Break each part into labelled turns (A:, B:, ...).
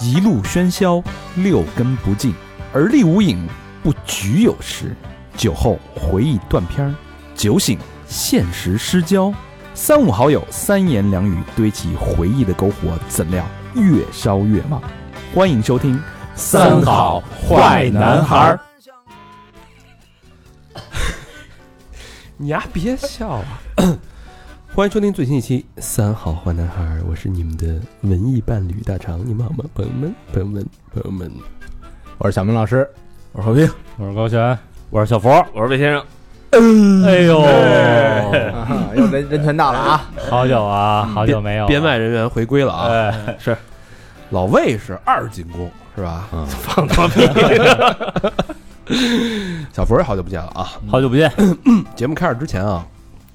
A: 一路喧嚣，六根不净，而立无影，不局有时。酒后回忆断片儿，酒醒现实失焦。三五好友，三言两语堆起回忆的篝火，怎料越烧越旺。欢迎收听《
B: 三好坏男孩儿》。你呀，别笑啊！欢迎收听最新一期《三好坏男孩》，我是你们的文艺伴侣大肠，你们好吗？朋友们，朋友们，朋友们，
C: 我是小明老师，
D: 我是和平，
E: 我是高璇，
F: 我是小佛，我是魏先生。
E: 哎呦，哎
C: 啊又人人全到了啊！
E: 好久啊，好久没有了
B: 变卖人员回归了啊！
E: 哎，是
D: 老魏是二进宫是吧？
C: 嗯
F: 放他屁！
D: 小佛儿好久不见了啊！
E: 好久不见，
D: 节目开始之前啊，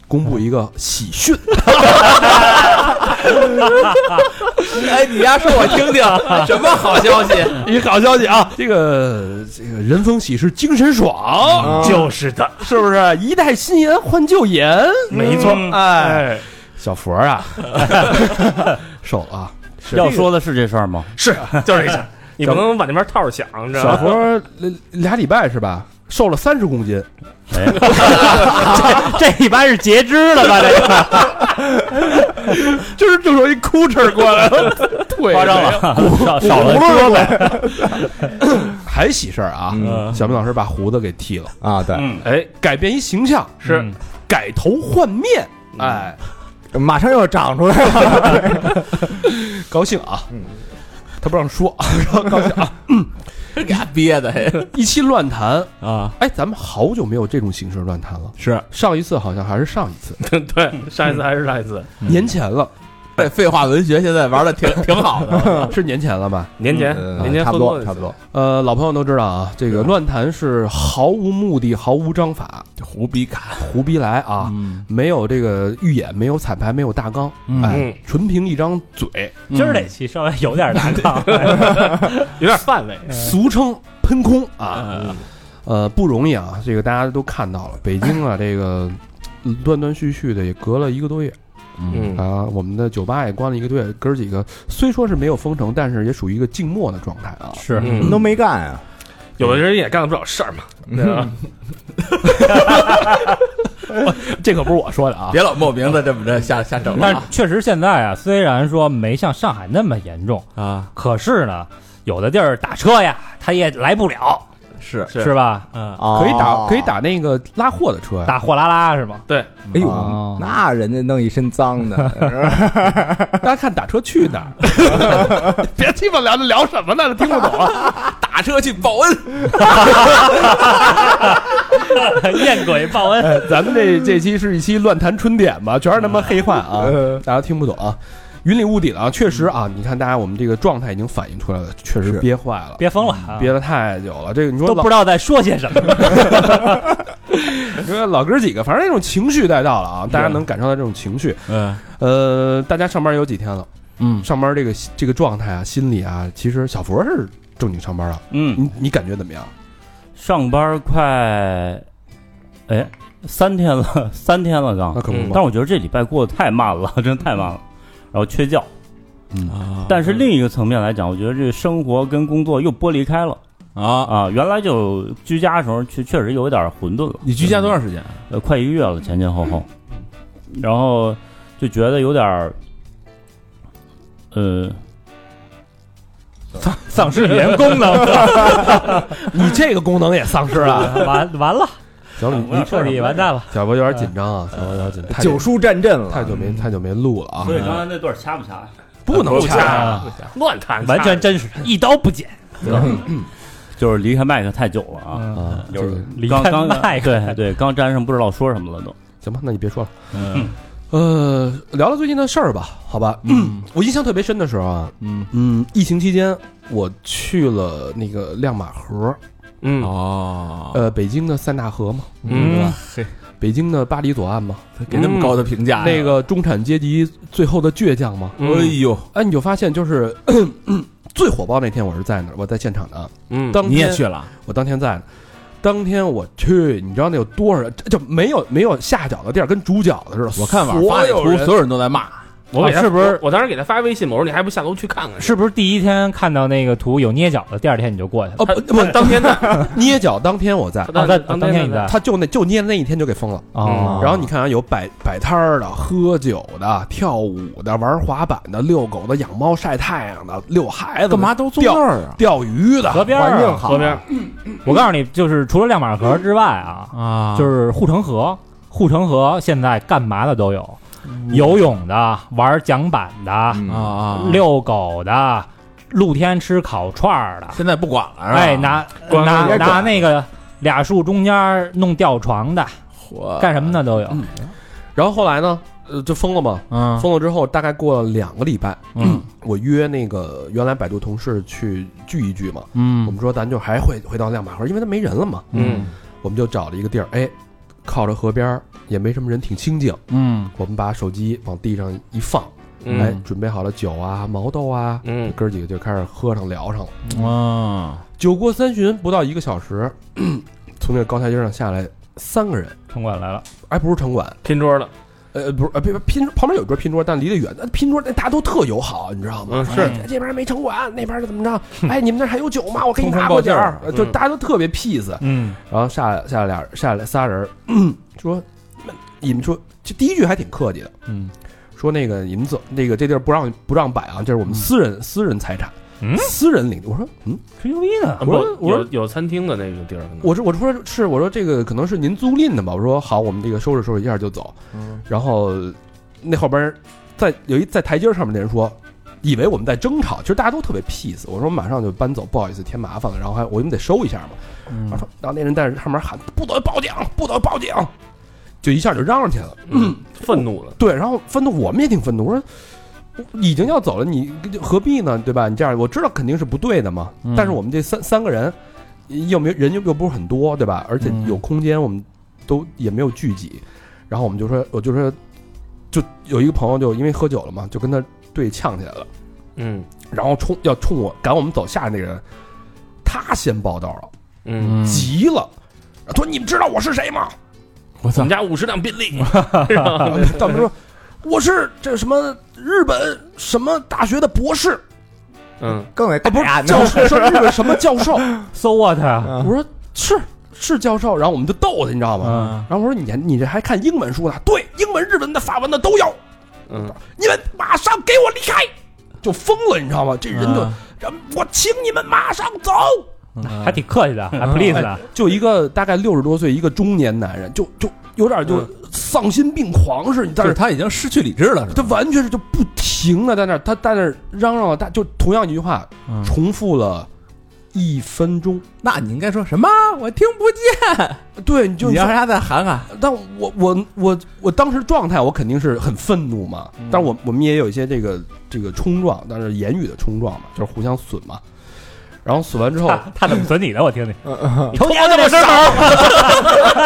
D: 公布一个喜讯，
C: 哎，你丫说我听听，什么好消息？
D: 一好消息啊！这个这个人逢喜事精神爽，
C: 啊嗯
F: 就是的，
D: 是不是？一代新颜换旧颜，
C: 嗯
F: 没错。
D: 哎，小佛儿啊， 瘦了啊！
E: 要说的是这事儿吗？
F: 就是这下，你不能往那边套着想，你知道
D: 小
F: 吗？
D: 佛儿俩俩礼拜是吧？瘦了三十公斤，
E: 哎这 这一般是截肢了 吧？这个
D: 就是就说一哭哧过来了， 腿
E: 夸张了，少少了
D: 葫芦呗。 还喜事儿啊！
C: 嗯
D: 小明老师把胡子给剃了，
C: 啊，
G: 嗯
C: 对，
F: 哎，
D: 改变一形象，
F: 是
E: 嗯
D: 改头换面，
H: 嗯
D: 哎，
C: 马上又长出来了。
D: 高兴啊！
C: 嗯
D: 他不让说，
C: 给他憋的，
D: 一期乱谈。
E: 啊，
D: 哎，咱们好久没有这种形式乱谈了。
E: 是
D: 上一次好像还是上一次，
F: 对，上一次还是上一次，
D: 年前了，
B: 这嗯哎废话文学现在玩的 挺挺好的，
D: 是年前了吧？
F: 年前
C: 嗯
F: 年前
C: 差不
F: 喝
C: 多，
F: 了
C: 差不多。
D: 呃，老朋友都知道啊，这个乱谈是毫无目的、毫无章法，
B: 胡逼卡，
D: 胡逼来啊，
E: 嗯，
D: 没有这个预演，没有彩排，没有大纲，
E: 嗯
D: 哎，纯凭一张嘴，
E: 今儿这期稍微有点难 看，
F: 有点范围。
D: 俗称喷空啊。呃，不容易啊，这个大家都看到了，北京啊，这个嗯断断续续的也隔了一个多月。
F: 嗯
D: 啊，我们的酒吧也关了一个多月，哥儿几个虽说是没有封城，但是也属于一个静默的状态啊。
E: 是
F: 嗯，
C: 都没干啊，
F: 有的人也干了不少事儿嘛，对吧？
D: 这可不是我说的啊，
B: 别老莫名的这么着瞎瞎整了
E: 但是
B: 啊。
E: 确实现在啊，虽然说没像上海那么严重啊，可是呢，有的地儿打车呀，他也来不了，
B: 是
F: 是
E: 是吧？嗯，
D: 可
A: 哦
C: 可
D: 以
G: 哦
D: 打可以。打 那个拉货的车呀。
E: 打货拉拉是吗？
C: 哎呦
E: 哦，
C: 那人家弄一身脏的，是吧
D: 大家看打车去哪儿？
F: 别鸡巴聊聊什么呢？听不懂。
B: 打车去报恩，
E: 验鬼报恩，
D: 哎咱们这这期是一期乱谈春点吧，全是他妈黑话啊，大家听不懂啊。云里雾里的啊，确实啊，你看大家我们这个状态已经反映出来了，确实
C: 是
D: 憋坏了，
E: 别疯了，啊
D: 憋了太久了。这个你说
E: 都
D: 老
E: 不知道在说些什么。
D: 因为老哥几个，反正那种情绪带到了啊，大家能感受到这种情绪。
E: 嗯
D: 呃，大家上班有几天了？
E: 嗯
D: 上班这个这个状态啊，心理啊，其实小佛是正经上班了，
E: 嗯，
D: 你你感觉怎么样？
E: 上班快，哎，三天了，三天了刚
D: 那。可不
F: 嗯
D: 嘛
E: 但我觉得这礼拜过得太慢了，真的太慢了，然后缺觉。
B: 啊
E: 但是另一个层面来讲，我觉得这生活跟工作又剥离开了
B: 啊，
E: 啊。原来就居家的时候确确实有点混沌了，
B: 你居家多长时间？啊
E: 呃，快一个月了，前前后后，然后就觉得有点儿，呃，丧丧失语言功能了，
D: 你这个功能也丧失 了，
E: 完完了，
D: 行了，
E: 我
D: 你
E: 彻底完蛋了。哎
D: 小佛有点紧张啊，小佛有点紧张，太久
C: 九叔战阵
D: 太
C: 了，
D: 久没太久没录了啊，
E: 刚才那段掐不掐？
D: 不能
F: 不
D: 掐
F: 掐
D: 啊。
E: 啊，
F: 乱谈，
E: 完全真实，一刀不剪。 就是离开麦克太久了
B: 嗯
E: 啊，
D: 啊，这
E: 就
D: 个
E: 是离刚开刚麦克对对，刚沾上不知道说什么了都。
D: 行吧，那你别说了。
B: 嗯
D: 呃，聊聊最近的事儿吧，好吧。嗯， 我印象特别深的时候啊，
B: 嗯
D: 嗯，疫情期间我去了那个亮马河，
F: 嗯
B: 哦，
D: 呃，北京的三大河嘛，
F: 嗯，
B: 嘿，
D: 北京的巴黎左岸嘛，
B: 给那么高的评价呀，
D: 那个中产阶级最后的倔强嘛。
F: 嗯
B: 哎呦，
D: 哎，你就发现就是 咳咳最火爆那天，我是在哪儿？我在现场的啊。
F: 嗯，
D: 当天
B: 你也去了？
D: 我当天在呢。当天我去，你知道那有多少人？这就没有没有下脚的地儿，跟煮饺子似的。
B: 我看网上
D: 所
B: 发那
D: 有
B: 图，
D: 人
B: 所有人都在骂，
E: 我
C: 给
E: 给
C: 他
E: 啊是不是
C: 我当时给他发微信，我说你还不下楼去看看去？
E: 是不是第一天看到那个图有捏脚的，第二天你就过去了？
D: 哦不不，
C: 当天的，
D: 捏脚当天我
B: 啊
D: 在，
E: 哦，在当天你
C: 的，
E: 在
D: 他就那就捏那一天就给封了。
H: 嗯
E: 哦，
D: 然后你看啊，有摆摆摊儿的、喝酒的、跳舞的、玩滑板的、遛狗的、养猫晒太阳的、遛孩子的、
H: 干嘛都坐那儿啊？
D: 钓鱼的，
E: 河边儿
H: 环境
E: 啊，
H: 好，
C: 河边
E: 我告诉你，就是除了亮马河之外啊，
H: 啊，
E: 就是护城河，护城河现在干嘛的都有，
H: 嗯
E: 游泳的、玩桨板的、
G: 嗯
H: 啊啊，
E: 遛狗的、露天吃烤串儿的，
H: 现在不管了，是吧
E: 哎，拿
H: 光
E: 拿
H: 光
E: 拿那个俩树中间弄吊床的，
H: 火
E: 干什么的都有。
D: 然后后来呢，呃，就封了嘛。
H: 嗯
D: 封了之后，大概过了两个礼拜，
H: 嗯
D: 我约那个原来百度同事去聚一聚嘛。我
H: 嗯
D: 们说咱就还回回到亮马河，因为他没人了嘛。
C: 嗯，
D: 我们就找了一个地儿，哎，靠着河边儿，也没什么人，挺清静。
H: 嗯
D: 我们把手机往地上一放，
C: 嗯
D: 哎，准备好了酒啊、毛豆啊，
C: 嗯
D: 哥儿几个就开始喝上聊上了。
E: 哦
H: 啊，
D: 酒过三巡，不到一个小时， 从那个高台阶上下来三个人，
E: 城管来了，
D: 哎，不是城管，
C: 拼桌了，
D: 呃，不是，呃，别别拼旁边有一桌拼桌，但离得远。那拼桌那大家都特友好，你知道吗？
C: 嗯是
D: 哎这边没城管，那边怎么着？哎，你们那儿还有酒吗？我给你
H: 通风
D: 拿
H: 报
D: 过点儿
H: 信，
D: 呃就
C: 嗯
D: 大家都特别 peace。
E: 嗯，
D: 然后下来下来俩人下来仨人儿，嗯说你们说，这第一句还挺客气的，
H: 嗯，
D: 说那个你们走，那个这地儿不让不让摆啊，这是我们私人、私人财产，
E: 嗯
D: 私人领地。我说，嗯，
E: 吹牛逼呢
C: 啊，
D: 我说
C: 不
D: 我说
C: 有有餐厅的那个地儿可能，
D: 我这我说是，我说这个可能是您租赁的吧。我说好，我们这个收拾收拾一下就走。
H: 嗯
D: 然后那后边儿在有一在台阶上面那人说，以为我们在争吵，其实大家都特别 peace。我说马上就搬走，不好意思添麻烦了。然后还我们得收一下嘛。然
H: 嗯
D: 后说，然后那人在上面喊不得报警，不得报警，就一下就嚷嚷起来了。
C: 嗯愤怒了，
D: 对，然后愤怒，我们也挺愤怒。我说我已经要走了，你何必呢？对吧？你这样我知道肯定是不对的嘛。
H: 嗯
D: 但是我们这三三个人又没人又又不是很多，对吧？而且
H: 嗯
D: 有空间，我们都也没有聚集。然后我们就说，我就说，就有一个朋友就因为喝酒了嘛，就跟他对呛起来了，
C: 嗯
D: 然后冲要冲我赶我们走下那个人，他先报道了，
C: 嗯，
D: 急了，说你们知道我是谁吗？
H: 我
C: 我
H: 操
C: 们，家五十辆宾利，是
H: 啊
C: 吧
D: 他们说我是这什么日本什么大学的博士。
C: 嗯，
H: 更得
D: 啊，不
H: 打
D: 是
H: 呢
D: 教授，说日本什么教授？
E: ，so what？啊
D: 我说是是教授，然后我们就逗他，你知道吗？
H: 嗯
D: 然后我说你你这还看英文书呢？对，英文、日文的、法文的都有。
C: 嗯，
D: 你们马上给我离开，就疯了，你知道吗？这人就
H: 嗯
D: 然后我请你们马上走。
E: 还挺客气的，还 please 的，
D: 就一个大概六十多岁一个中年男人，就就有点就丧心病狂似的，但
H: 嗯就是是他已经失去理智了，是
D: 他
H: 吧？
D: 完全是就不停的在那儿，他在那儿嚷嚷了，大就同样一句话
H: 嗯
D: 重复了一分钟。
H: 那你应该说什么？我听不见。
D: 对，你就
H: 你
D: 说
H: 要让他再喊喊，
D: 但我我我我当时状态，我肯定是很愤怒嘛。
H: 嗯
D: 但是我我们也有一些这个这个冲撞，但是言语的冲撞嘛，就是互相损嘛。然后损完之
H: 啊
D: 后，
E: 他他怎么损你的？我听听，
H: 嗯
E: 瞅你那么身毛，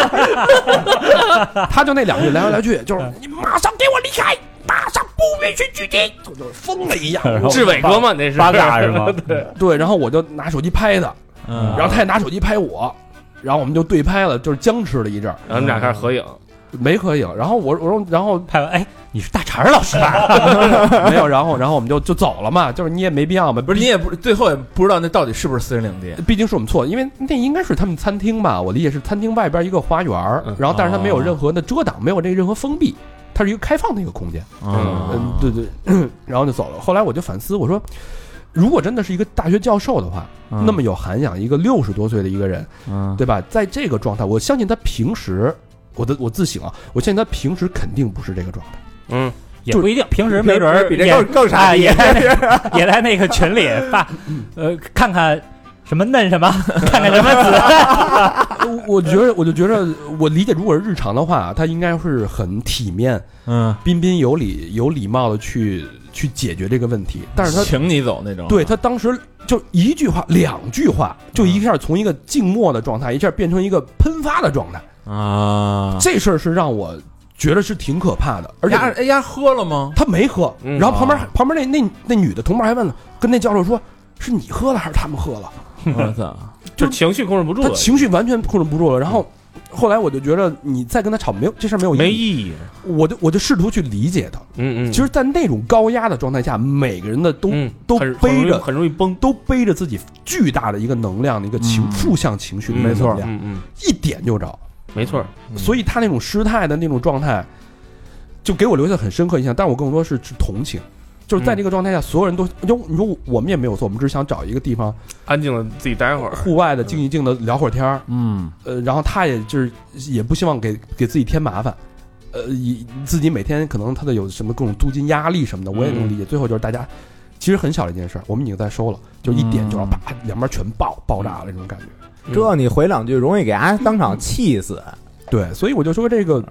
D: 他就那两句来回来 去，就是你马上给我离开，马上不允许聚集，就就是 疯了一样。
C: 志伟哥嘛，那是
E: 八嘎是吗？
D: 对，然后我就拿手机拍他，
H: 嗯
D: 然后他也拿手机拍我，然后我们就对拍了，就是僵持了一阵儿，
C: 然后你们俩开始合影，
D: 没合影。然后我我说，然 后
E: 拍完，哎，你是大肠老师啊吧？
D: 没有，然后然后我们就就走了嘛，就是你也没必要嘛，
H: 不是你也不最后也不知道那到底是不是私人领地，
D: 毕竟是我们错，因为那应该是他们餐厅吧，我理解是餐厅外边一个花园儿
C: 嗯，
D: 然后但是它没有
H: 哦
D: 任何的遮挡，没有那任何封闭，它是一个开放的一个空间。
H: 啊
D: 嗯，对对，然后就走了。后来我就反思，我说，如果真的是一个大学教授的话，
H: 嗯
D: 那么有涵养，一个六十多岁的一个人，
H: 嗯
D: 对吧？在这个状态，我相信他平时，我的我自省啊，我相信他平时肯定不是这个状态。
C: 嗯，
E: 也不一定，平时没准儿
H: 比这
E: 也
H: 更更傻
E: 哎
H: 逼
E: 也。在那也在那个群里发，呃，看看什么嫩什么，看看什么紫，
D: 我我觉得，我就觉得，我理解，如果是日常的话，啊他应该是很体面。
H: 嗯，
D: 彬彬有礼、有礼貌的去去解决这个问题，但是他
H: 请你走那种，
D: 对他当时就一句话、两句话，就
H: 嗯
D: 一下从一个静默的状态，一下变成一个喷发的状态，
H: 啊，
D: 这事儿是让我觉得是挺可怕的，而
H: 而
D: 且
H: 且。哎呀喝了吗？
D: 他没喝，
C: 嗯
D: 然后旁边、
H: 啊
D: 旁边那那那女的同伴还问了，跟那教授说：“是你喝了还是他们喝了
H: 我操，
C: 就情绪控制不住
D: 他
C: 了，
D: 情绪完全控制不住了。然后后来我就觉得你再跟他吵没有这事儿没有
C: 没
D: 意义，
C: 意义。
D: 我就我就试图去理解他。
C: 嗯嗯，
D: 其实，在那种高压的状态下，每个人的都
C: 嗯
D: 都
C: 很
D: 背着
C: 很容易很容易崩，
D: 都背着自己巨大的一个能量的一个情
H: 嗯
D: 负向情绪的能量，
C: 嗯嗯，
D: 一点就着。
C: 没错，
D: 所以他那种失态的那种状态，就给我留下很深刻印象。但我更多是是同情，就是在
C: 嗯
D: 这个状态下，所有人都，你说你说我们也没有错，我们只是想找一个地方，
C: 安静的自己待会儿。
D: 户外的静一静的聊会儿天儿。
A: 嗯，
D: 呃，然后他也就是也不希望给给自己添麻烦，呃，以自己每天可能他的有什么各种租金压力什么的，我也能理解。最后就是大家其实很小的一件事儿，我们已经在收了，就一点就要啪，两边全爆爆炸了那种感觉。
G: 这你回两句容易给俺当场气死
D: 对，所以我就说这个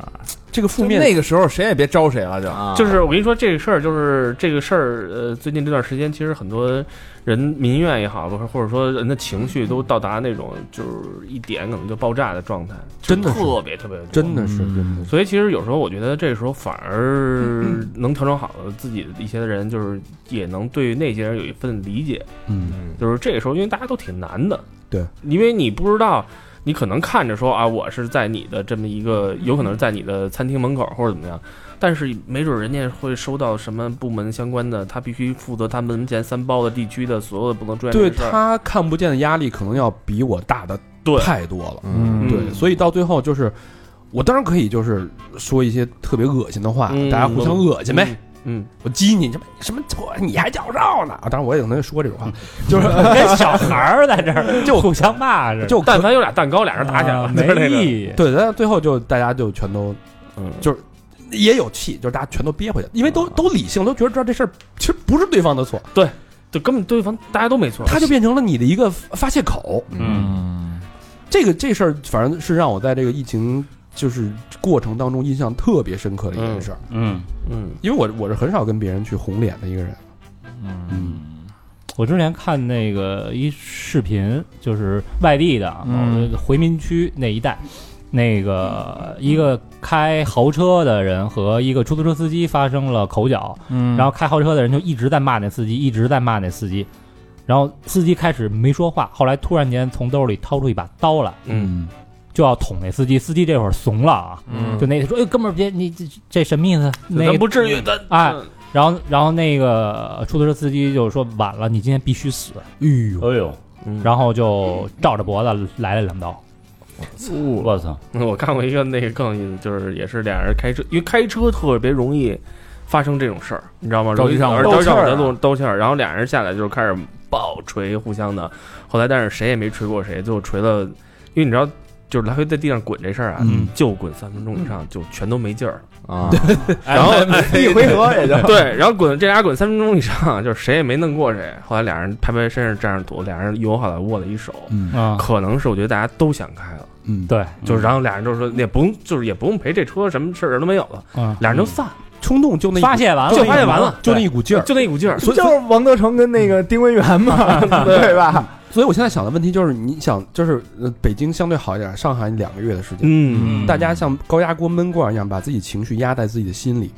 D: 这个负
H: 就
D: 面
H: 那个时候谁也别招谁了，就
G: 啊！
C: 就是我跟你说这个事儿，就是这个事儿，呃，最近这段时间，其实很多人民怨也好，或者或者说人的情绪都到达那种就是一点可能就爆炸的状态，就
D: 真的是
C: 特别特别多
D: 真的是真的是
C: 所以其实有时候我觉得这时候反
D: 嗯
C: 而能调整好了自己的一些人，就是也能对那些人有一份理解。
D: 嗯，
C: 就是这个时候，因为大家都挺难的，
D: 对，
C: 因为你不知道，你可能看着说啊，我是在你的这么一个，有可能是在你的餐厅门口或者怎么样，但是没准人家会收到什么部门相关的，他必须负责他门前三包的地区的所有的不能出现
D: 对
C: 这个事儿。
D: 他看不见的压力可能要比我大的
C: 对
D: 太多了。
C: 嗯
D: 对，所以到最后就是，我当然可以就是说一些特别恶心的话，
C: 嗯
D: 啊大家互相恶心呗。
C: 嗯，
D: 我激你什么什么，我你还叫绕呢？啊，当然我也可能说这种
C: 嗯
D: 话，就是
E: 跟小孩儿在这儿
D: 就
E: 互相骂着，
D: 就
C: 但凡有俩蛋糕，俩人
E: 打
C: 打起来
D: 啊
C: 了，就是那
E: 没
C: 个
E: 意义。
D: 对，但最后就大家就全都
C: 嗯，
D: 就是也有气，就是大家全都憋回去，因为都都理性，都觉得知道这事儿其实不是对方的错，
C: 嗯就根本对方大家都没错。
D: 他就变成了你的一个发泄口。
C: 嗯
D: 这个这事儿反正是让我在这个疫情就是过程当中印象特别深刻的一件事儿，
E: 嗯，
C: 嗯
D: 因为我我是很少跟别人去红脸的一个人。
E: 我之前看那个一视频，就是外地的，
A: 嗯
E: 呃回民区那一带，那个一个开豪车的人和一个出租车司机发生了口角，
A: 嗯
E: 然后开豪车的人就一直在骂那司机，一直在骂那司机，然后司机开始没说话，后来突然间从兜里掏出一把刀来，
C: 嗯，
E: 就要捅那司机，司机这会儿怂了啊，
H: 嗯
E: 就那个说，哎，哥们儿别你这这什么意思？那
C: 咱
E: 个
C: 不至于的。嗯
E: 哎，然后然后那个出租车司机就说晚了，你今天必须死。
C: 哎呦，嗯
E: 然后就照着脖子来了两刀。我操！
C: 嗯 我看过一个那个更有意思，就是也是俩人开车，因为开车特别容易发生这种事儿，你知道吗？
H: 着急上火
C: 而着急上火
H: 斗气儿
C: 在
H: 啊
C: 路兜气儿，然后俩人下来就开始暴锤互相的，后来但是谁也没锤过谁，最后锤了，因为你知道。就是来回在地上滚这事儿啊，
A: 嗯
C: 就滚三分钟以上，就全都没劲儿。
H: 嗯
G: 啊，
H: 哎
C: 然后
G: 一回合也就
C: 对，然后滚这俩滚三分钟以上，就是谁也没弄过谁。后来俩人拍拍身上沾上土，俩人友好的握了一手。
H: 嗯
E: 啊，
C: 可能是我觉得大家都想开了，
A: 嗯
E: 对，
C: 就是然后俩人就说也不用，就是也不用赔这车，什么事儿都没有了，
E: 嗯，
C: 俩人就散了。
D: 冲动就那一
E: 发泄完了，
C: 就发泄完了
D: 就那一股劲儿，
C: 就那一股劲儿。
G: 不就是王德成跟那个丁文元 嘛，对吧？
D: 所以我现在想的问题就是，你想就是呃北京相对好一点，上海两个月的时间，
C: 嗯
D: 大家像高压锅闷罐一样，把自己情绪压在自己的心里。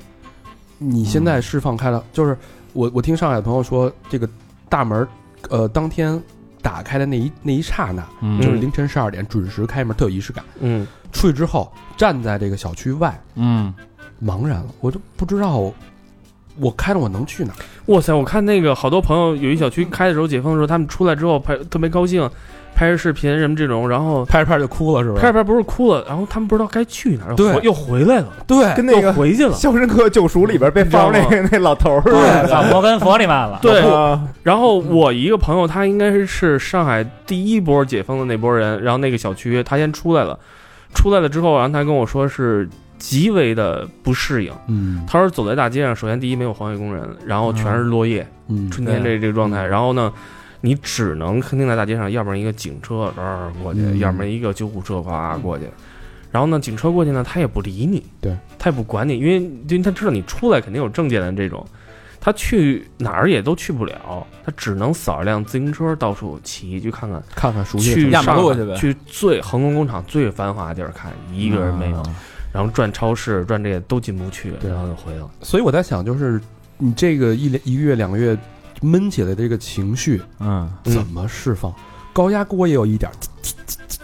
D: 你现在释放开了，就是我我听上海的朋友说，这个大门儿呃当天打开的那一那一刹那，
A: 嗯
D: 就是凌晨十二点准时开门，特有仪式感。
C: 嗯
D: 出去之后，站在这个小区外，
A: 嗯
D: 茫然了，我都不知道我我开了我能去哪儿。
C: 哇塞！我看那个好多朋友有一小区开的时候解封的时候，他们出来之后拍特别高兴，拍着视频什么这种，然后
D: 拍着拍着就哭了，是
C: 拍着拍着不是哭了，然后他们不知道该去哪儿，
D: 对
C: 回又回来了，
D: 对，
G: 跟那
C: 又
G: 个《
C: 回去了。
G: 肖申克救赎》里边被放那个那老头儿似的，
E: 啊，摩根佛里曼了。
C: 对，
G: 啊
C: 然后我一个朋友，他应该是上海第一波解封的那波人，然后那个小区他先出来了，出来了之后，然后他跟我说是极为的不适应。
D: 嗯
C: 他说走在大街上，首先第一没有环卫工人，然后全是落叶，
D: 嗯，
C: 春天这这个状态，然后呢，你只能肯定在大街上，要不然一个警车呃过去，
D: 嗯
C: 要不然一个救护车哗过去，然后呢，警车过去呢，他也不理你，
D: 对，
C: 他也不管你，因为因为他知道你出来肯定有证件的这种，他去哪儿也都去不了，他只能扫一辆自行车到处骑去看看，
D: 看看熟悉的
C: 去
H: 压马路
C: 上
H: 去呗
C: 去最航空工厂最繁华的地儿看，一个人没有，
A: 啊
C: 然后转超市转这些都进不去，
D: 对
C: 然后就回来了，
D: 所以我在想，就是你这个一连一个月、两个月闷起来的这个情绪
H: 嗯，
C: 嗯
D: 怎么释放？高压锅也有一点儿，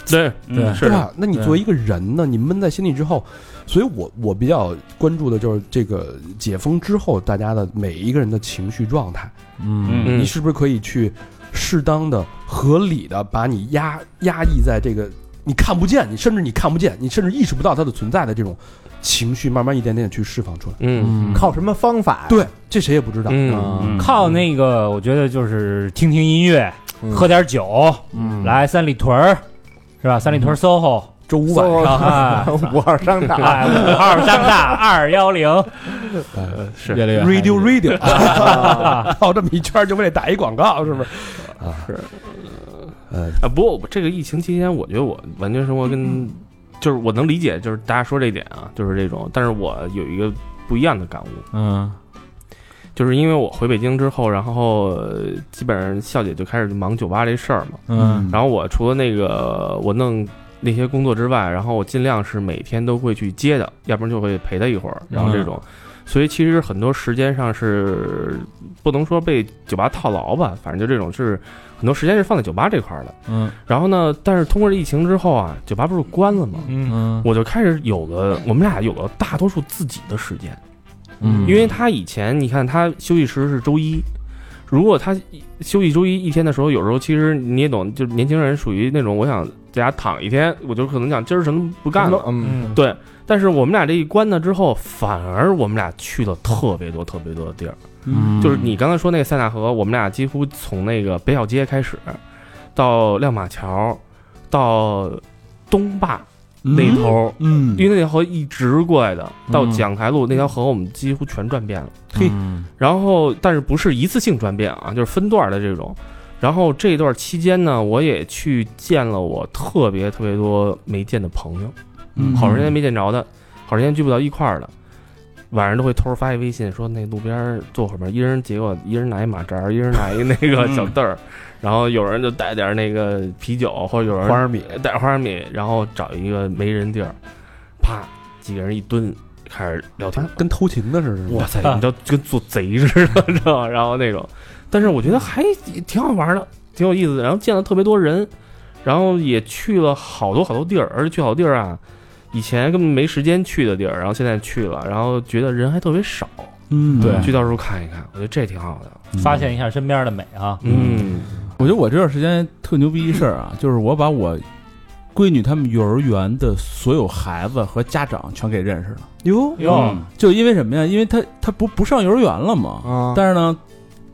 C: 对，嗯
E: 对
C: 是
D: 对
C: 的，
D: 吧？那你作为一个人呢，你闷在心里之后，所以我我比较关注的就是这个解封之后大家的每一个人的情绪状态，
B: 嗯
C: 嗯
D: 你是不是可以去适当的、合理的把你压压抑在这个你看不见，你甚至你看不见，你甚至意识不到它的存在的这种情绪，慢慢一点点去释放出来。
C: 嗯
G: 靠什么方法？
D: 对，这谁也不知道。
C: 嗯，
E: 嗯靠那个，我觉得就是听听音乐，
H: 嗯
E: 喝点酒，
H: 嗯
E: 来三里屯儿，是吧？三里屯儿 SOHO，
D: 周五晚
G: 搜
D: 上，
E: 啊，
G: 五号商场，
E: 哎，五号山大二幺零，
D: 呃
C: 是
H: 越来越
D: Radio Radio，绕 这么一圈儿就为了打一广告，是不是？啊，是，呃，
C: 啊，不过我这个疫情期间，我觉得我完全生活跟就是我能理解，就是大家说这点啊，就是这种，但是我有一个不一样的感悟，
H: 嗯
C: 就是因为我回北京之后，然后呃基本上笑姐就开始忙酒吧这事儿嘛。
H: 嗯
C: 然后我除了那个我弄那些工作之外，然后我尽量是每天都会去接她，要不然就会陪她一会儿，
H: 嗯
C: 然后这种。所以其实很多时间上是不能说被酒吧套牢吧，反正就这种是很多时间是放在酒吧这块儿的。
H: 嗯
C: 然后呢，但是通过这疫情之后啊，酒吧不是关了吗？
H: 嗯
C: 我就开始有了，我们俩有了大多数自己的时间。
H: 嗯
C: 因为他以前你看他休息时是周一，如果他休息周一一天的时候，有时候其实你也懂，就是年轻人属于那种我想在家躺一天，我就可能想今儿什么不干了。
H: 嗯
C: 对，但是我们俩这一关呢之后，反而我们俩去了特别多特别多的地儿，
H: 嗯
C: 就是你刚才说那个塞纳河，我们俩几乎从那个北小街开始，到亮马桥，到东坝那头，
D: 嗯，
C: 因为那条河一直过来的，到
H: 嗯
C: 蒋台路那条河我们几乎全转遍了。
D: 嘿
C: 然后但是不是一次性转变啊，就是分段的这种。然后这段期间呢，我也去见了我特别特别多没见的朋友，
D: 嗯
H: 嗯
C: 好长时间没见着的，好长时间聚不到一块儿的，晚上都会偷偷发一微信说那路边儿坐会儿吧，一人结果一人拿一马扎儿，一人拿一那个小凳
D: 嗯
C: 儿，然后有人就带点儿那个啤酒，或者有人
D: 花生米，
C: 带花生米，然后找一个没人地儿，啪几个人一蹲开始聊天
D: 啊。跟偷情的似的。
C: 哇塞，你知道跟做贼似的， 知道吗？然后那种，但是我觉得还挺好玩的，挺有意思的。然后见了特别多人，然后也去了好多好多地儿，而且去好多地儿啊，以前根本没时间去的地儿，然后现在去了，然后觉得人还特别少，
D: 嗯
H: 对
C: 去到时候看一看，我觉得这挺好的。
E: 发现一下身边的美啊，
C: 嗯
H: 我觉得我这段时间特牛逼一事儿啊，就是我把我闺女他们幼儿园的所有孩子和家长全给认识了。
D: 哟，
E: 哟，
H: 就因为什么呀？因为他他不不上幼儿园了嘛，
G: 啊
H: 嗯但是呢，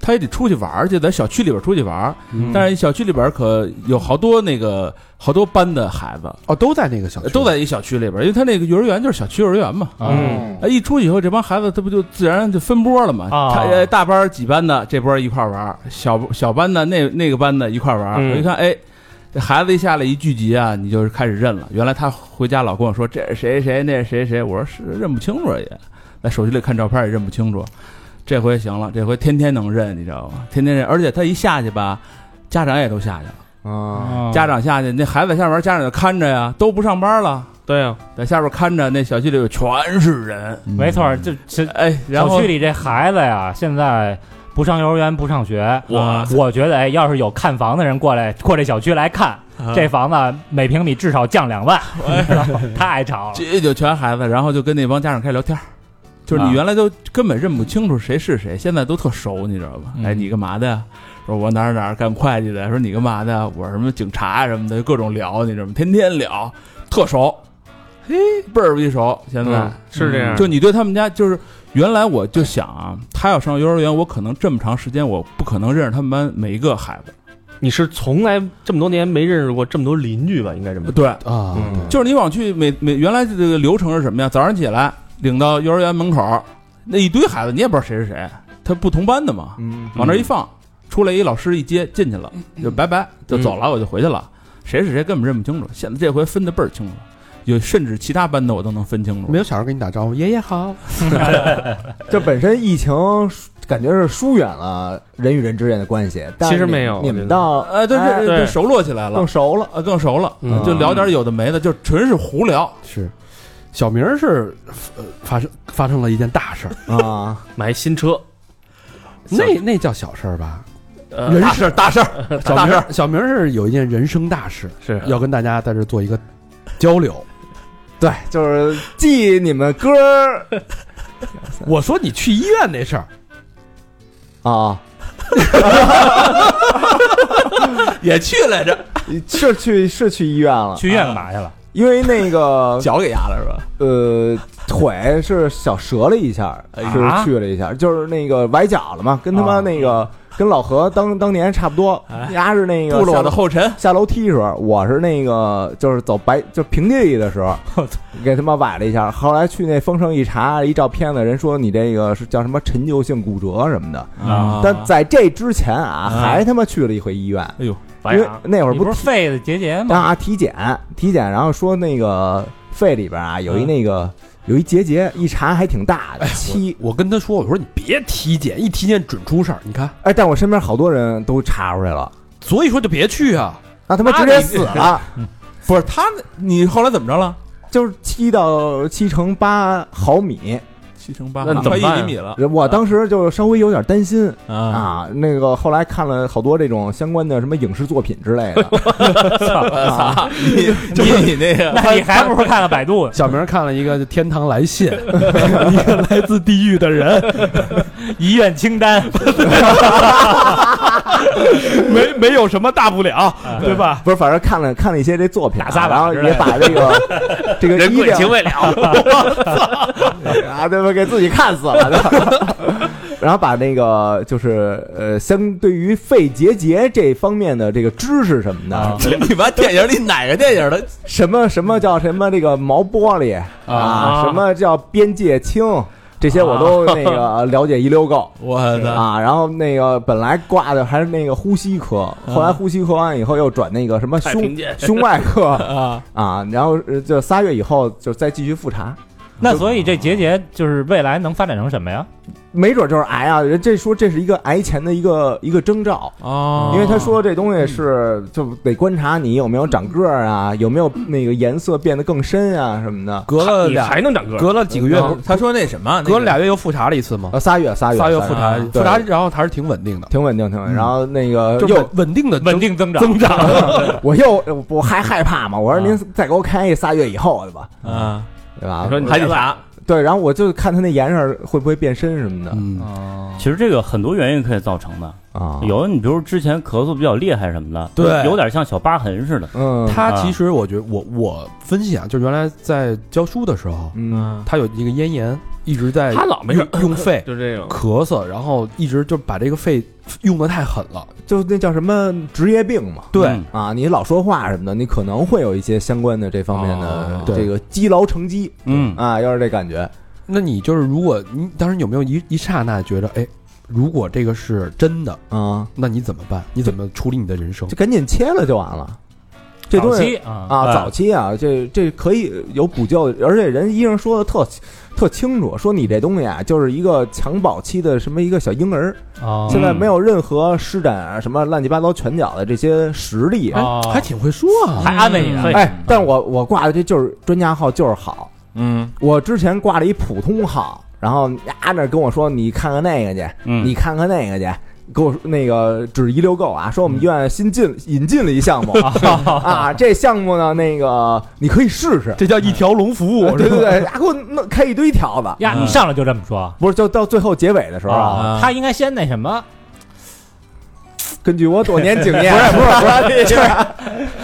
H: 他也得出去玩儿去，在小区里边儿出去玩儿。但是小区里边儿可有好多那个好多班的孩子，
D: 哦，都在那个小区，
H: 都在一小区里边儿，因为他那个幼儿园就是小区幼儿园嘛。
C: 嗯
H: 哎，一出去以后，这帮孩子他不就自然就分波了嘛？
E: 啊
H: 他呃大班儿几班的这波儿一块儿玩儿，小小班的那那个班的一块儿玩儿。
C: 嗯
H: 我一看，哎，这孩子一下来一聚集啊，你就是开始认了。原来他回家老跟我说这是谁谁那是谁谁，我说是认不清楚也，在手机里看照片也认不清楚。这回行了，这回天天能认，你知道吗？天天认，而且他一下去吧，家长也都下去了。
G: 啊，
E: 嗯
H: 家长下去，那孩子在下边儿，家长就看着呀，都不上班了，
C: 对啊呀、
H: 在下边儿看着，那小区里边全是人。
E: 没错儿，这这
H: 哎，然
E: 小
H: 后
E: 区里这孩子呀，现在不上幼儿园，不上学，
C: 哇
E: 我觉得哎，要是有看房的人过来过这小区来看，
H: 啊
E: 这房子每平米至少降两万， 太吵了。
H: 这就全孩子，然后就跟那帮家长开始聊天儿，就是你
E: 啊
H: 原来都根本认不清楚谁是谁，现在都特熟，你知道吧？
E: 嗯
H: 哎，你干嘛的呀？说我哪儿哪儿干会计的，说你干嘛的呀？我什么警察什么的，就各种聊，你知道吗？天天聊，特熟，嘿，倍儿逼熟。现在、
C: 嗯是这样
H: 就你对他们家就是。原来我就想啊，他要上幼儿园，我可能这么长时间我不可能认识他们班每一个孩子。
C: 你是从来这么多年没认识过这么多邻居吧？应该这么说。
H: 对，
D: 啊，
C: 嗯
H: 就是你往去每每原来这个流程是什么呀？早上起来领到幼儿园门口，那一堆孩子你也不知道谁是谁，他不同班的嘛，
G: 嗯，
H: 往那儿一放，出来一老师一接进去了，就拜拜就
G: 嗯
H: 走了，我就回去了，谁是谁根本认不清楚。现在这回分的倍儿清楚，有甚至其他班的我都能分清楚
D: 没。有小孩跟你打招呼，爷爷好。
G: 这本身疫情感觉是疏远了人与人之间的关系，但
C: 其实
G: 你
C: 没有
G: 你
C: 我觉得
G: 们到
H: 呃，对
G: 哎
H: 对
C: 对
H: 对，熟络起来了
G: 更，熟了，
H: 呃，更熟了，
C: 嗯
H: 就聊点有的没的， 就纯是胡聊。
D: 是，小明儿是呃发生发生了一件大事儿，
G: 啊，
C: 买新车，
D: 那那叫小事儿吧？
C: 呃
D: 人
H: 大事儿大事儿，嗯
D: 小
H: 大
D: 明
H: 事
D: 儿小明儿是有一件人生大事
C: 是
D: 要跟大家在这儿做一个交流。
G: 对，就是记你们歌儿
D: 我说你去医院那事儿，
G: 啊，
H: 也去来着，
G: 是去是去医院了，
E: 去医院干
D: 啊
E: 嘛去了？
G: 因为那个
H: 脚给压了是吧？
G: 呃，腿是小折了一下，
C: 哎
G: 是去了一下，就是那个崴脚了嘛，跟
C: 啊
G: 他妈那个跟老何当当年差不多，
C: 哎
G: 丫是那个
H: 步了
G: 下
H: 我的后尘，
G: 下楼梯的时候，我是那个就是走白就平地的时候，给他妈崴了一下。后来去那风声一查，一照片子，人说你这个是叫什么陈旧性骨折什么的。
H: 啊
G: 但在这之前啊，
H: 啊
G: 还他妈去了一回医院，
H: 哎呦，
G: 因为那会
E: 呃
G: 儿
E: 你不是
G: 体
E: 肺的结节 吗？
G: 啊体检体检，然后说那个肺里边啊有一那个有一结节，一查还挺大的，七
D: 我跟他说，我说你别体检，一体检准出事儿。你看，
G: 哎，但我身边好多人都查出来了，
D: 所以说就别去啊。
G: 那他妈直接死了。
H: 不是他那，你后来怎么着了？
G: 就是七到七乘八毫米，
H: 七乘八，
C: 那怎么
H: 快
C: 办
H: 一
C: 呀
H: 厘米
D: 啊
H: 了
G: 我当时就稍微有点担心，
H: 啊！
G: 啊，那个后来看了好多这种相关的什么影视作品之类的，啊
H: 操，你 你你那个
E: 那你还不如看看百度呢。
D: 小明看了一个《天堂来 信》，一个来自地狱的人，
E: 遗愿清单，
D: 没没有什么大不了，
E: 哎
D: 对吧？
G: 不是，反正看了看了一些这作品啊、
E: 打撒把
G: 然后
E: 之类
G: 也
E: 的
G: 把这个这个
C: 人
G: 医
C: 鬼
G: 疗
C: 情未了，
G: 啊，对吧？给自己看死了的 然后把那个就是呃，相对于肺结节这方面的这个知识什么的，
H: 你妈电影里哪个电影的
G: 什么什么叫什么这个毛玻璃啊，
H: 啊
G: 什么叫边界清，这些我都那个呃了解一溜够。
H: 我操！
G: 啊，然后那个本来挂的还是那个呼吸科，后来呼吸科完以后又转那个什么
C: 太
G: 胸
C: 平间
G: 胸外科
H: 啊，
G: 啊，然后呃就仨月以后就再继续复查，
E: 那所以这结节就是未来能发展成什么呀？
G: 没准就是癌啊。人这说这是一个癌前的一个一个征兆，
H: 哦
G: 因为他说这东西是就得观察你有没有长个儿啊，有没有那个颜色变得更深啊什么的。
D: 隔
H: 呃
D: 了
C: 你
D: 俩，
C: 还能长个儿。
D: 隔了几个月，不是
H: 哦他说那什么，那个
D: 隔了俩月又复查了一次吗？
G: 呃，仨月，仨月，
D: 仨
G: 月
D: 月复
H: 啊
D: 查，
G: 对
D: 复查然后还是挺稳定的，
G: 挺稳定，挺稳定。
D: 嗯
G: 然后那个
D: 就是
G: 又
D: 稳稳定的
E: 稳定增长，
D: 增长。
G: 我又我还害怕嘛，
D: 啊
G: 我说您再给我开一仨月以后的吧，嗯
H: 啊，
G: 对吧
C: 你？说你
H: 还得查，
G: 对，然后我就看他那颜色会不会变深什么的、
H: 嗯
I: 其实这个很多原因可以造成的，
G: 啊。，
E: 嗯
I: 有的你比如之前咳嗽比较厉害什么的，
D: 对
I: 有点像小疤痕似的。
G: 嗯，
D: 他
I: 啊
D: 其实我觉得我我分析啊，就是原来在教书的时候，
G: 嗯，
D: 他有一个咽炎，一直在
C: 他老没事儿，
D: 用肺
C: 就这种。
D: 咳嗽，然后一直就把这个肺用的太狠了。
G: 就那叫什么职业病嘛。
D: 对
I: 嗯
G: 啊，你老说话什么的，你可能会有一些相关的这方面的
D: 哦对
G: 这个积劳成疾
I: 嗯，
G: 啊，要是这感觉，
D: 那你就是如果你当时有没有一一刹那觉得，哎，如果这个是真的，
G: 啊，
D: 那你怎么办？你怎么处理你的人生
G: 就？赶紧切了就完了。这
E: 早
G: 东西
E: 期啊，
G: 啊，
H: 哎
G: 早期啊，这这可以有补救，而且人医生说的特特清楚，说你这东西啊，就是一个襁褓期的什么一个小婴儿，
E: 哦
G: 现在没有任何施展啊什么乱七八糟拳脚的这些实力啊，
E: 哦
D: 还挺会说 啊，。
E: 还安慰你呢，
C: 嗯
G: 哎，但我我挂的这就是专家号，就是好。
H: 嗯，
G: 我之前挂了一普通号，然后呀那跟我说你看看那个去，
I: 嗯
G: 你看看那个去。给我说那个指一溜够啊，说我们医院新进引进了一项目啊，这项目呢，那个你可以试试
D: 这叫一条龙服务
H: 哎
G: 对对对，呀，给我弄开一堆条子，
E: 呀，
I: 嗯
E: 你上来就这么说，
G: 不是就到最后结尾的时候啊，
H: 啊
D: 嗯
E: 他应该先那什么，
G: 根据我多年经验，不是不是不 是，就是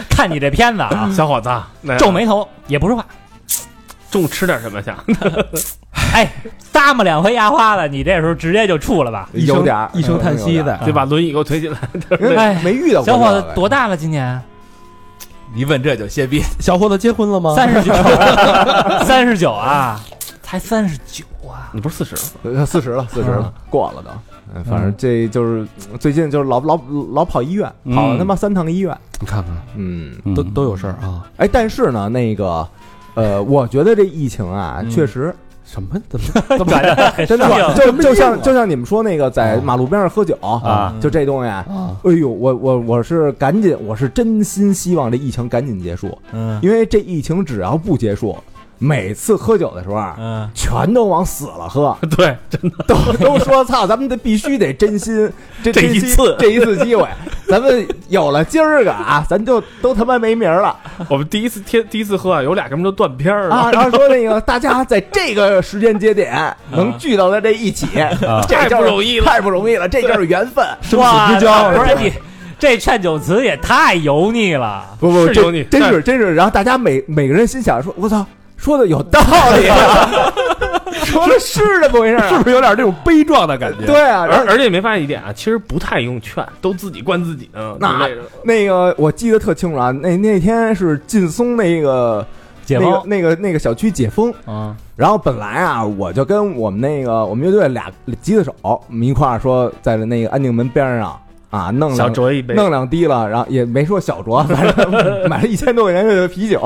E: 看你这片子啊，
C: 小伙子，那
E: 皱眉头也不说话，
C: 重哎吃点什么去？
E: 哎，咂摸两回牙花子，你这时候直接就处了吧？
G: 有点儿
D: 一声叹息，的，
C: 就把轮椅给我推进来。
G: 有点儿因为
E: 哎
G: 没遇到过
E: 小伙
G: 这
E: 子
G: 个
E: 多大了？今年
H: 一问这就歇逼，
D: 小伙子结婚了吗？
E: 三十九，三十九啊，才三十九啊！
C: 你不是四十吗？
G: 呃，四十了，四十了，过了都。嗯，反正这就是嗯最近就是老老老跑医院，
I: 嗯
G: 跑了他妈三趟医院。
D: 你看看，
G: 嗯，
I: 嗯
D: 都都有事儿啊？
G: 哎，但是呢，那个，呃，我觉得这疫情啊，确实
D: 什么？怎么？
E: 转的
G: 真的
E: 硬
G: 就就像就像你们说那个在马路边上喝酒
I: 啊，
G: 就这东西啊。
D: 啊，
G: 哎呦，我我我是赶紧，我是真心希望这疫情赶紧结束，
H: 嗯，
G: 因为这疫情只要不结束，每次喝酒的时候啊，
H: 嗯，
G: 全都往死了喝，
C: 对，
G: 都都说操，咱们得必须得真心这
C: 这
G: 珍惜
C: 一次
G: 这一次机会，咱们有了今儿个啊，咱就都他妈没名儿了
C: 我们第一次天第一次喝啊，有俩哥们儿都断片儿了。
G: 啊！然后说那个大家在这个时间节点能聚到在这一起，这
C: 太
G: 就是
C: 不容易了
G: 太不容易了，这就是缘分，
E: 生死之交。不是你这劝酒词也太油腻了，
G: 不不，
C: 是有
G: 这
C: 你
G: 真是真是，然后大家每每个人心想说，我操，说的有道理啊， 说的是这么回事儿啊，
D: 是不是有点这种悲壮的感觉？
G: 对啊，然后
C: 而而且你没发现一点啊，其实不太用劝，都自己灌自己呢。
G: 那
C: 就这种
G: 那个我记得特清楚啊，那那天是劲松那个
E: 解
G: 那
E: 放
G: 个那个那个小区解封，
E: 啊，
G: 然后本来啊，我就跟我们那个我们乐队俩吉他手，我们一块儿说在那个安定门边上啊弄
C: 小
G: 两
C: 酌一杯，
G: 弄两滴了，然后也没说小酌， 反正 买了一千多块钱的啤酒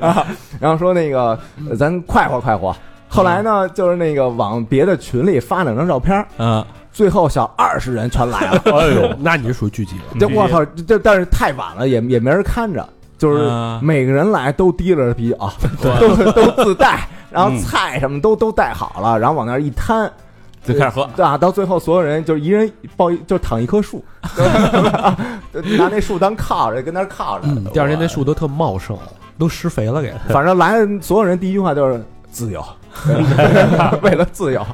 G: 啊，然后说那个呃咱快活快活。后来呢，就是那个往别的群里发两张照片，
H: 嗯，
G: 最后小二十人全 来了。
D: 哎呦，那你是属于聚集了。
H: 嗯
G: 这我操，这这但是太晚了，也也没人看着，就是
H: 嗯
G: 每个人来都提着啤酒，都都自带，然
H: 嗯
G: 后菜什么都都带好了，然后往那儿一摊，
H: 就开始喝，
G: 对啊，到最后所有人就是一人抱一就躺一棵树， 拿那树当靠着，跟那儿靠着。
D: 呃第二天那树都特茂盛，都施肥了给。
G: 反正来所有人第一句话就是自由，为了自由，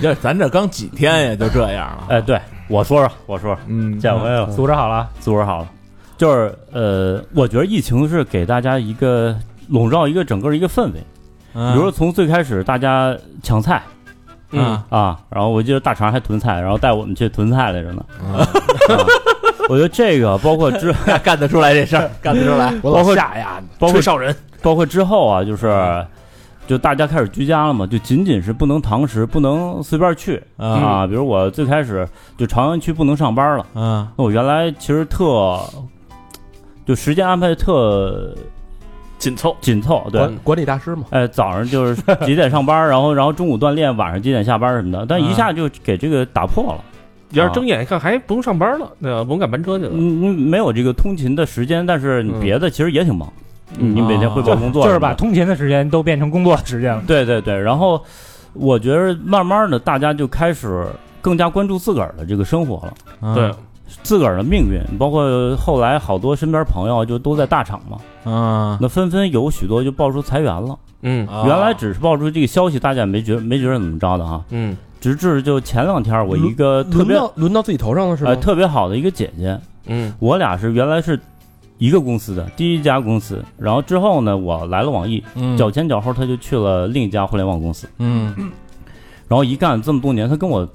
H: 要是咱这刚几天呀，就这样了。
I: 哎，对我说说，我说说，
G: 嗯，
I: 下回我
E: 组织好了，
I: 组织好了，就是呃，我觉得疫情是给大家一个笼罩一个整个一个氛围，比
H: 比
I: 如说从最开始大家抢菜
H: 嗯，
I: 啊，然后我记得大肠还囤菜，然后带我们去囤菜来着呢。啊我觉得这个包括之
H: 啊干得出来这事儿，干得出来。
D: 我老吓呀，
I: 包括
C: 吹哨人，
I: 包括之后啊，就是就大家开始居家了嘛，就仅仅是不能堂食，不能随便去啊。比如我最开始就朝阳区不能上班了，
H: 嗯
I: 那我原来其实特就时间安排特
C: 紧凑。
I: 紧凑，对。
D: 管管理大师嘛，
I: 哎，早上就是几点上班， 然后然后中午锻炼，晚上几点下班什么的，但一下就给这个打破了。
C: 要是睁眼一看，还不用上班了，对吧？不用赶班车去了。
I: 嗯，嗯没有这个通勤的时间，但是你
C: 嗯
I: 别的其实也挺忙，
C: 嗯
I: 你每天汇报工作
E: 就是
I: 什么
E: 把
I: 的
E: 通勤的时间都变成工作的时间了。
I: 对对对，然后我觉得慢慢的，大家就开始更加关注自个儿的这个生活了，
C: 对，
I: 自个儿的命运，包括后来好多身边朋友就都在大厂嘛，
D: 啊
H: 嗯，
I: 那纷纷有许多就爆出裁员了。
C: 嗯
I: 原来只是爆出这个消息，大家也没觉没觉得怎么着的哈，
C: 嗯
I: 直至就前两天我一个特
D: 轮
I: 别
D: 到轮到自己头上了是
I: 呃
D: 吧？
I: 特别好的一个姐姐，
C: 嗯
I: 我俩是原来是一个公司的第一家公司，然后之后呢，我来了网易，
H: 嗯
I: 脚前脚后她就去了另一家互联网公司。
H: 嗯，
I: 然后一干这么多年，他跟我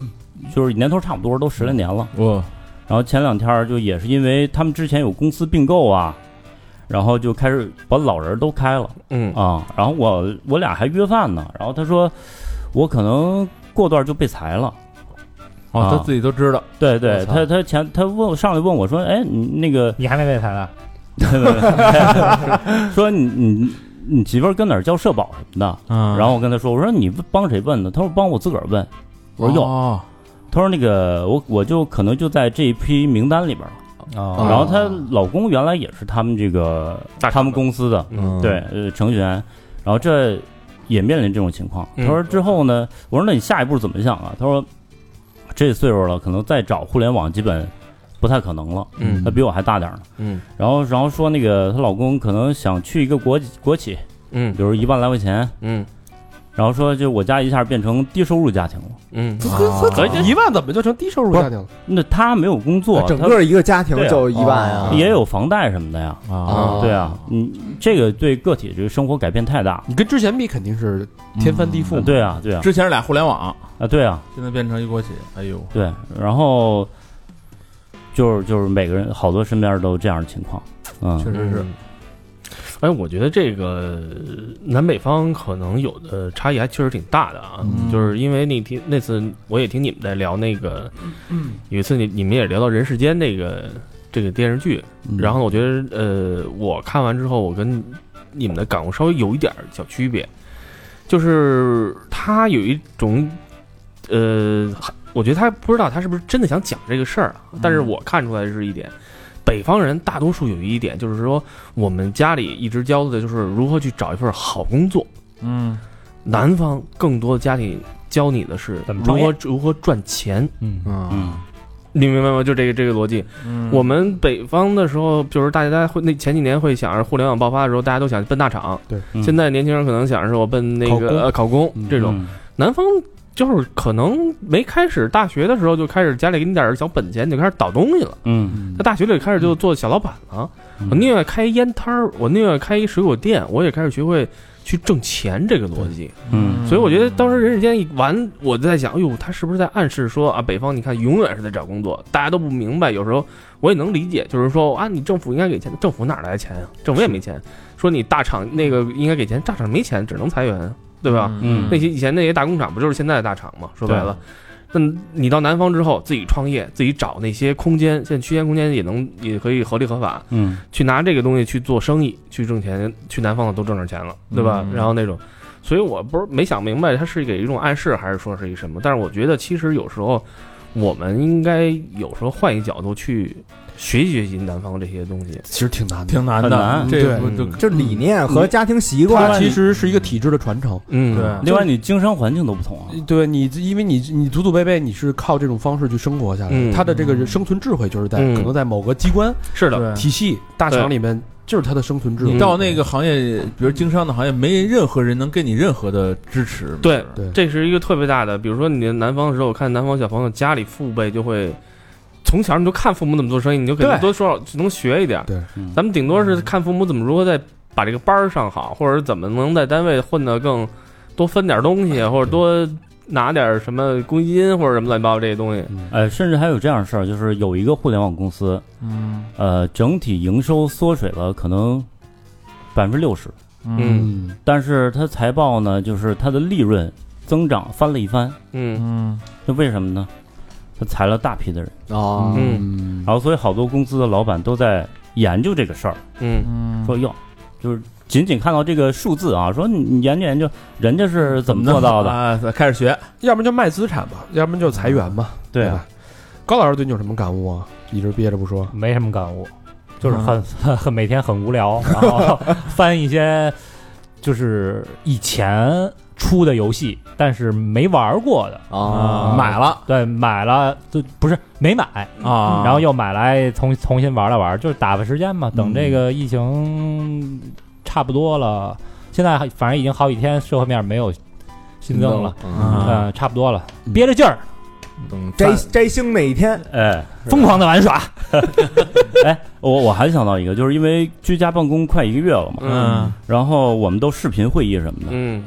I: 就是年头差不多，都十来年了。
H: 我
I: 然后前两天儿就也是因为他们之前有公司并购啊，然后就开始把老人都开了
C: 嗯
I: 啊。然后我我俩还约饭呢，然后他说我可能过段就被裁了。
H: 哦，
I: 啊
H: 他自己都知道，
I: 对
H: 我
I: 对，
H: 操
I: 他他前他问我上来问我说，哎，你那个
E: 你还没被裁呢，
I: 说你你你媳妇儿跟哪儿交社保什么的？
H: 嗯
I: 然后我跟他说，我说你帮谁问的？他说帮我自个儿问。我说哟，
D: 哦
H: 哟，
I: 他说那个我我就可能就在这一批名单里边了。
H: 哦
I: 然后她老公原来也是他们这个
C: 嗯大厂的
I: 他们公司的
C: 嗯
I: 对呃程序员，然后这也面临这种情况。
C: 嗯
I: 他说之后呢，我说那你下一步怎么想啊？他说这岁数了，可能再找互联网基本不太可能了。
C: 嗯
I: 他呃比我还大点儿呢。
C: 嗯
I: 然后然后说那个她老公可能想去一个国企国企，
C: 嗯
I: 比如一万来块钱，
C: 嗯
I: 然后说就我家一下变成低收入家庭了。
C: 嗯，
D: 啊合一万怎么就成低收入家庭了？
I: 那她没有工作，
G: 整
I: 她
G: 个一个家庭
I: 对啊
G: 就一万啊，
I: 也有房贷什么的呀。
H: 啊，
I: 对啊，嗯，这个对个体这个生活改变太大。
D: 你跟之前比肯定是天翻地覆
I: 呃
D: 嘛。
I: 对啊，对啊，
H: 之前是俩互联网，
I: 啊，对啊，
H: 现在变成一国企，哎呦，
I: 对。然后就是就是每个人，好多身边都有这样的情况。嗯，
H: 确实是，。
C: 哎，我觉得这个南北方可能有的差异还确实挺大的啊，
H: 嗯
C: 就是因为那天那次我也听你们在聊那个，有一次你你们也聊到《人世间》那个这个电视剧，
H: 嗯
C: 然后我觉得呃，我看完之后，我跟你们的感悟稍微有一点儿小区别，就是他有一种
E: 嗯
C: 呃，我觉得他不知道他是不是真的想讲这个事儿啊，但是我看出来的是一点，北方人大多数有一点，就是说我们家里一直教的就是如何去找一份好工作。
H: 嗯
C: 南方更多的家庭教你的是
E: 怎么
C: 如
E: 创业
C: 何如何赚钱，
H: 嗯嗯
C: 你明白吗？就这个这个逻辑。
H: 嗯
C: 我们北方的时候，就是大家会那前几年会想着互联网爆发的时候，大家都想奔大厂。
D: 对
H: 嗯
C: 现在年轻人可能想着是我奔那个呃考公这种。南方就是可能没开始大学的时候就开始家里给你点儿小本钱，就开始倒东西了。
I: 嗯
C: 在大学里开始就做小老板了，我宁愿开烟摊儿，我宁愿开一水果店，我也开始学会去挣钱这个逻辑。
I: 嗯
C: 所以我觉得当时《人世间》一完，我就在想，哎呦，他是不是在暗示说啊，北方你看永远是在找工作，大家都不明白。有时候我也能理解，就是说啊，你政府应该给钱，政府哪来的钱呀、政府也没钱。说你大厂那个应该给钱，大厂没钱，只能裁员，对吧？
I: 嗯
C: 那些以前那些大工厂不就是现在的大厂吗？说白了。那你到南方之后，自己创业，自己找那些空间，现在区间空间也能也可以合理合法，
I: 嗯
C: 去拿这个东西去做生意，去挣钱，去南方的都挣着钱了，对吧？然后那种，所以我不是没想明白，他是给一种暗示，还是说是一什么？但是我觉得其实有时候我们应该有时候换一角度去学习学习南方这些东西。
D: 其实挺难的。
H: 挺难
I: 很难
H: 的，这
D: 对
H: 不就
G: 就理念和家庭习
D: 它
G: 惯，
D: 其实是一个体制的传承。
C: 嗯，
H: 对
I: 另外你经商环境都不同啊，
D: 嗯对你，因为你你祖祖辈辈你是靠这种方式去生活下来
C: 嗯
D: 的，他的这个人生存智慧就是在
C: 嗯
D: 可能在某个机关
C: 是的，
D: 体系、大
C: 对
D: 厂里面，就是他的生存智
C: 嗯
D: 慧。
H: 到那个行业，比如经商的行业，没任何人能给你任何的支持。
C: 对
D: 对
C: 这是一个特别大的。比如说你南方的时候，我看南方小朋友家里父辈就会。从小你就看父母怎么做生意，你就肯定
D: 对
C: 多少能学一点。
D: 对
I: 嗯
C: 咱们顶多是看父母怎么如何在把这个班儿上好，或者怎么能在单位混得更多分点东西，或者多拿点什么公积金或者什么乱七八糟这些东西。
I: 呃，甚至还有这样的事儿，就是有一个互联网公司，
H: 嗯
I: 呃，整体营收缩水了可能百分之六十，
C: 嗯
I: 但是它财报呢，就是它的利润增长翻了一番，
C: 嗯
H: 嗯
I: 那为什么呢？它裁了大批的人，
G: 哦，
C: 嗯
I: 然后所以好多公司的老板都在研究这个事儿，
C: 嗯
H: 嗯
I: 说哟，就是仅仅看到这个数字啊，说你你研究研究人家是怎么做 到的，
H: 啊？开始学，
D: 要不然就卖资产嘛，要不然就裁员嘛，
I: 对啊
D: 吧？高老师对你有什么感悟啊？一直憋着不说。
E: 没什么感悟，就是很
H: 嗯
E: 很、每天很无聊，然后 翻一些就是以前出的游戏，但是没玩过的，
G: 啊，
H: 买了
E: 对，买了就不是没买，
H: 啊，
E: 然后又买来重重新玩了玩，就是打发时间嘛。等
I: 嗯
E: 这个疫情差不多了，现在还反正已经好几天社会面没有新增了，
G: 嗯，
E: 嗯、
H: 啊
E: 差不多了，憋着劲儿，
G: 摘摘星那一天，
I: 哎，
E: 疯狂的玩耍。
I: 我我还想到一个，就是因为居家办公快一个月了嘛，
C: 嗯
I: 然后我们都视频会议什么的。
C: 嗯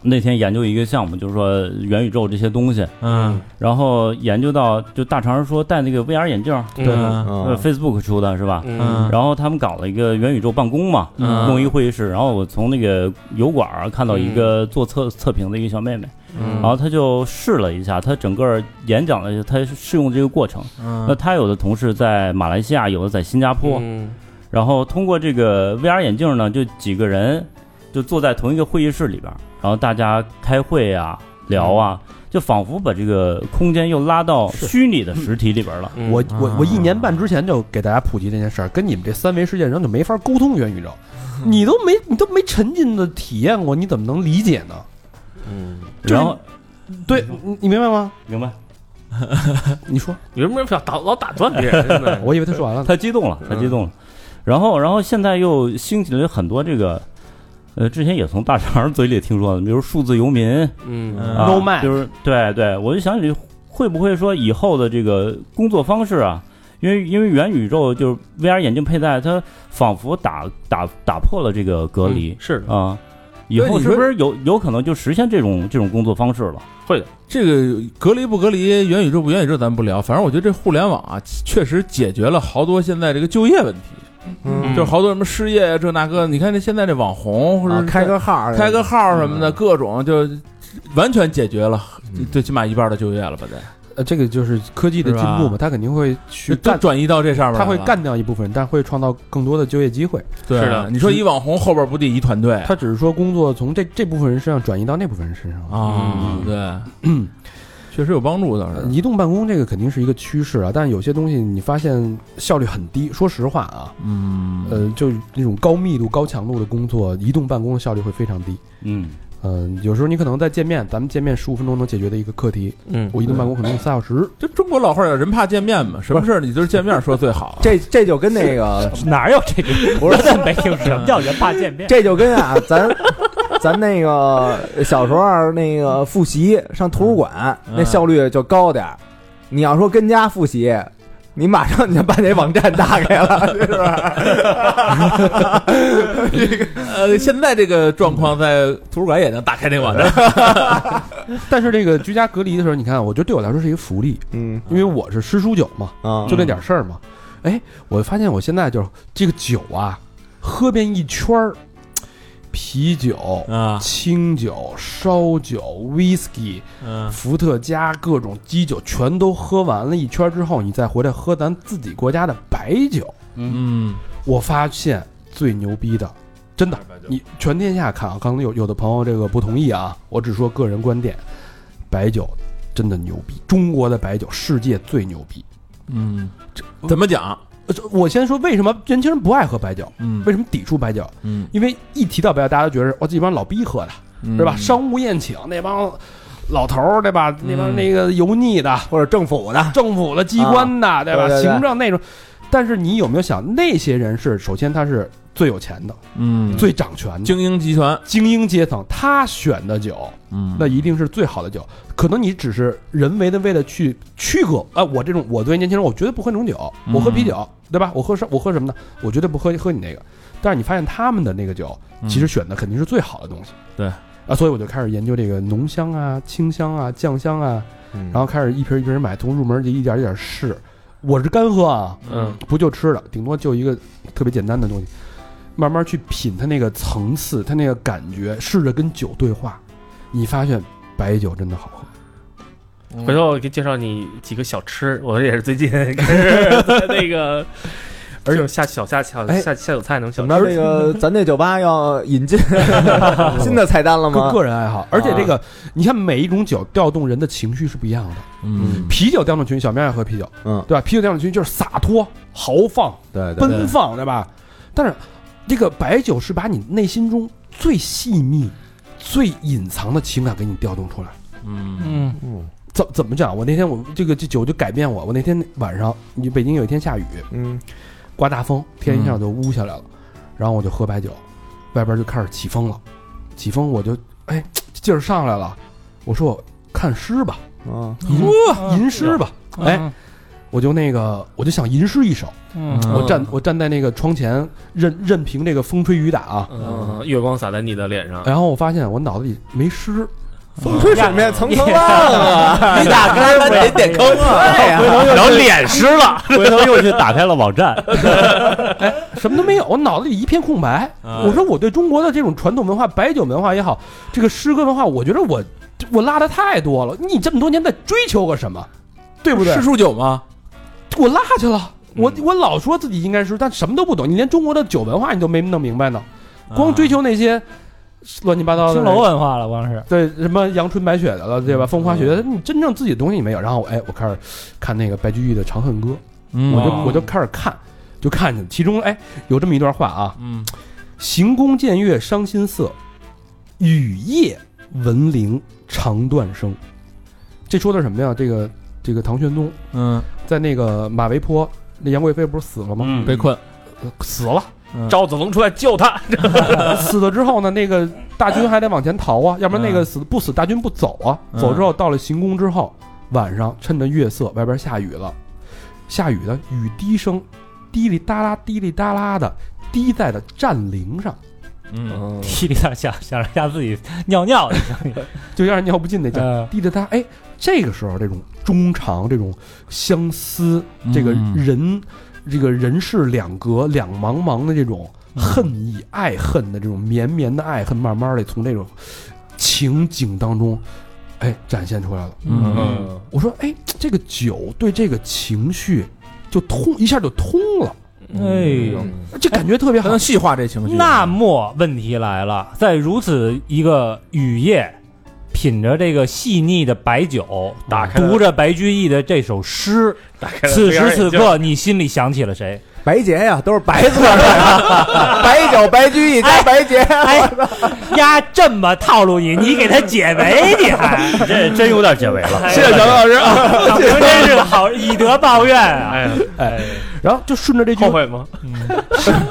I: 那天研究一个项目，就是说元宇宙这些东西，
H: 嗯
I: 然后研究到就大肠说戴那个 VR 眼镜，
C: 嗯
I: 呃
E: 啊
G: 嗯
I: ，Facebook 出的是吧？
C: 嗯
I: 然后他们搞了一个元宇宙办公嘛，
H: 嗯
I: 弄一会议室。然后我从那个油管儿看到一个做测测评的一个小妹妹，
C: 嗯
H: 嗯
I: 然后她就试了一下，她整个演讲了一下她试用这个过程。
H: 嗯
I: 那她有的同事在马来西亚，有的在新加坡，
C: 嗯
I: 然后通过这个 VR 眼镜呢，就几个人就坐在同一个会议室里边儿，然后大家开会啊、聊啊，
H: 嗯
I: 就仿佛把这个空间又拉到虚拟的实体里边儿了。
C: 嗯
D: 我我我一年半之前就给大家普及这件事儿，跟你们这三维世界上就没法沟通元宇宙，你都没你都没沉浸的体验过，你怎么能理解呢？
C: 嗯，
D: 就是
I: 然后
D: 对，你你明白吗？
I: 明白，
D: 你说，
C: 你为什么要打老打断别人？真的
D: 我以为他说完了呢。
I: 他激动了，他激动了。然后，然后现在又兴起了很多这个，呃，之前也从大肠嘴里听说的，比如数字游民
C: 嗯
I: 啊
D: Nomad
I: 就是对对，我就想起会不会说以后的这个工作方式啊，因为因为元宇宙就是 VR 眼镜佩戴，它仿佛打打打破了这个隔离
C: 嗯是的，
I: 啊。以
H: 对
I: 后
H: 你
I: 是
H: 说
I: 不是有有可能就实现这种这种工作方式了？
H: 这个隔离不隔离，元宇宙不元宇宙，咱不聊。反正我觉得这互联网啊，确实解决了好多现在这个就业问题，
C: 嗯
H: 就是好多什么失业啊，这那个。你看这现在这网红或者
G: 啊
H: 是
G: 开个号，
H: 开个号什么的，各种就完全解决了
G: 嗯，。
H: 最起码一半的就业了吧？得
D: 呃，这个就是科技的进步
H: 是吧
D: 嘛，他肯定会去
H: 就
D: 干，
H: 转移到这上面，
D: 他会。干掉一部分人，但会创造更多的就业机会。
H: 对，啊
C: 是的
H: 你说一网红后边不得一团队啊
D: 他只是说工作从这这部分人身上转移到那部分人身上了。
H: 啊啊？对，确实有帮助倒是
D: 呃。移动办公这个肯定是一个趋势啊，但是有些东西你发现效率很低。说实话啊，
A: 嗯，
D: 呃，就是那种高密度、高强度的工作，移动办公的效率会非常低。
I: 嗯，
D: 嗯、有时候你可能在见面，咱们见面十五分钟能解决的一个课题，
C: 嗯，
D: 我移动办公可能用仨小时。
H: 这中国老话叫人怕见面嘛，什么事儿你就是见面说最好
G: 这这就跟那个，
E: 哪有 这个？我说没听什么叫人怕见 面？
G: 这就跟啊，咱咱那个小时候那个复习上图书馆，那效率就高点儿。你要说跟家复习，你马上你就把那网站打开了，是不是？
H: 呃，现在这个状况在图书馆也能打开那网站。
D: 但是这个居家隔离的时候，你看，啊我觉得对我来说是一个福利，
G: 嗯
D: 因为我是诗书酒嘛，
G: 啊，
H: 嗯
D: 就那点事儿嘛。哎，我发现我现在就是这个酒啊，喝遍一圈儿，啤酒、
H: 啊，
D: 清酒、烧酒、whisky、
H: 嗯，
D: 伏特加各种基酒全都喝完了一圈之后，你再回来喝咱自己国家的白酒，
H: 嗯，
D: 我发现最牛逼的，真的，你全天下看啊，刚才有有的朋友这个不同意啊，我只说个人观点，白酒真的牛逼，中国的白酒世界最牛逼。
H: 嗯，怎么讲？
D: 呃这我先说为什么年轻人不爱喝白酒，
H: 嗯
D: 为什么抵触白酒？
H: 嗯，
D: 因为一提到白酒，大家都觉得哇，哦这帮老逼喝的，是吧？商务宴请那帮老头儿，对
H: 嗯
D: 吧？那帮那个油腻的，
G: 或者政府的，
D: 政府的机关
H: 啊
D: 的，对吧？
G: 对对对
D: 行政那种。但是你有没有想，那些人是首先他是最有钱的，
H: 嗯，
D: 最掌权的
H: 精英集团，
D: 精英阶层，他选的酒
H: 嗯
D: 那一定是最好的酒。可能你只是人为的为了去去个啊，我这种我作为年轻人，我绝对不喝那种酒，
H: 嗯
D: 我喝啤酒，对吧？我喝什我喝什么呢？我绝对不喝喝你那个。但是你发现他们的那个酒，其实选的肯定是最好的东西。
H: 嗯对
D: 啊，所以我就开始研究这个浓香啊、清香啊、酱香啊，
G: 然
D: 然后开始一瓶一瓶买，从入门就一点一点试。我是干喝啊，
C: 嗯，
D: 不就吃的，顶多就一个特别简单的东西，慢慢去品它那个层次，它那个感觉，试着跟酒对话，你发现白酒真的好喝。
C: 回头我给介绍你几个小吃，我也是最近开始在那 个，而且下小下小
D: 哎
C: 下下酒菜能小
G: 怎么着？这个咱这酒吧要引 进新的菜单了
D: 个
G: 吗？
D: 个人爱好，而且这个，你看每一种酒调动人的情绪是不一样的。
H: 嗯，
D: 啤酒调动群，小明爱喝啤酒，
G: 嗯
D: 对吧？啤酒调动群就是洒脱、豪放、
G: 对对
D: 奔放，对吧？但是这个白酒是把你内心中最细密、最隐藏的情感给你调动出来。
H: 嗯，
E: 嗯，
D: 怎怎么讲？我那天我这个这酒就改变我。我那天晚上，你北京有一天下雨，
G: 嗯
D: 刮大风，天一下就乌下来了，然后我就喝白酒，外边就开始起风了，起风我就哎劲儿上来了，我说我看诗吧，
G: 啊，
H: 嗯
D: 吟诗吧，哎，我就那个我就想吟诗一首，
E: 嗯，
D: 我站我站在那个窗前，任任凭这个风吹雨打啊，
C: 嗯，月光洒在你的脸
H: 嗯
I: 嗯
C: 上，
D: 然后我发现我脑子里没诗，
G: 风吹水面层层浪 啊，
H: 你打开了得点坑啊，
I: 然后脸湿了，回头又去打开了网站，
D: 什么都没有，我脑子里一片空白。
H: 嗯
D: 我说我对中国的这种传统文化，白酒文化也好，这个诗歌文化，我觉得我我拉的太多了。你这么多年在追求个什么，对不对
H: 是？数酒吗？嗯
D: 我拉去了，我我老说自己应该是，但什么都不懂，你连中国的酒文化你都没弄明白呢，
H: 嗯
D: 光追求那些乱七八糟的
E: 青楼文化了，光是
D: 对什么阳春白雪的了，对
H: 嗯
D: 吧？风花雪月，你真正自己的东西你没有。然后我哎，我开始看那个白居易的《长恨歌》，
H: 嗯
D: 我就我就开始看，就看见其中哎有这么一段话啊，
H: 嗯
D: 行宫见月伤心色，雨夜闻铃肠断声。这说的什么呀？这个这个唐玄宗
H: 嗯，
D: 在那个马嵬坡，那杨贵妃不是死了吗？
I: 嗯
H: 被困，
D: 死了，
C: 赵子龙出来救他，
D: 死了之后呢，那个大军还得往前逃啊，要不然那个死不死大军不走啊。
H: 嗯
D: 走之后到了行宫之后，晚上趁着月色，外边下雨了，下雨了，雨滴声滴哩哒啦滴哩哒啦的滴在了战铃上，
H: 嗯，
E: 踢了一下想想让人家自己尿尿，
D: 就有点尿不尽那劲儿。
E: 嗯
D: 滴着它，哎，这个时候这种衷肠、这种相思、这个
H: 嗯
D: 人、这个人世两隔、两茫茫的这种恨意、爱恨的这种绵绵的爱恨，慢慢的从这种情景当中，哎，展现出来了。
E: 嗯，
D: 我说，哎，这个酒对这个情绪就通一下就通了，
E: 哎
C: 嗯
E: 呦。
D: 这感觉特别
H: 还
D: 好
H: 能。细
G: 嗯
H: 化这情绪。
E: 那么问题来了，在如此一个雨夜、品着这个细腻的白酒，
C: 打开了
E: 读着白居易的这首诗，
C: 打开了
E: 此
C: VR
E: 时此
C: 眼 镜，
E: 刻你心里想起了谁？
G: 白洁呀，都是白色的 呀，白酒、白居易加白 洁。
E: 哎，丫这么套路你，你给他解围，你还
I: 你这真有点解围
C: 哎
I: 了。
E: 谢谢小老师啊，小明真是个好以德报怨啊！
C: 哎呀，
D: 然后就顺着这句
C: 后悔吗？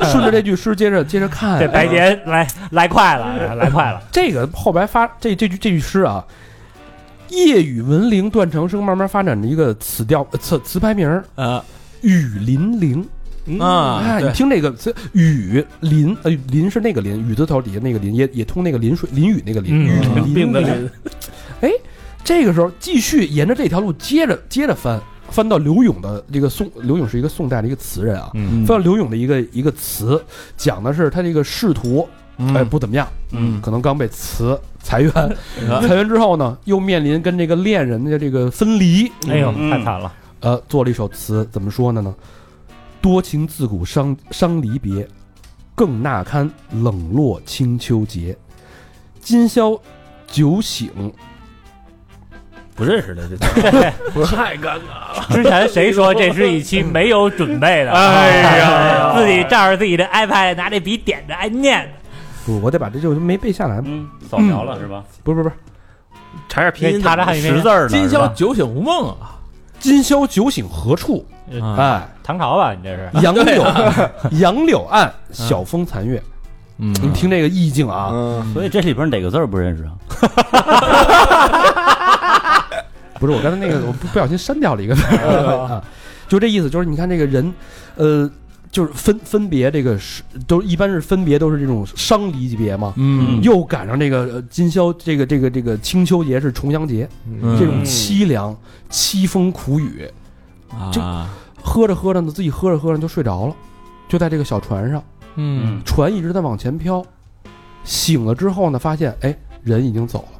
D: 顺着这句诗接着接着看啊
E: 这，白洁来来快了，来快了，
D: 这个后白发这这句这句诗啊，夜雨闻铃断肠声，慢慢发展的一个词调呃词词牌名儿
H: 呃
D: 雨霖铃。
H: 啊，
D: 哎，你
H: 对，
D: 听这个词，雨林呃，林是那个林，雨字头底下那个林，也也通那个淋水淋雨那个淋。
E: 嗯
D: 雨淋
C: 病的
D: 淋
C: 人
D: 这个时候继续沿着这条路接着接着翻，翻到刘永的这个宋，刘永是一个宋代的一个词人啊，
E: 嗯
D: 翻到刘永的一个一个词，讲的是他这个仕途，哎不怎么样，
H: 嗯
D: 可能刚被辞 裁员，
H: 啊
D: 裁员之后呢，又面临跟这个恋人的这个分离，
E: 哎呦，
H: 嗯
E: 太惨了，
D: 呃，做了一首词，怎么说呢呢？多情自古伤伤离别，更那堪冷落清秋节。今宵酒醒，
I: 不认识的这
C: 太尴尬了。
E: 之前谁说这是一期没有准备的？
C: 哎呀
E: 自己照着自己的 iPad，拿着笔点着，哎念，
D: 不，我得把这就没背下来。
I: 嗯，扫描了是吧？
D: 不是不是不是，
C: 查下拼音
E: 查查汉语拼
I: 识
E: 音
I: 字，儿呢？
H: 今
I: 是
H: 宵
I: 吧
H: 酒醒无梦啊，
D: 今宵酒醒何处？啊
E: 嗯
D: 哎，
E: 唐朝吧，你这是
D: 杨柳， 杨柳岸，晓风残月。
H: 嗯
D: 你听这个意境啊，
G: 嗯，
I: 所以这里边哪个字儿不认识啊？
D: 不是我刚才那个，我不不小心删掉了一个字
H: 嗯
D: 儿 啊，就这意思，就是你看这个人，呃，就是分分别这个是都一般是分别都是这种伤离别嘛，
H: 嗯
D: 又赶上这个呃今宵这个这个这个清秋节是重阳节，
H: 嗯
D: 这种凄凉、凄风苦雨，这
H: 啊，
D: 喝着喝着呢，自己喝着喝着就睡着了，就在这个小船上，
H: 嗯
D: 船一直在往前飘，醒了之后呢，发现哎人已经走了，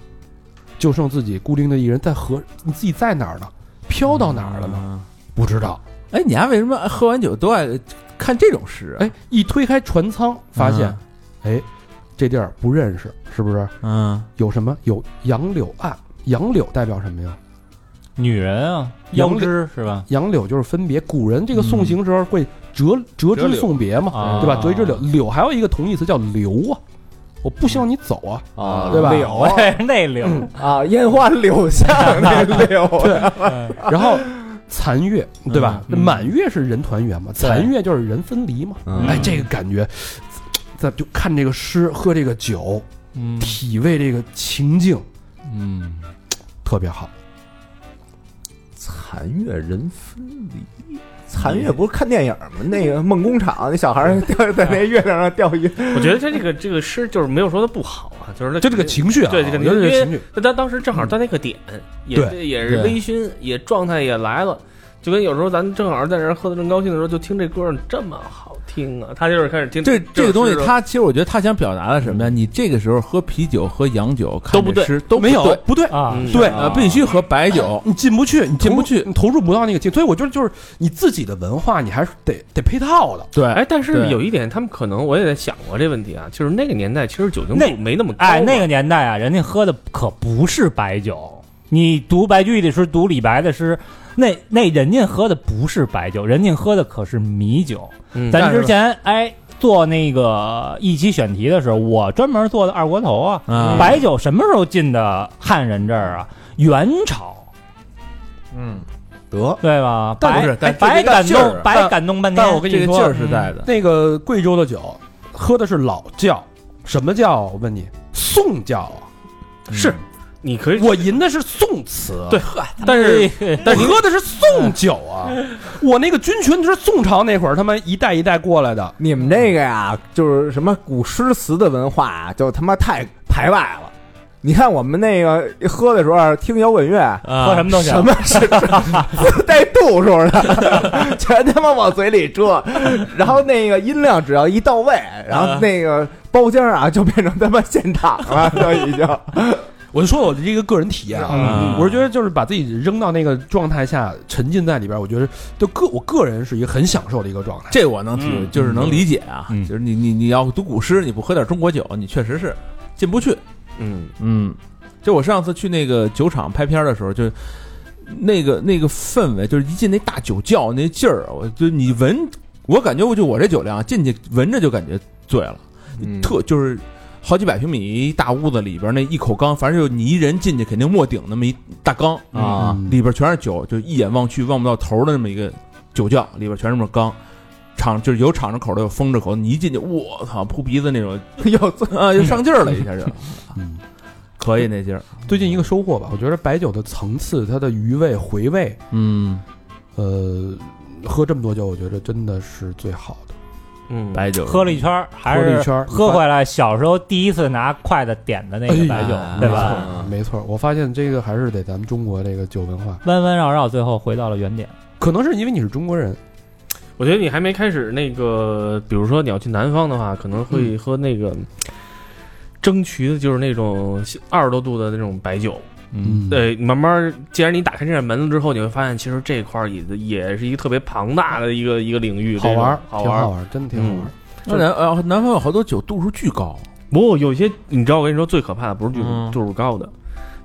D: 就剩自己孤零的一人在河，你自己在哪儿呢？飘到哪儿了呢？
H: 呢？
D: 嗯不知道。
H: 哎，你还为什么喝完酒都爱看这种诗啊？
D: 哎，一推开船舱，发现哎这地儿不认识，是不是？
H: 嗯，
D: 有什么？有杨柳岸，杨柳代表什么呀？
E: 女人啊，
D: 杨柳
E: 枝是吧？
D: 杨柳就是分别，古人这个送行时候会折嗯折枝送别嘛，
E: 啊
D: 对吧？折一枝柳，柳还有一个同义词叫留啊，我不希望你走啊，
G: 啊，
D: 对吧
G: 柳
E: 内柳，
G: 啊，烟花柳巷 那柳，啊
D: 然后残月，对吧？
H: 嗯
D: 满月是人团圆嘛，残月就是人分离嘛。
G: 嗯
D: 哎，这个感觉，咱就看这个诗，喝这个酒，
H: 嗯
D: 体味这个情境，
H: 嗯，
D: 特别好。
G: 残月人分离。残月不是看电影吗？那个梦工厂，那小孩儿钓在那月亮上钓鱼，
C: 我觉得他这个这个诗就是没有说的不好啊，就是他
D: 就这个情绪啊，
C: 对这个
D: 我觉得这
C: 因为
D: 情绪，
C: 那他当时正好在那个点，也
D: 对
C: 也是
H: 对
C: 微醺，也状态也来了，就跟有时候咱正好在这儿喝的正高兴的时候，就听这歌儿这么好听啊，他就是开始听
H: 这这个东西
C: 就是，
H: 他其实我觉得他想表达的什么呀？你这个时候喝啤酒、喝洋酒、看
C: 都不对
H: 这诗都
D: 没有
H: 对
D: 不对，
E: 啊，
C: 嗯
D: 对
H: 啊，必须喝白酒。
D: 你进不去，你
H: 进不去
D: 投入你投入不到那个境，所以我觉得就是你自己的文化，你还是得得配套的。
H: 对，
C: 哎，但是
H: 对
C: 有一点，他们可能我也在想过这问题啊，就是那个年代其实酒精
E: 那
C: 度没那么高嘛，
E: 哎，那个年代啊，人家喝的可不是白酒。你读白居易的诗，读李白的诗，那那人家喝的不是白酒，人家喝的可是米酒。
C: 嗯
E: 咱之前哎做那个一期选题的时候，我专门做的二锅头啊。
H: 啊，
E: 白酒什么时候进的汉人这儿啊？元朝，
H: 嗯，
G: 得
E: 对吧？
H: 但
E: 白
H: 不是但
E: 白
H: 这个
E: 感
H: 劲儿
E: 动，白感动半天。
D: 但我跟
H: 这
D: 你
H: 个
D: 说啊嗯
H: 劲，儿是在的。
D: 那个贵州的酒，喝的是老窖，什么窖？我问你，宋窖啊！
C: 是嗯你可以，
D: 我吟的是宋词，啊
C: 对
E: 嗯
C: 但是
E: 是
D: 但喝的是宋酒啊！我那个军权就是宋朝那会儿他们一代一代过来的，
G: 你们这个呀，就是什么古诗词的文化啊，就他妈太排外了。你看我们那个喝的时候啊听摇滚乐，
E: 哎喝什么啊都行
G: 什。么是自带度数的， 全他妈往嘴里遮，然后那个音量只要一到位，然后那个包间儿啊就变成他妈现场了，都已经。
D: 我就说我的这个个人体验啊，
H: 嗯
D: 我是觉得就是把自己扔到那个状态下，沉浸在里边，我觉得就个我个人是一个很享受的一个状态。
H: 这我能体会，
I: 嗯
H: 就是能理解啊。
E: 嗯
H: 就是你你你要读古诗，你不喝点中国酒，你确实是进不去。
C: 嗯，
H: 嗯，就我上次去那个酒厂拍片儿的时候，就那个那个氛围，就是一进那大酒窖那劲儿，我就你闻，我感觉我就我这酒量进去闻着就感觉醉了，
G: 嗯
H: 特就是好几百平米一大屋子里边那一口缸，反正就你一人进去肯定没顶那么一大缸
G: 啊
A: 嗯
H: 里边全是酒，就一眼望去望不到头的那么一个酒窖，里边全是那么缸。敞就是有敞着口的，有封着口的。你一进去，我操，扑鼻子那种，
G: 要
H: 啊，就上劲儿了，一下就
I: 嗯，
H: 可以那 劲儿。
D: 最近一个收获吧，我觉得白酒的层次、它的余味、回味，
H: 嗯，
D: 呃，喝这么多酒，我觉得真的是最好的。
C: 嗯，
H: 白酒
E: 喝了一圈儿，还
D: 喝了
E: 是
D: 一圈儿
E: 喝回来小时候第一次拿筷子点的那个白酒，对吧？
D: 哎没错，我发现这个还是得咱们中国这个酒文化，
E: 弯弯绕绕，最后回到了原点。
D: 可能是因为你是中国人，
C: 我觉得你还没开始那个，比如说你要去南方的话，可能会喝那个蒸渠的，就是那种二十多度的那种白酒。
H: 嗯，
C: 对，呃慢慢，既然你打开这扇门子之后，你会发现其实这块儿也也是一个特别庞大的一个一个领域，
D: 好玩儿
C: 这种，好
D: 挺
C: 玩儿。
D: 好
C: 嗯
D: 玩儿，真的挺好玩儿。
H: 那南
G: 哦
H: 呃南方有好多酒度数巨高，
C: 不过有些，你知道我跟你说最可怕的不是度数、
H: 嗯
C: 度数高的，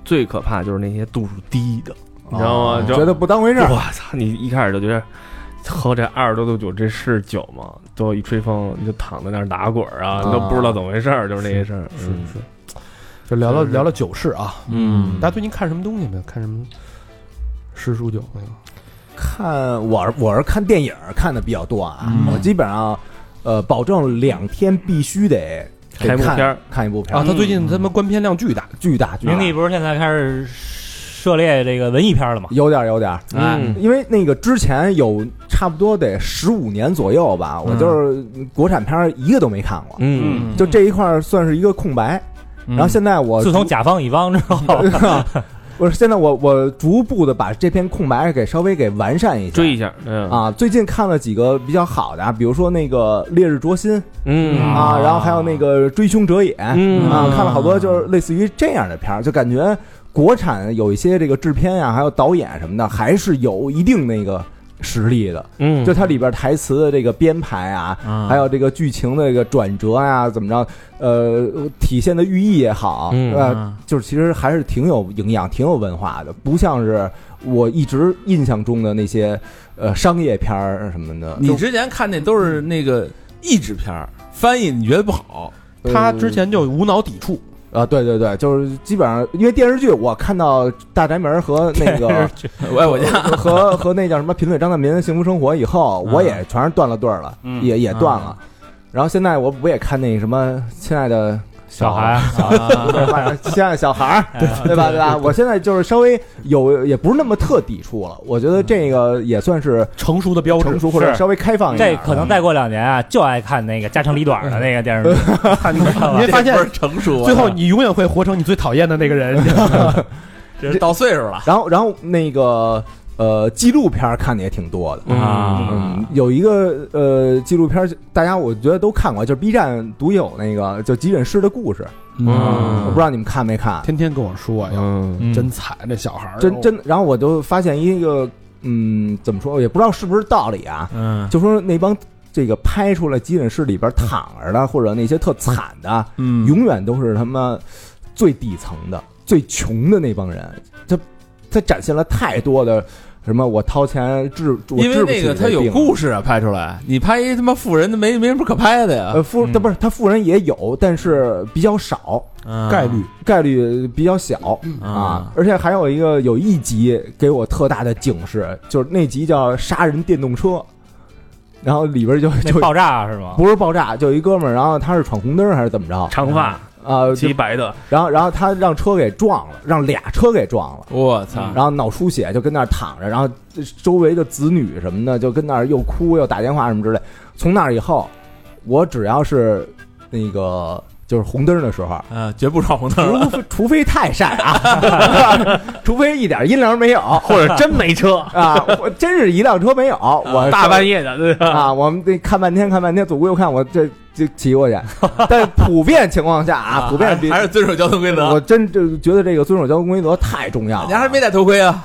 C: 最可怕就是那些度数低的，你知
D: 哦
C: 道吗？你知道
G: 哦觉得不当回事儿，
C: 我操！你一开始就觉得喝这二十多度酒，这是酒吗？最后一吹风，你就躺在那儿打滚儿
G: 啊
C: 啊，你都不知道怎么回事儿，就是那些事儿。
D: 哦是
C: 嗯
D: 是，就聊聊
C: 就是
D: 聊聊酒市啊，
H: 嗯
D: 大家最近看什么东西没有？看什么诗书酒没有？
G: 看我是我是看电影儿看的比较多啊，
H: 嗯
G: 我基本上呃保证两天必须得得
C: 开幕
G: 看
C: 片儿
G: 看一部片
D: 啊，
G: 儿，
D: 他最
A: 嗯
D: 近他妈观片量巨大，
G: 巨大巨大
E: 明，帝不是现在开始涉猎这个文艺片了吗？
G: 有点儿有点儿，哎
C: 嗯，
G: 因为那个之前有差不多得十五年左右吧，我就是国产片儿一个都没看过，
C: 嗯，
G: 就这一块儿算是一个空白。然后现在我
E: 自从甲方乙方之
G: 嗯
E: 后，
G: 我是现在我我逐步的把这片空白给稍微给完善一下，
C: 追一下，嗯
G: 啊，最近看了几个比较好的，啊，比如说那个《烈日灼心》
C: 嗯
G: 啊，然后还有那个《追凶者也》
C: 嗯
G: 啊，看了好多就是类似于这样的片儿，就感觉国产有一些这个制片呀、还有导演什么的，还是有一定那个实力的。
C: 嗯，
G: 就它里边台词的这个编排啊，还有这个剧情的这个转折啊，怎么着，呃，体现的寓意也好，
C: 嗯
G: 呃，就是其实还是挺有营养、挺有文化的，不像是我一直印象中的那些呃商业片儿什么的。
H: 你之前看那都是那个译制片儿，翻译你觉得不好，
A: 嗯
G: 就
D: 他之前就无脑抵触，
G: 呃啊，对对对，就是基本上因为电视剧，我看到《大宅门》和那个
H: 我哎爱我家，
G: 和和那叫什么《贫嘴张大民的幸福生活》以后，我
E: 嗯
G: 也全是断了对儿了，
I: 嗯
G: 也也断了。然后现在我不也看那什么《亲爱的
E: 小孩
G: 晚上亲爱的小孩儿，对吧？对吧？我现在就是稍微有，也不是那么特抵触了。我觉得这个也算是
D: 成熟的标
G: 成
D: 志。
G: 熟或者
E: 是
G: 稍微开放一嗯点
E: 这
G: 儿。
E: 可能再过两年啊，就爱看那个家长里短的那个电视剧，你知道吧
D: 你会发现
H: 这不是 成熟啊，
D: 最后你永远会活成你最讨厌的那个人，
H: 这是到岁数了，
G: 然后，然后那个呃，纪录片儿看的也挺多的。
C: 啊，
G: 嗯，有一个呃纪录片儿，大家我觉得都看过，就是 B 站独有那个叫《急诊室的故事》，
H: 嗯
G: 我不知道你们看没看，
D: 天天跟我说呀，
C: 嗯，
D: 真惨，这小孩儿
G: 真真。然后我就发现一个嗯，怎么说，也不知道是不是道理啊，
H: 嗯
G: 就说那帮这个拍出来急诊室里边躺着的，或者那些特惨的，
H: 嗯
G: 永远都是他妈最底层的、最穷的那帮人。他他展现了太多的什么，我掏钱治，我
H: 因为
G: 治不起
H: 那个
G: 这
H: 他有
G: 病
H: 故事啊，拍出来，你拍一他妈富人，没没什么可拍的
E: 啊
H: 呀
G: 呃，，富
E: 嗯
G: 他不是他富人也有，但是比较少，
H: 嗯
D: 概率
G: 概率比较小
E: 嗯
G: 啊。而且还有一个有一集给我特大的警示，就是那集叫《杀人电动车》，然后里边就就
E: 那爆炸啊是 吗？
G: 不是爆炸，就一哥们儿，然后他是闯红灯还是怎么 着啊、
C: 长发
G: 就
C: 齐白的，
G: 然后然后他让车给撞了，让俩车给撞了，
H: 我操，
G: 然后脑出血就跟那儿躺着，然后周围的子女什么的就跟那儿又哭又打电话什么之类。从那儿以后，我只要是那个就是红灯的时候。
H: 啊，绝不闯红灯了，
G: 除非除非太晒啊， 除非一点阴凉没有
C: 或者真 没车，
G: 啊，我真是一辆车没有，
E: 啊
G: 我
C: 大半夜的，对吧？
G: 啊，我们得看半天看半天，左顾右看，我这就骑过去。但普遍情况下啊，普遍比
H: 还是遵守交通规则
G: 我。真就觉得这个遵守交通规则太重要了。
H: 你还没戴头 盔啊？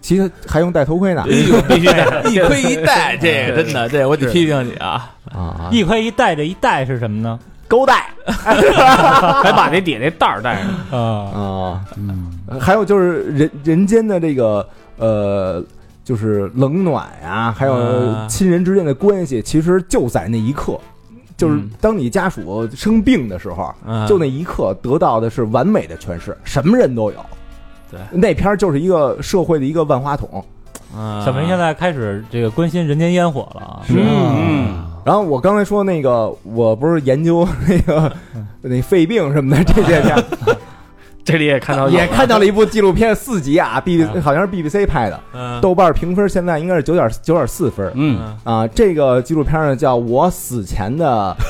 G: 其实还用戴头盔呢
H: 哎呦，必须戴， 一 盔 一戴，这个真的，这个我得批评你啊！
G: 啊！
E: 一盔一带这一带是什么呢？
G: 勾带
C: 还把那底下那袋儿带上，
E: 啊，
G: 啊。还有就是人人间的这个呃，就是冷暖啊，还有
E: 啊
G: 亲人之间的关系，其实就在那一刻，就是
E: 嗯
G: 当你家属生病的时候，
E: 啊
H: 嗯
G: 就那一刻得到的是完美的诠释，什么人都有。
E: 对，
G: 那片儿就是一个社会的一个万花筒。
E: 小明现在开始这个关心人间烟火了啊，
G: 嗯，然后我刚才说那个，我不是研究那 个那肺病什么的这些片儿，
C: 这里也看
E: 哦
C: 到有
G: 也看到了一部纪录片四集啊，B B 好像是 BBC 拍的，豆瓣评分现在应该是九点九点四分
H: 嗯，
G: 啊。这个纪录片呢叫《我死 前的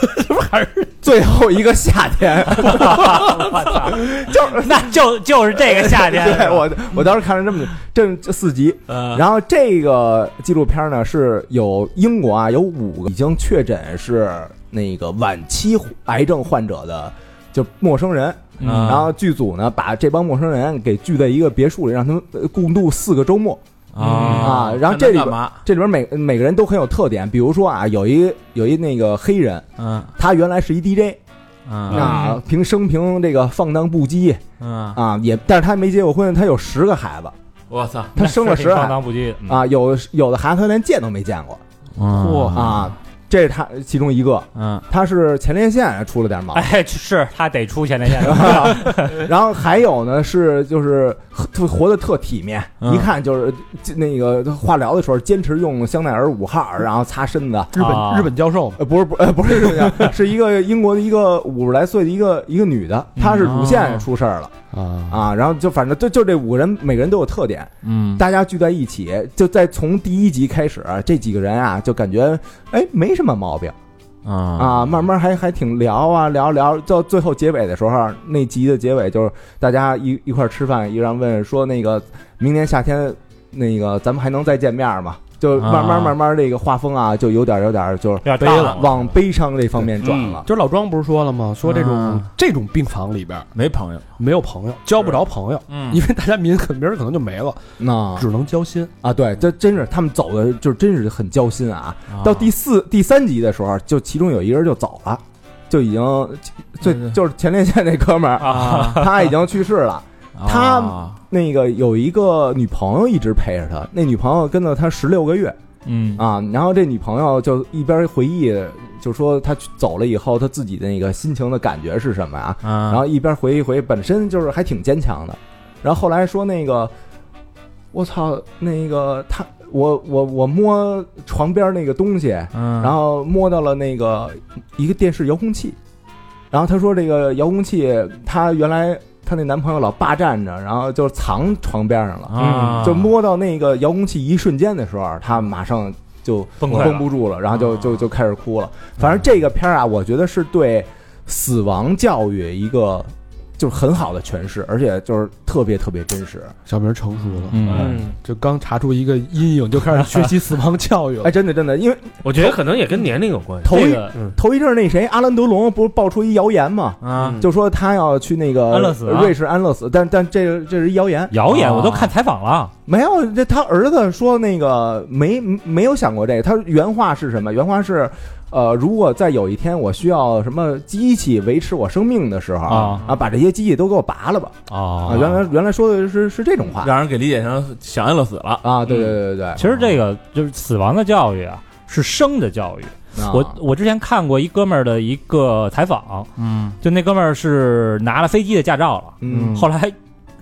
G: 最后一个夏天》，
E: 啊 就是那就就是这个夏天，
G: 嗯对我我当时看了这么这这四集，
E: 嗯
G: 然后这个纪录片呢是有英国啊有五个已经确诊是那个晚期癌症患者的就陌生人，
E: 嗯
G: 然后剧组呢把这帮陌生人给聚在一个别墅里，让他们呃共度四个周末
H: 嗯
G: 啊。然后这里
F: 干
G: 边
F: 嘛？
G: 这里边每每个人都很有特点，比如说啊，有一有一那个黑人，
F: 嗯
G: 他原来是一 DJ
F: 嗯
G: 啊，凭生平这个放荡不羁
F: 嗯，
G: 啊，也但是他没结过婚，他有十个孩子，
H: 我操，
G: 他生了
E: 是挺
G: 十个
E: 放
G: 孩子
E: 荡不羁的，嗯
G: 啊，有有的孩子他连见都没见过
F: 嚯，
G: 啊，这是他其中一个，
F: 嗯
G: 他是前列腺出了点毛病。
E: 哎，是他得出前列腺，
G: 然后还有呢是就是特活得特体面，
F: 嗯
G: 一看就是就那个化疗的时候坚持用香奈儿五号，然后擦身子。
A: 日本、
E: 啊
A: 嗯日本教授嘛，
G: 呃，不是不呃不是这样，是一个英国的一个五十来岁的一个一个女的，她是乳腺出事儿了
A: 啊，
G: 啊，然后就反正就就这五个人，每个人都有特点，
F: 嗯，
G: 大家聚在一起，就在从第一集开始，这几个人啊就感觉哎没什么毛病
F: 啊
G: 啊，慢慢还还挺聊啊聊聊，到最后结尾的时候，那集的结尾就是大家一一块儿吃饭，一人问说那个明年夏天那个咱们还能再见面吗？就慢慢
F: 啊
G: 慢慢这个画风啊，就有点有点就是
E: 有点大了，
G: 往悲伤这方面转了。
A: 就是老庄不是说了吗？说这种、
D: 嗯
F: 啊
A: 这种病房里边
H: 没朋友，
A: 没有朋友，交不着朋友，
F: 嗯，
A: 因为大家明可明儿可能就没了，
G: 那
A: 只能交心。
G: 啊，对，这真是他们走的，就是真是很交心啊。到第四、第三集的时候，就其中有一个人就走了，就已经就就就是前列腺那哥们儿，
F: 嗯啊，
G: 他已经去世了。他
F: 啊
G: 那个有一个女朋友一直陪着他，那女朋友跟了他十六个月
F: 嗯
G: 啊。然后这女朋友就一边回忆，就说他去走了以后，他自己的那个心情的感觉是什么啊？
F: 啊，
G: 然后一边回忆回忆，本身就是还挺坚强的。然后后来说那个，我操，那个他，我我我摸床边那个东西，
F: 嗯，
G: 然后摸到了那个一个电视遥控器，然后他说这个遥控器，她原来她那男朋友老霸占着，然后就藏床边上了，
F: 啊，
H: 嗯
G: 就摸到那个遥控器一瞬间的时候，她马上就
E: 崩溃了嗯
G: 绷不住了，然后就
F: 啊
G: 就就开始哭了。反正这个片儿啊，我觉得是对死亡教育一个就是很好的诠释，而且就是特别特别真实。
A: 小明成熟了，
F: 嗯，
A: 就刚查出一个阴影，就开始学习死亡教育了
G: 哎，。真的真的，因为
C: 我觉得可能也跟年龄有关系。
G: 头
E: 这
G: 一
E: 个
C: 嗯
G: 头一阵儿那谁阿兰德龙不是爆出一谣言吗？
C: 嗯
F: 啊，
G: 就说他要去那个
E: 嗯安乐死啊
G: 瑞士安乐死，但但这这是一谣言，啊
E: 谣言我都看采访了，
G: 没有这他儿子说那个没没有想过这个，他原话是什么？原话是，呃，如果在有一天我需要什么机器维持我生命的时候
E: 啊
G: 把这些机器都给我拔了吧啊！
E: 哦
G: 原来原来说的是是这种话
H: 让人给理解成想安乐死了，
G: 啊！对对对对对，
E: 其实这个就是死亡的教育啊，是生的教育。
G: 啊
E: 我我之前看过一哥们儿的一个采访，
F: 嗯
E: 就那哥们儿是拿了飞机的驾照了，
G: 嗯
E: 后来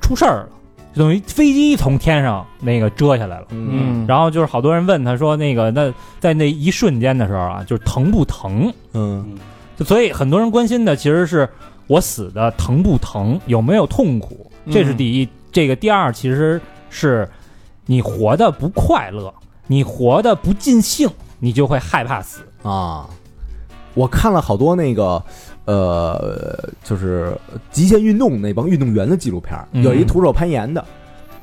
E: 出事儿了，就等于飞机从天上那个折下来了。
G: 嗯
E: 然后就是好多人问他说，那个那在那一瞬间的时候啊，就是疼不疼？
G: 嗯
E: 就所以很多人关心的其实是我死的疼不疼，有没有痛苦，
G: 嗯
E: 这是第一。这个第二其实是你活的不快乐，你活的不尽兴，你就会害怕死。
G: 啊，我看了好多那个呃，就是极限运动那帮运动员的纪录片儿，
E: 嗯
G: 有一徒手攀岩的，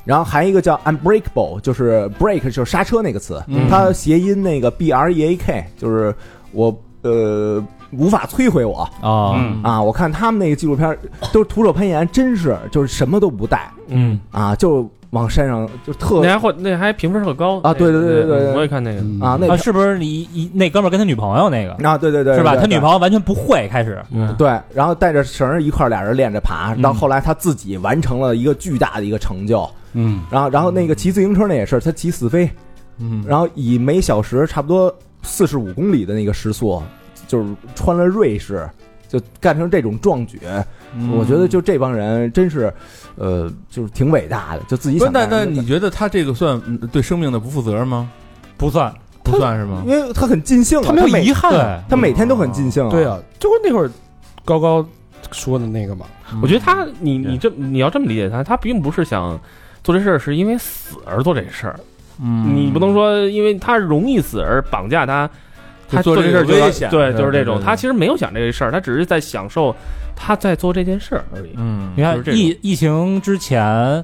G: 然后还有一个叫 unbreakable，就是 break 就是刹车那个词，
F: 嗯
G: 它谐音那个 b r e a k，就是我呃无法摧毁我
E: 啊
H: 嗯
G: 啊！我看他们那个纪录片儿都是徒手攀岩，真是就是什么都不带
E: 嗯
G: 啊，就往山上就特
C: 那还获那还评分特高
G: 啊对对对对对对
C: 我也看那个，
G: 啊那
E: 啊，是不是你一那哥们儿跟他女朋友那个
G: 啊对对对
E: 是吧？
G: 对
E: 他女
G: 对
E: 朋友完全不会开始，
C: 嗯
G: 对，然后带着绳儿一块儿俩人练着爬，到后来他自己完成了一个巨大的一个成就。
H: 嗯，
G: 然后然后那个骑自行车那也是，他骑四飞，
D: 嗯，
G: 然后以每小时差不多四十五公里的那个时速，就是穿了瑞士，就干成这种壮举。
H: 嗯
G: 我觉得就这帮人真是，呃，就是挺伟大的，就自己
H: 不
G: 想。
H: 是那那你觉得他这个算嗯对生命的不负责吗？
E: 不算
H: 不算是吗？
G: 因为他很尽兴啊，他
D: 没有
G: 每
D: 遗憾啊，
G: 他每天都很尽兴。
D: 对，啊，就跟那会儿高高说的那个嘛，
C: 我觉得他你你这你要这么理解他，他并不是想做这事儿是因为死而做这事儿，
H: 嗯
C: 你不能说因为他容易死而绑架他，他
H: 就做
C: 这
H: 这
C: 事儿
H: 个
C: 就要
H: 危险
C: 对，
H: 对
C: 就是这
H: 对
C: 种，
H: 对
C: 他其实没有想这个事儿，他只是在享受他在做这件事儿而已。
H: 嗯
E: 你看
C: 就是这种
E: 疫疫情之前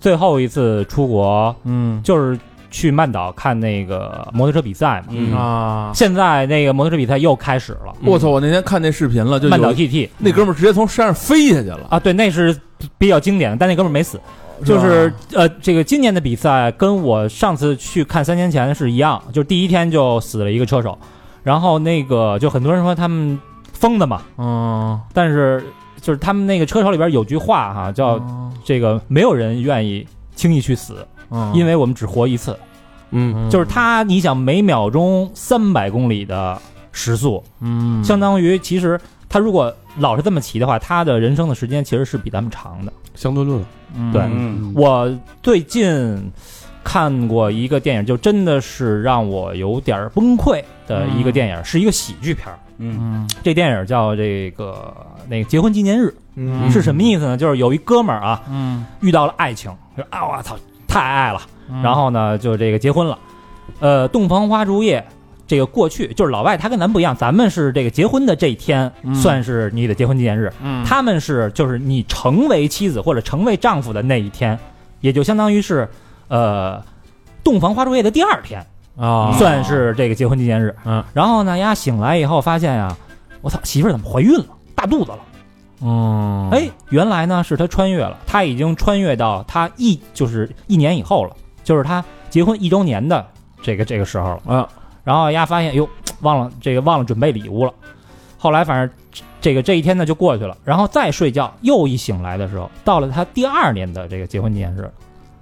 E: 最后一次出国
H: 嗯
E: 就是去曼岛看那个摩托车比赛嘛，
C: 嗯
H: 啊！
E: 现在那个摩托车比赛又开始了，
H: 我操！我那天看那视频了，就
E: 曼岛
H: 有
E: TT
H: 那哥们儿直接从山上飞下去了，
E: 啊，对，那是比较经典的，但那哥们儿没死。就
H: 吧
E: 是呃，这个今年的比赛跟我上次去看三年前是一样，就是第一天就死了一个车手，然后那个就很多人说他们疯的嘛，
H: 嗯，
E: 但是就是他们那个车手里边有句话哈、叫这个没有人愿意轻易去死，
H: 嗯
E: 因为我们只活一次。
C: 嗯，
E: 就是他，你想每秒钟三百公里的时速，
H: 嗯
E: 相当于其实他如果老是这么骑的话，他的人生的时间其实是比咱们长的。
D: 相对论了。
E: 对
H: 嗯
E: 我最近看过一个电影，就真的是让我有点儿崩溃的一个电影，是一个喜剧片儿。
H: 嗯
E: 这电影叫这个那个结婚纪念日，
G: 嗯
E: 是什么意思呢？就是有一哥们儿啊，
H: 嗯，
E: 遇到了爱情，就啊我操，太爱了，然后呢就这个结婚了，呃，洞房花烛夜。这个过去就是老外，他跟咱不一样，咱们是这个结婚的这一天、算是你的结婚纪念日，
H: 嗯
E: 他们是就是你成为妻子或者成为丈夫的那一天，也就相当于是呃洞房花烛夜的第二天，
H: 啊
E: 算是这个结婚纪念日。
H: 嗯，
E: 然后呢，丫醒来以后发现呀，我操，媳妇儿怎么怀孕了，大肚子了。
H: 嗯
E: 哎，原来呢是他穿越了，他已经穿越到他一就是一年以后了，就是他结婚一周年的这个这个时候了。
H: 啊，
E: 然后丫发现哟，忘了这个忘了准备礼物了。后来反正这个这一天呢就过去了，然后再睡觉，又一醒来的时候，到了他第二年的这个结婚纪念日了。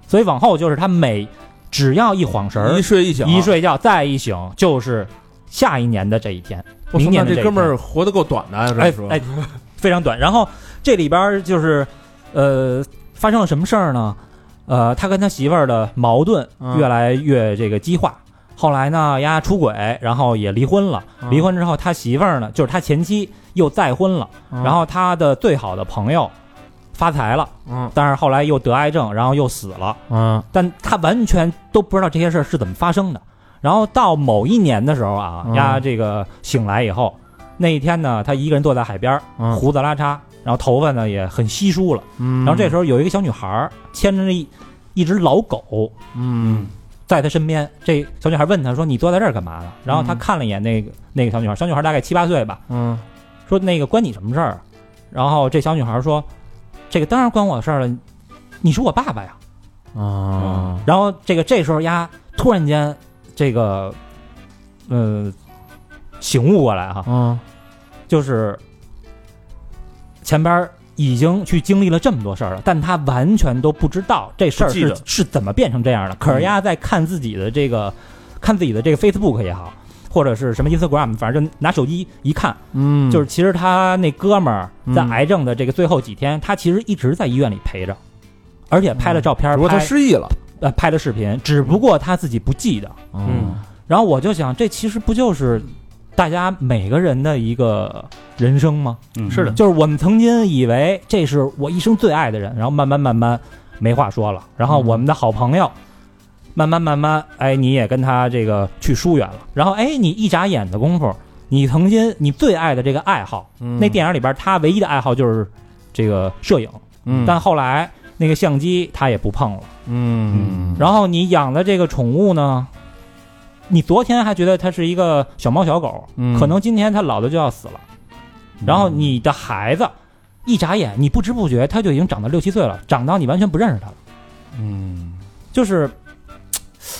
E: 所以往后就是他每只要一晃神儿
H: 一，睡一醒，啊
E: 一睡觉再一醒，就是下一年的这一天，
H: 我操
E: 明年
H: 那
E: 的
H: 这
E: 一
H: 哥们
E: 天
H: 儿活得够短的啊，这么
E: 哎
H: 说
E: 哎，非常短。然后这里边儿就是，呃，发生了什么事儿呢？呃，他跟他媳妇儿的矛盾
H: 嗯
E: 越来越这个激化。后来呢，丫出轨，然后也离婚了。
H: 嗯
E: 离婚之后，他媳妇儿呢，就是他前妻又再婚了。
H: 嗯
E: 然后他的最好的朋友发财了，
H: 嗯
E: 但是后来又得癌症，然后又死了。
H: 嗯
E: 但他完全都不知道这些事儿是怎么发生的。然后到某一年的时候啊，
H: 嗯
E: 丫这个醒来以后，那一天呢，他一个人坐在海边儿，
H: 嗯
E: 胡子拉碴，然后头发呢也很稀疏了。
H: 嗯，
E: 然后这时候有一个小女孩儿牵着一一只老狗
H: 嗯
E: 在他身边，这小女孩问他说：“你坐在这儿干嘛呢？”然后他看了一眼那个那个小女孩，小女孩大概七八岁吧，
H: 嗯
E: 说：“那个关你什么事儿啊？”然后这小女孩说：“这个当然关我的事儿了，你是我爸爸呀。”
H: 啊
E: 然后这个这时候丫突然间这个，呃，醒悟过来哈、
H: 嗯
E: 就是前边儿已经去经历了这么多事儿了，但他完全都不知道这事儿
C: 不记
E: 是
C: 得
E: 是怎么变成这样的。可是
D: 嗯
E: 丫在看自己的这个，看自己的这个 Facebook 也好，或者是什么 Instagram，反正就拿手机一看，
H: 嗯，
E: 就是其实他那哥们儿在
H: 嗯
E: 癌症的这个最后几天，他其实一直在医院里陪着，而且拍了照片儿，
D: 嗯只不过他
E: 拍
D: 失忆了，
E: 呃拍的视频，只不过他自己不记得。
H: 嗯
E: 然后我就想，这其实不就是大家每个人的一个人生吗？
I: 嗯
C: 是的
E: 就是我们曾经以为这是我一生最爱的人，然后慢慢慢慢没话说了，然后我们的好朋友。慢慢慢慢，哎，你也跟他这个去疏远了，然后哎，你一眨眼的功夫，你曾经你最爱的这个爱好，那电影里边他唯一的爱好就是这个摄影，
H: 嗯
E: 但后来那个相机他也不碰了。
H: 嗯，
E: 然后你养的这个宠物呢，你昨天还觉得它是一个小猫小狗，
H: 嗯
E: 可能今天它老的就要死了。然后你的孩子一眨眼，你不知不觉他就已经长到六七岁了，长到你完全不认识他了。
A: 嗯
E: 就是嘖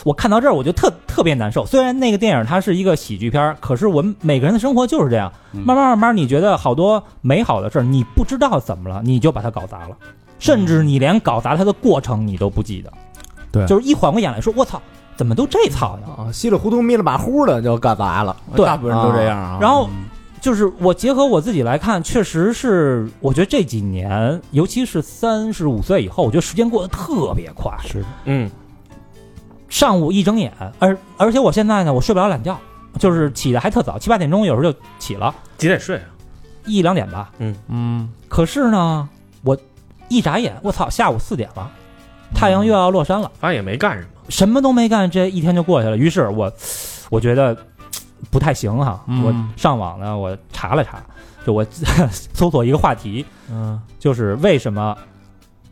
E: 我看到这儿我就特特别难受。虽然那个电影它是一个喜剧片儿，可是我们每个人的生活就是这样，
H: 嗯
E: 慢慢慢慢，你觉得好多美好的事儿，你不知道怎么了，你就把它搞砸了，甚至你连搞砸它的过程你都不记得。
H: 对
E: 就是一缓过眼来说，我操，怎么都这操呀？
G: 啊，稀里糊涂、迷了马虎的就干砸了。
E: 对
H: 呃大部分人都这样啊。
E: 然后就是我结合我自己来看，确实是，我觉得这几年，尤其是三十五岁以后，我觉得时间过得特别快。
C: 嗯，
E: 上午一睁眼，而而且我现在呢，我睡不了懒觉，就是起的还特早，七八点钟有时候就起了，
C: 几点睡啊？
E: 一两点吧。
A: 嗯，
E: 可是呢，我一眨眼，我操，下午四点了，太阳又要落山了，
C: 反正也没干什么。
E: 什么都没干，这一天就过去了。于是我，我觉得不太行哈、
A: 嗯
E: 我上网呢，我查了查，就我 搜索一个话题，
A: 嗯
E: 就是为什么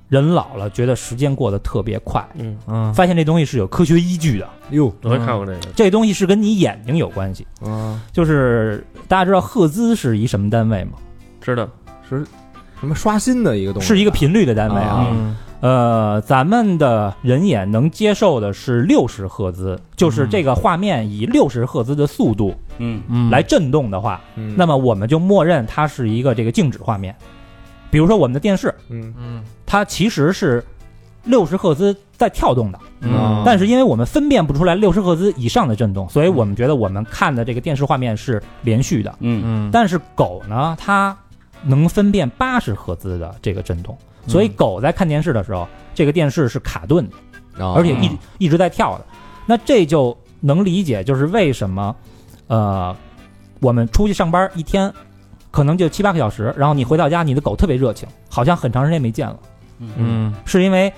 E: 人老了觉得时间过得特别快。
C: 嗯，
A: 嗯，
E: 发现这东西是有科学依据的，
G: 哟，
C: 我也看过这个。
E: 这东西是跟你眼睛有关系。
G: 嗯，
E: 就是大家知道赫兹是一什么单位吗？
C: 知道，
G: 什么刷新的一个东西，
E: 是一个频率的单位啊。
A: 嗯
E: 呃，咱们的人眼能接受的是六十赫兹，就是这个画面以六十赫兹的速度
H: 嗯，
A: 嗯
E: 来震动的话，
G: 嗯，
E: 那么我们就默认它是一个这个静止画面。比如说我们的电视，
G: 嗯
A: 嗯
E: 它其实是六十赫兹在跳动的，
A: 嗯，
E: 但是因为我们分辨不出来六十赫兹以上的震动，所以我们觉得我们看的这个电视画面是连续的。
H: 嗯
A: 嗯，
E: 但是狗呢，它能分辨八十赫兹的这个震动，所
A: 嗯
E: 以狗在看电视的时候，这个电视是卡顿的，
H: 哦
E: 而且一、一直在跳的。那这就能理解，就是为什么，呃，我们出去上班一天，可能就七八个小时，然后你回到家，你的狗特别热情，好像很长时间没见了，
A: 嗯
E: 是因为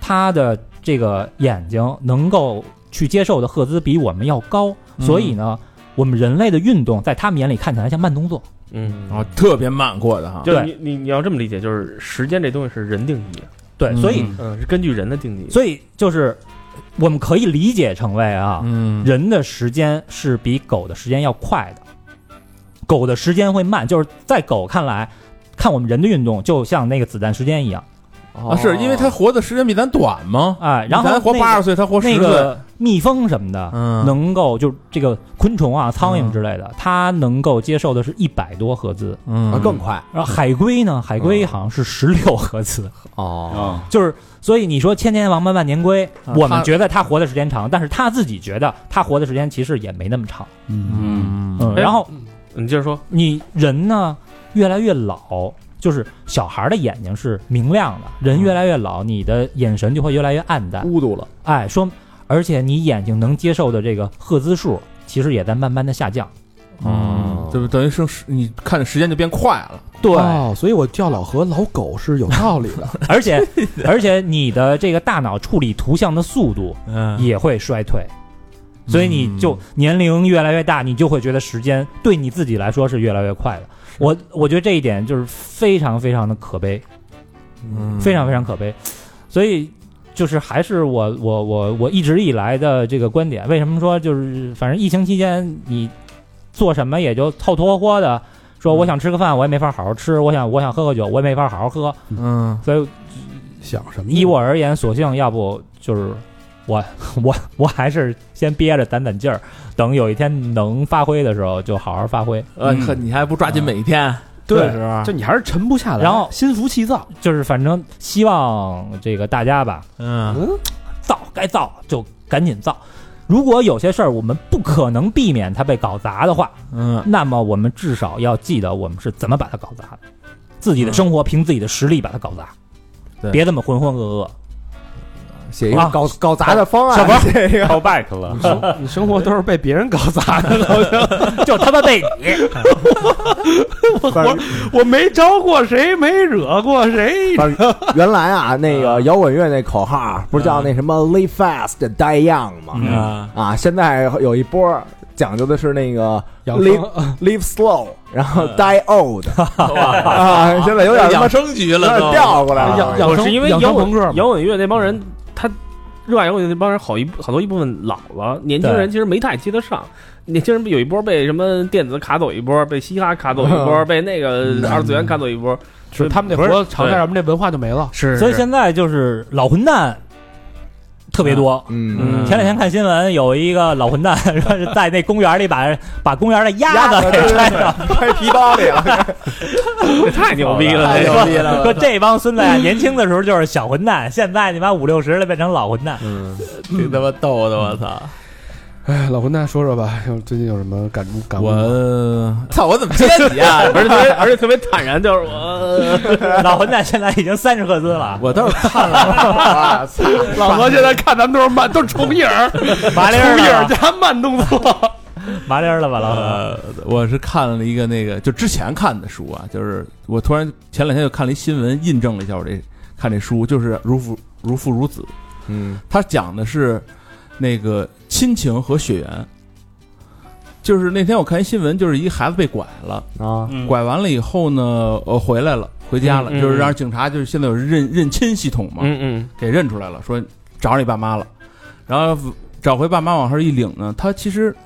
E: 它的这个眼睛能够去接受的赫兹比我们要高，
A: 嗯
E: 所以呢，我们人类的运动在他们眼里看起来像慢动作。
C: 嗯，
H: 啊，特别慢过的哈。
C: 就是
E: 对
C: 你你你要这么理解，就是时间这东西是人定义的，
E: 对，所以
H: 嗯
C: 嗯，是根据人的定义。
E: 所以就是我们可以理解成为啊，
A: 嗯
E: 人的时间是比狗的时间要快的，狗的时间会慢，就是在狗看来，看我们人的运动就像那个子弹时间一样
H: 啊，是因为他活的时间比咱短吗？
E: 啊、然后
H: 嗯咱活
E: 那个
H: 八十岁，他活十
E: 那
H: 岁，
E: 个蜜蜂什么的。
A: 嗯
E: 能够就这个昆虫啊、苍
H: 嗯
E: 蝇之类的，它能够接受的是一百多赫兹，
G: 啊
A: 嗯
G: 更快
E: 然后海龟
H: 嗯
E: 呢，海龟好像是十六赫兹，
G: 哦，
H: 啊，
E: 就是所以你说千年王八万年龟，
H: 啊
E: 我们
H: 它
E: 觉得它活的时间长，但是它自己觉得它活的时间其实也没那么长。
H: 嗯，
E: 嗯，
C: 哎
E: 然后
C: 你接着说，
E: 你人呢越来越老，就是小孩的眼睛是明亮的，人越来越老，你的眼神就会越来越暗淡。
G: 孤独了，
E: 哎，说，而且你眼睛能接受的这个赫兹数，其实也在慢慢的下降。
A: 嗯
H: 对不？等于是时你看的时间就变快了。
E: 对
D: 哦，所以我叫老何老狗是有道理的。
E: 而且而且你的这个大脑处理图像的速度
A: 嗯
E: 也会衰退。所以你就年龄越来越大，你就会觉得时间对你自己来说是越来越快的。我我觉得这一点就是非常非常的可悲。
A: 嗯
E: 非常非常可悲。所以就是还是我我我我一直以来的这个观点，为什么说就是反正疫情期间你做什么也就凑凑合合的。说我想吃个饭，我也没法好好吃；我想我想喝个酒，我也没法好好喝。
A: 嗯
E: 所以
D: 想什么呢？
E: 依我而言，索性要不就是我 我我还是先憋着攒攒劲儿，等有一天能发挥的时候就好好发挥。
H: 呃，
A: 嗯
H: 呵，你还不抓紧每一天？
D: 对
H: 是啊吧
D: 就？你还是沉不下来，
E: 然后
D: 心浮气
H: 嗯
D: 躁。
E: 就是反正希望这个大家吧，
A: 嗯
E: 造该造就赶紧造。如果有些事儿我们不可能避免它被搞砸的话，
A: 嗯
E: 那么我们至少要记得我们是怎么把它搞砸的，自己的生活凭自己的实力把它搞砸，
H: 对
E: 别这么浑浑噩
G: 写一个
E: 啊
G: 搞搞哦砸的方案，
E: 小
G: 王这个
I: call back 了，
D: 你生活都是被别人搞砸的，
E: 噩，就他妈被你。
G: 反正
F: 我没招过谁，没惹过谁。
G: 原来啊，那个摇滚乐那口号啊不是叫那什么 “Live fast, die young” 吗？
H: 啊，
G: 啊，现在有一波讲究的是那个
D: 养
G: “Live
D: 生
G: live slow”，然后 “die old” 啊，现在有点他妈
H: 养生局
G: 有
H: 了
G: 点
H: 都。
G: 调过来
D: 养
G: 了。
D: 养
C: 我
D: 生
C: 是因为
D: 养
C: 摇
D: 生朋
C: 滚
D: 克嘛
C: 摇滚乐那帮人，他热爱摇滚乐那帮人好一好多一部分老了，年轻人其实没太接得上。年轻人有一波被什么电子卡走一波，被嘻哈卡走一 波，被那
F: 嗯
C: 个二次元卡走一波，
D: 是他们那
C: 不是
D: 活长
C: 对
D: 在我们这文化就没了。
C: 是
E: 所以现在就是老混蛋特别多。
G: 嗯，
E: 前两天看新闻，有一个老混蛋说是在那公园里把 把公园的鸭子给摘 了，
G: 揣皮包里了，
C: 这太牛逼 了，这
G: 牛逼了
E: 说这帮孙子呀，年轻的时候就是小混蛋，现在你妈五六十了变成老混蛋。
H: 挺他妈逗的，我操！
D: 哎，老混蛋，说说吧，有最近有什么感感悟？
H: 我
A: 嗯
H: 操，我怎么接你 啊？
C: 而且特别而且特别坦然，就是呃我
E: 老混蛋现在已经三十赫兹了，
H: 我倒是
G: 哇塞
F: 老何现在看咱们都是慢，都是重影 儿，
E: 麻利
C: 啊
E: 儿
F: 重影儿
E: 了吧，
F: 加慢动作。
E: 麻利儿了吧，老何？
H: 呃，我是看了一个那个，就之前看的书啊，就是我突然前两天就看了一新闻，印证了一下我这看这书，就是如父如父如子，
G: 嗯，
H: 他讲的是那个亲情和血缘。就是那天我看一新闻，就是一孩子被拐了，
G: 啊，
H: 拐完了以后呢，呃，回来了，回家了，
C: 嗯嗯
H: 就是
C: 嗯
H: 让警察就是现在有认认亲系统嘛，
C: 嗯嗯
H: 给认出来了，说找着你爸妈了，然后找回爸妈往上一领呢，他其实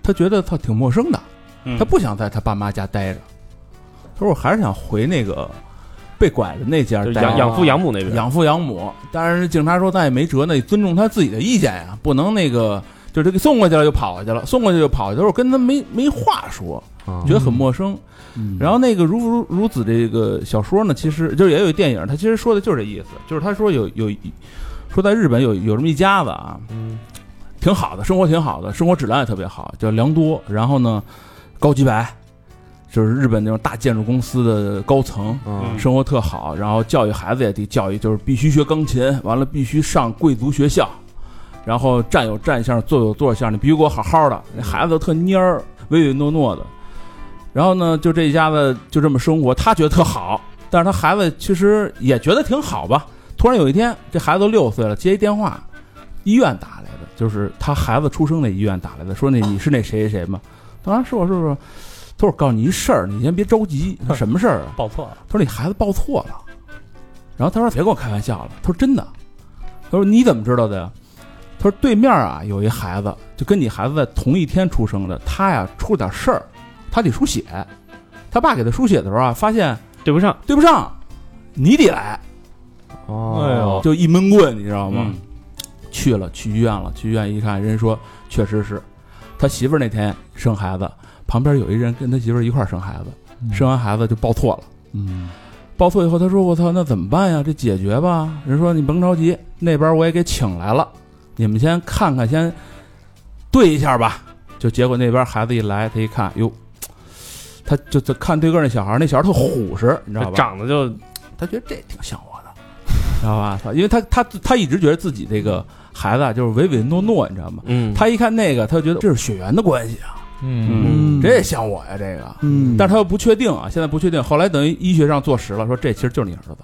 H: 他觉得他挺陌生的，
C: 嗯
H: 他不想在他爸妈家待着，他说我还是想回那个被拐的那家
C: 就
H: 待
C: 养
H: 着。
C: 养父养母那边，
H: 养父养母，但是警察说那也没辙，那也尊重他自己的意见呀，不能那个就这个送过去了就跑过去了，送过去就跑过去了，我跟他没没话说，觉得很陌生。然后那个如如如子这个小说呢，其实就是也有一电影，它其实说的就是这意思，就是他说有有说在日本有有这么一家子啊，挺好的，生活挺好的，生活质量也特别好，叫良多。然后呢，高级白，就是日本那种大建筑公司的高层，
G: 嗯
H: 生活特好。然后教育孩子也得教育，就是必须学钢琴，完了必须上贵族学校，然后站有站相，坐有坐相，你必须给我好好的。那孩子都特蔫儿，唯唯诺诺的。然后呢，就这一家子就这么生活，他觉得特好，但是他孩子其实也觉得挺好吧。突然有一天，这孩子都六岁了，接一电话，医院打来的，就是他孩子出生那医院打来的，说那你是那谁谁谁吗？当然是我是我是我，他说我告诉你一事儿，你先别着急。他说什么事儿啊？
E: 报错了，
H: 他说你孩子报错了。然后他说别跟我开玩笑了，他说真的。他说你怎么知道的呀？他说对面啊有一孩子，就跟你孩子在同一天出生的，他呀出了点事儿，他得输血。他爸给他输血的时候啊，发现
C: 对不上，
H: 对不上，你得来，
G: 哦，
E: 呦，
H: 就一闷棍，你知道吗？
I: 嗯
H: 去了，去医院了，去医院一看，人说确实是，他媳妇儿那天生孩子，旁边有一人跟他媳妇儿一块儿生孩子，生完孩子就报错了。
I: 嗯
H: 报错以后，他说：“我操，那怎么办呀？这解决吧。”人说：“你甭着急，那边我也给请来了，你们先看看，先对一下吧。”就结果那边孩子一来，他一看，哟，他就就看对个儿那小孩儿，那小孩儿特虎实，你知道吧？
C: 长得就
H: 他觉得这挺像我的，知道吧？ 因为他他他一直觉得自己这个孩子啊，就是唯唯诺诺，你知道吗？
C: 嗯，
H: 他一看那个，他就觉得这是血缘的关系啊，
C: 嗯
H: 这也像我呀，这个。
D: 嗯
H: 但是他又不确定啊，现在不确定。后来等于医学上坐实了，说这其实就是你儿子，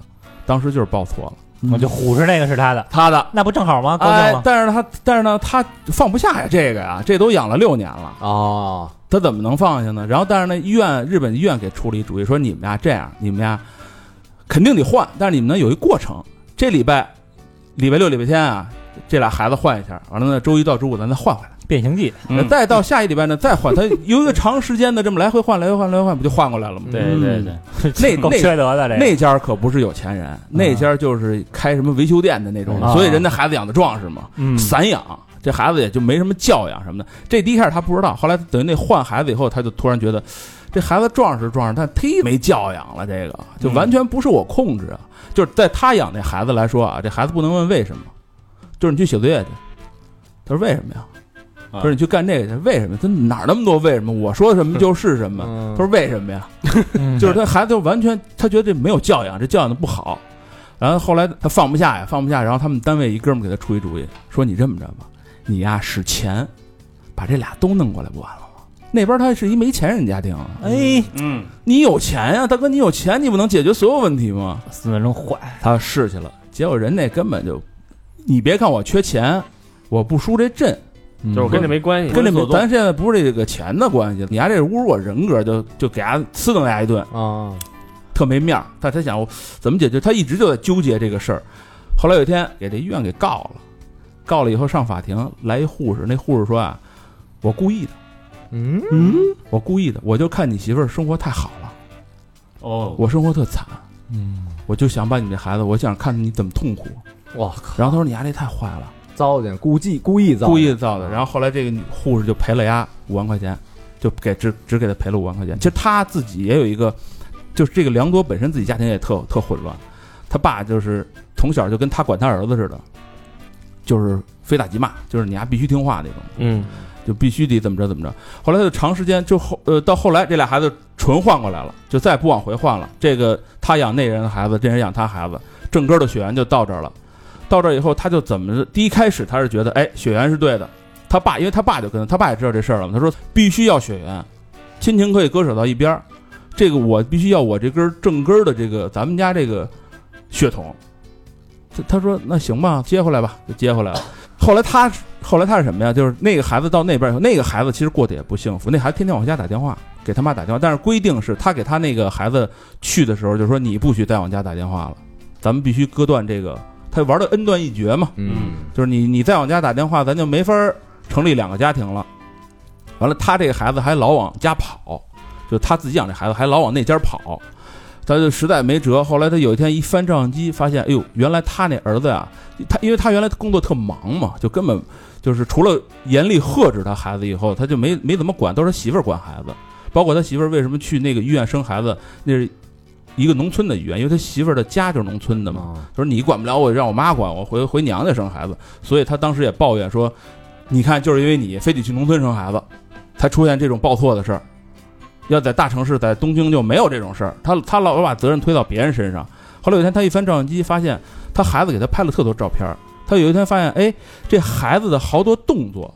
H: 当时就是报错了
E: 嗯我就虎视那个是他的，
H: 他的。
E: 那不正好吗？高兴
H: 哎
E: 吗，？
H: 但是呢他，但是呢，他放不下呀，这个呀，这都养了六年了，
G: 哦，
H: 他怎么能放下呢？然后，但是呢，医院日本医院给出了一主意，说你们呀这样，你们呀肯定得换，但是你们呢有一过程，这礼拜礼拜六、礼拜天啊，这俩孩子换一下，完了呢，周一到周五咱再换回来，
E: 变形记，
C: 嗯
H: 再到下一礼拜呢再换，他有一个长时间的这么来回换、来回换、来回换，不就换过来了吗？
C: 嗯
I: 对对对，
H: 那
E: 够
H: 那
E: 缺德的这个。
H: 那家可不是有钱人，那家就是开什么维修店的那种，
E: 啊
H: 所以人家孩子养的壮实嘛，
E: 嗯
H: 散养，这孩子也就没什么教养什么的。这第一开始他不知道，后来等于那换孩子以后，他就突然觉得这孩子壮实壮实，但忒没教养了，这个就完全不是我控制啊。就是在他养那孩子来说啊，这孩子不能问为什么，就是你去写作业去。他说为什么呀？他说你去干这个去，为什么？他哪儿那么多为什么？我说什么就是什么。
G: 嗯
H: 他说为什么呀？
E: 嗯
H: 就是他孩子就完全他觉得这没有教养，这教养的不好。然后后来他放不下呀，放不下，然后他们单位一哥们给他出一主意，说你这么着吧，你呀使钱把这俩都弄过来不完了吗？那边他是一没钱人家庭，
E: 哎，
I: 嗯，
H: 你有钱呀，大哥，你有钱，你不能解决所有问题吗？
E: 四分钟坏，
H: 他试去了，结果人那根本就，你别看我缺钱，我不输这阵，
A: 嗯
H: 嗯
C: 就是我跟这没关系，
H: 跟这
I: 不能
H: 没
I: 做多
H: 咱现在不是这个钱的关系，你丫这侮辱我人格，就就给他呲瞪他一顿，
G: 啊，
H: 特没面儿，但他想我怎么解决，他一直就在纠结这个事儿。后来有一天给这医院给告了，告了以后上法庭来一护士，那护士说啊，我故意的，
G: 嗯，
H: 我故意的，我就看你媳妇儿生活太好了，
I: 哦，
H: 我生活特惨，嗯，我就想把你这孩子，我想看你怎么痛苦。
G: 我靠，
H: 然后他说你丫这太坏了，
G: 糟践，故意故意啊嗯糟践，
H: 故意造的。然后后来这个女护士就赔了丫五万块钱，就给只只给他赔了五万块钱。其实他自己也有一个，就是这个梁多本身自己家庭也特特混乱，他爸就是从小就跟他管他儿子似的，就是非打即骂，就是你丫必须听话那种，
C: 嗯，
H: 就必须得怎么着怎么着。后来他就长时间就后呃到后来这俩孩子纯换过来了，就再也不往回换了。这个他养那人的孩子，这人养他孩子，正根儿的血缘就到这儿了。到这儿以后，他就怎么着？第一开始他是觉得，哎，血缘是对的。他爸，因为他爸就跟他，他爸也知道这事儿了嘛。他说必须要血缘，亲情可以割舍到一边儿，这个我必须要我这根儿正根儿的这个咱们家这个血统。他他说那行吧，接回来吧，就接回来了。后来他后来他是什么呀？就是那个孩子到那边以后，那个孩子其实过得也不幸福，那孩子天天往家打电话，给他妈打电话。但是规定是他给他那个孩子去的时候，就说你不许再往家打电话了，咱们必须割断这个。他玩的恩断义绝嘛，
G: 嗯，
H: 就是你你再往家打电话，咱就没法儿成立两个家庭了。完了，他这个孩子还老往家跑，就他自己养这孩子还老往那家跑，他就实在没辙。后来他有一天一翻照相机，发现，哎呦，原来他那儿子呀、他因为他原来工作特忙嘛，就根本就是除了严厉呵斥他孩子以后，他就没没怎么管，都是他媳妇儿管孩子。包括他媳妇儿为什么去那个医院生孩子，那是一个农村的医院，因为他媳妇儿的家就是农村的
G: 啊
H: 嘛。他说你管不了我，让我妈管我，回回娘家生孩子。所以他当时也抱怨说，你看就是因为你非得去农村生孩子，才出现这种报错的事儿。要在大城市，在东京就没有这种事儿。他他老把责任推到别人身上。后来有一天他一翻照相机，发现他孩子给他拍了特多照片儿。他有一天发现，哎，这孩子的好多动作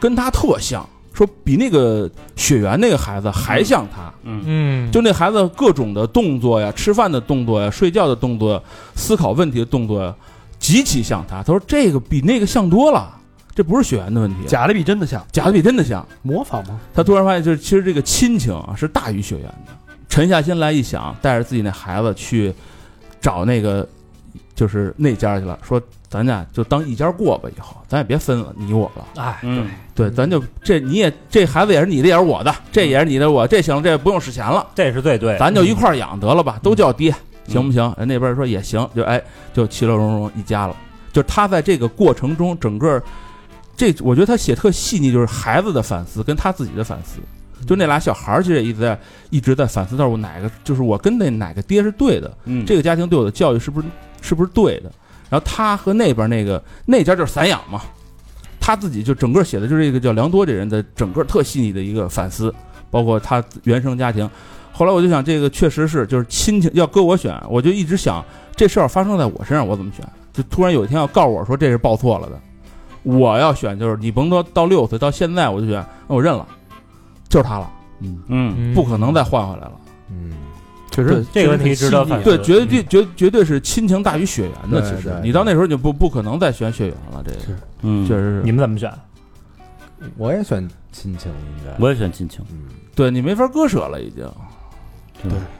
H: 跟他特像，说比那个雪原那个孩子还像他。
E: 嗯，
H: 就那孩子各种的动作呀，吃饭的动作呀，睡觉的动作呀，思考问题的动作呀，极其像他。他说这个比那个像多了，这不是血缘的问题，假
D: 假的比真的像，
H: 假的比真的像。
D: 模仿吗？
H: 他突然发现，就是其实这个亲情啊是大于血缘的。沉下心来一想，带着自己那孩子去找那个就是那家去了，说咱俩就当一家过吧，以后咱也别分了，你我了。
E: 哎，
I: 嗯，
H: 对，咱就这你也这孩子也是你的，也是我的，这也是你的，我这行了，这不用使钱了。
I: 这是最对嗯的。
H: 咱就一块儿养得了吧，都叫爹，行不行？人那边说也行，就哎，就其乐融融一家了。就是他在这个过程中，整个这我觉得他写特细腻，就是孩子的反思跟他自己的反思。
I: 嗯
H: 就那俩小孩儿，其实也一直在一直在反思，到我哪个就是我跟那哪个爹是对的，
I: 嗯，
H: 这个家庭对我的教育是不是是不是对的？然后他和那边那个那家就是散养嘛，他自己就整个写的就是这个叫梁多这人的整个特细腻的一个反思，包括他原生家庭。后来我就想，这个确实是就是亲情要搁我选，我就一直想这事儿要发生在我身上，我怎么选？就突然有一天要告诉我说这是报错了的，我要选就是你甭说到六岁到现在，我就选那我认了，就是他了，嗯，
I: 嗯，
H: 不可能再换回来了。
G: 嗯，
D: 确
H: 实
I: 这个问题值得反思。
H: 对，绝
E: 嗯
H: 对绝绝对是亲情大于血缘的。
G: 对
H: 其实
G: 对
H: 你到那时候你就不不可能再选血缘了，这个
I: 嗯，
H: 确实
E: 你
H: 是，
E: 们怎么选？
G: 我也选亲情，应该
I: 我也选亲情。
G: 嗯，
H: 对你没法割舍了，已经。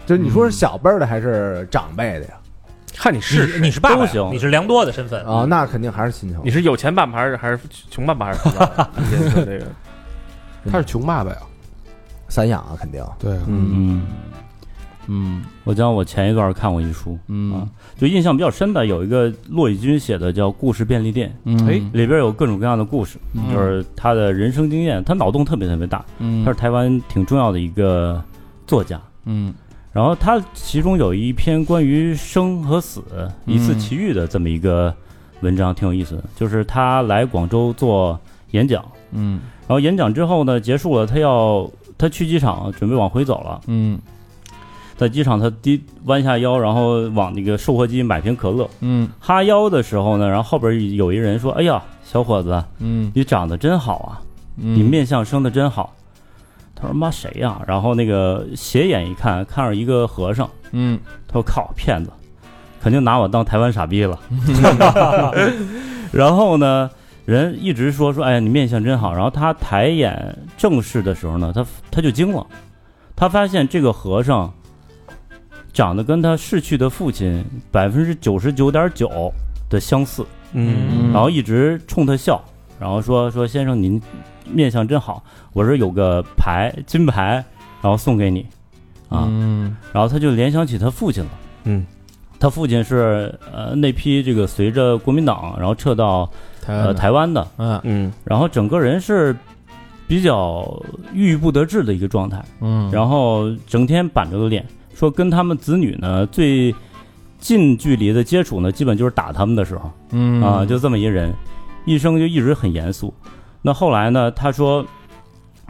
G: 就是你说
D: 嗯
G: 是小辈儿的还是长辈的呀？
C: 看你
E: 你
C: 是
E: 你是爸爸
I: 都
E: 呀
I: 行
E: 你是良多的身份
D: 嗯
G: 啊，那肯定还是亲情
C: 你。是有钱爸爸还是还是穷爸爸还是富爸爸？你说这个
D: 他是穷爸爸呀，
G: 散养啊，肯定。
D: 对，
G: 嗯
I: 嗯，
H: 嗯
I: 我讲我前一段看过一书，
H: 嗯
I: 啊就印象比较深的有一个骆以军写的叫《故事便利店》，
H: 嗯，哎，
I: 里边有各种各样的故事，就是他的人生经验，他脑洞特别特别大，
H: 嗯
I: 他是台湾挺重要的一个作家。
H: 嗯
I: 然后他其中有一篇关于生和死、
H: 嗯
I: 一次奇遇的这么一个文章，挺有意思的。就是他来广州做演讲，
H: 嗯
I: 然后演讲之后呢，结束了，他要他去机场准备往回走了，
H: 嗯
I: 在机场他低弯下腰，然后往那个售货机买瓶可乐，
H: 嗯
I: 哈腰的时候呢，然后后边有一人说：“哎呀，小伙子，
H: 嗯，
I: 你长得真好啊，
H: 你
I: 你面相生得真好。”他说：“妈谁呀、然后那个斜眼一看，看着一个和尚。
H: 嗯
I: 他说：“靠，骗子，肯定拿我当台湾傻逼 了。” 然后呢，人一直说说：“哎呀，你面相真好。”然后他抬眼正视的时候呢，他他就惊了，他发现这个和尚长得跟他逝去的父亲百分之九十九点九的相似。
C: 嗯
I: 然后一直冲他笑，然后说说先生您面相真好，我这有个牌金牌，然后送给你啊，
H: 嗯
I: 然后他就联想起他父亲了，
C: 嗯，
I: 他父亲是呃那批这个随着国民党然后撤到呃台湾的，
H: 嗯
C: 嗯
I: 然后整个人是比较郁郁不得志的一个状态，
H: 嗯
I: 然后整天板着个脸，说跟他们子女呢最近距离的接触呢，基本就是打他们的时候，
H: 嗯
I: 啊，就这么一人，一生就一直很严肃。那后来呢，他说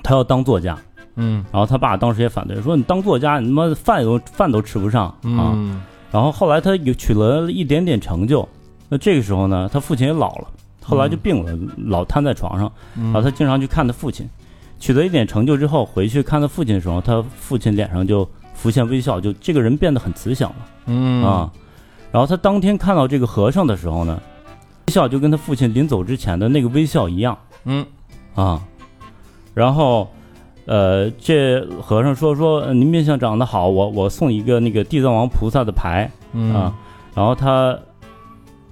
I: 他要当作家，
H: 嗯
I: 然后他爸当时也反对，说你当作家，你他妈饭都饭都吃不上啊。
H: 嗯
I: 然后后来他有取了一点点成就，那这个时候呢，他父亲也老了，后来就病了，老瘫在床上，然后他经常去看他父亲，取得一点成就之后，回去看他父亲的时候，他父亲脸上就浮现微笑，就这个人变得很慈祥了。
H: 嗯
I: 啊。然后他当天看到这个和尚的时候呢，微笑就跟他父亲临走之前的那个微笑一样。
H: 嗯
I: 啊，然后呃，这和尚说说呃您面相长得好，我我送一个那个地藏王菩萨的牌
H: 嗯
I: 啊。然后他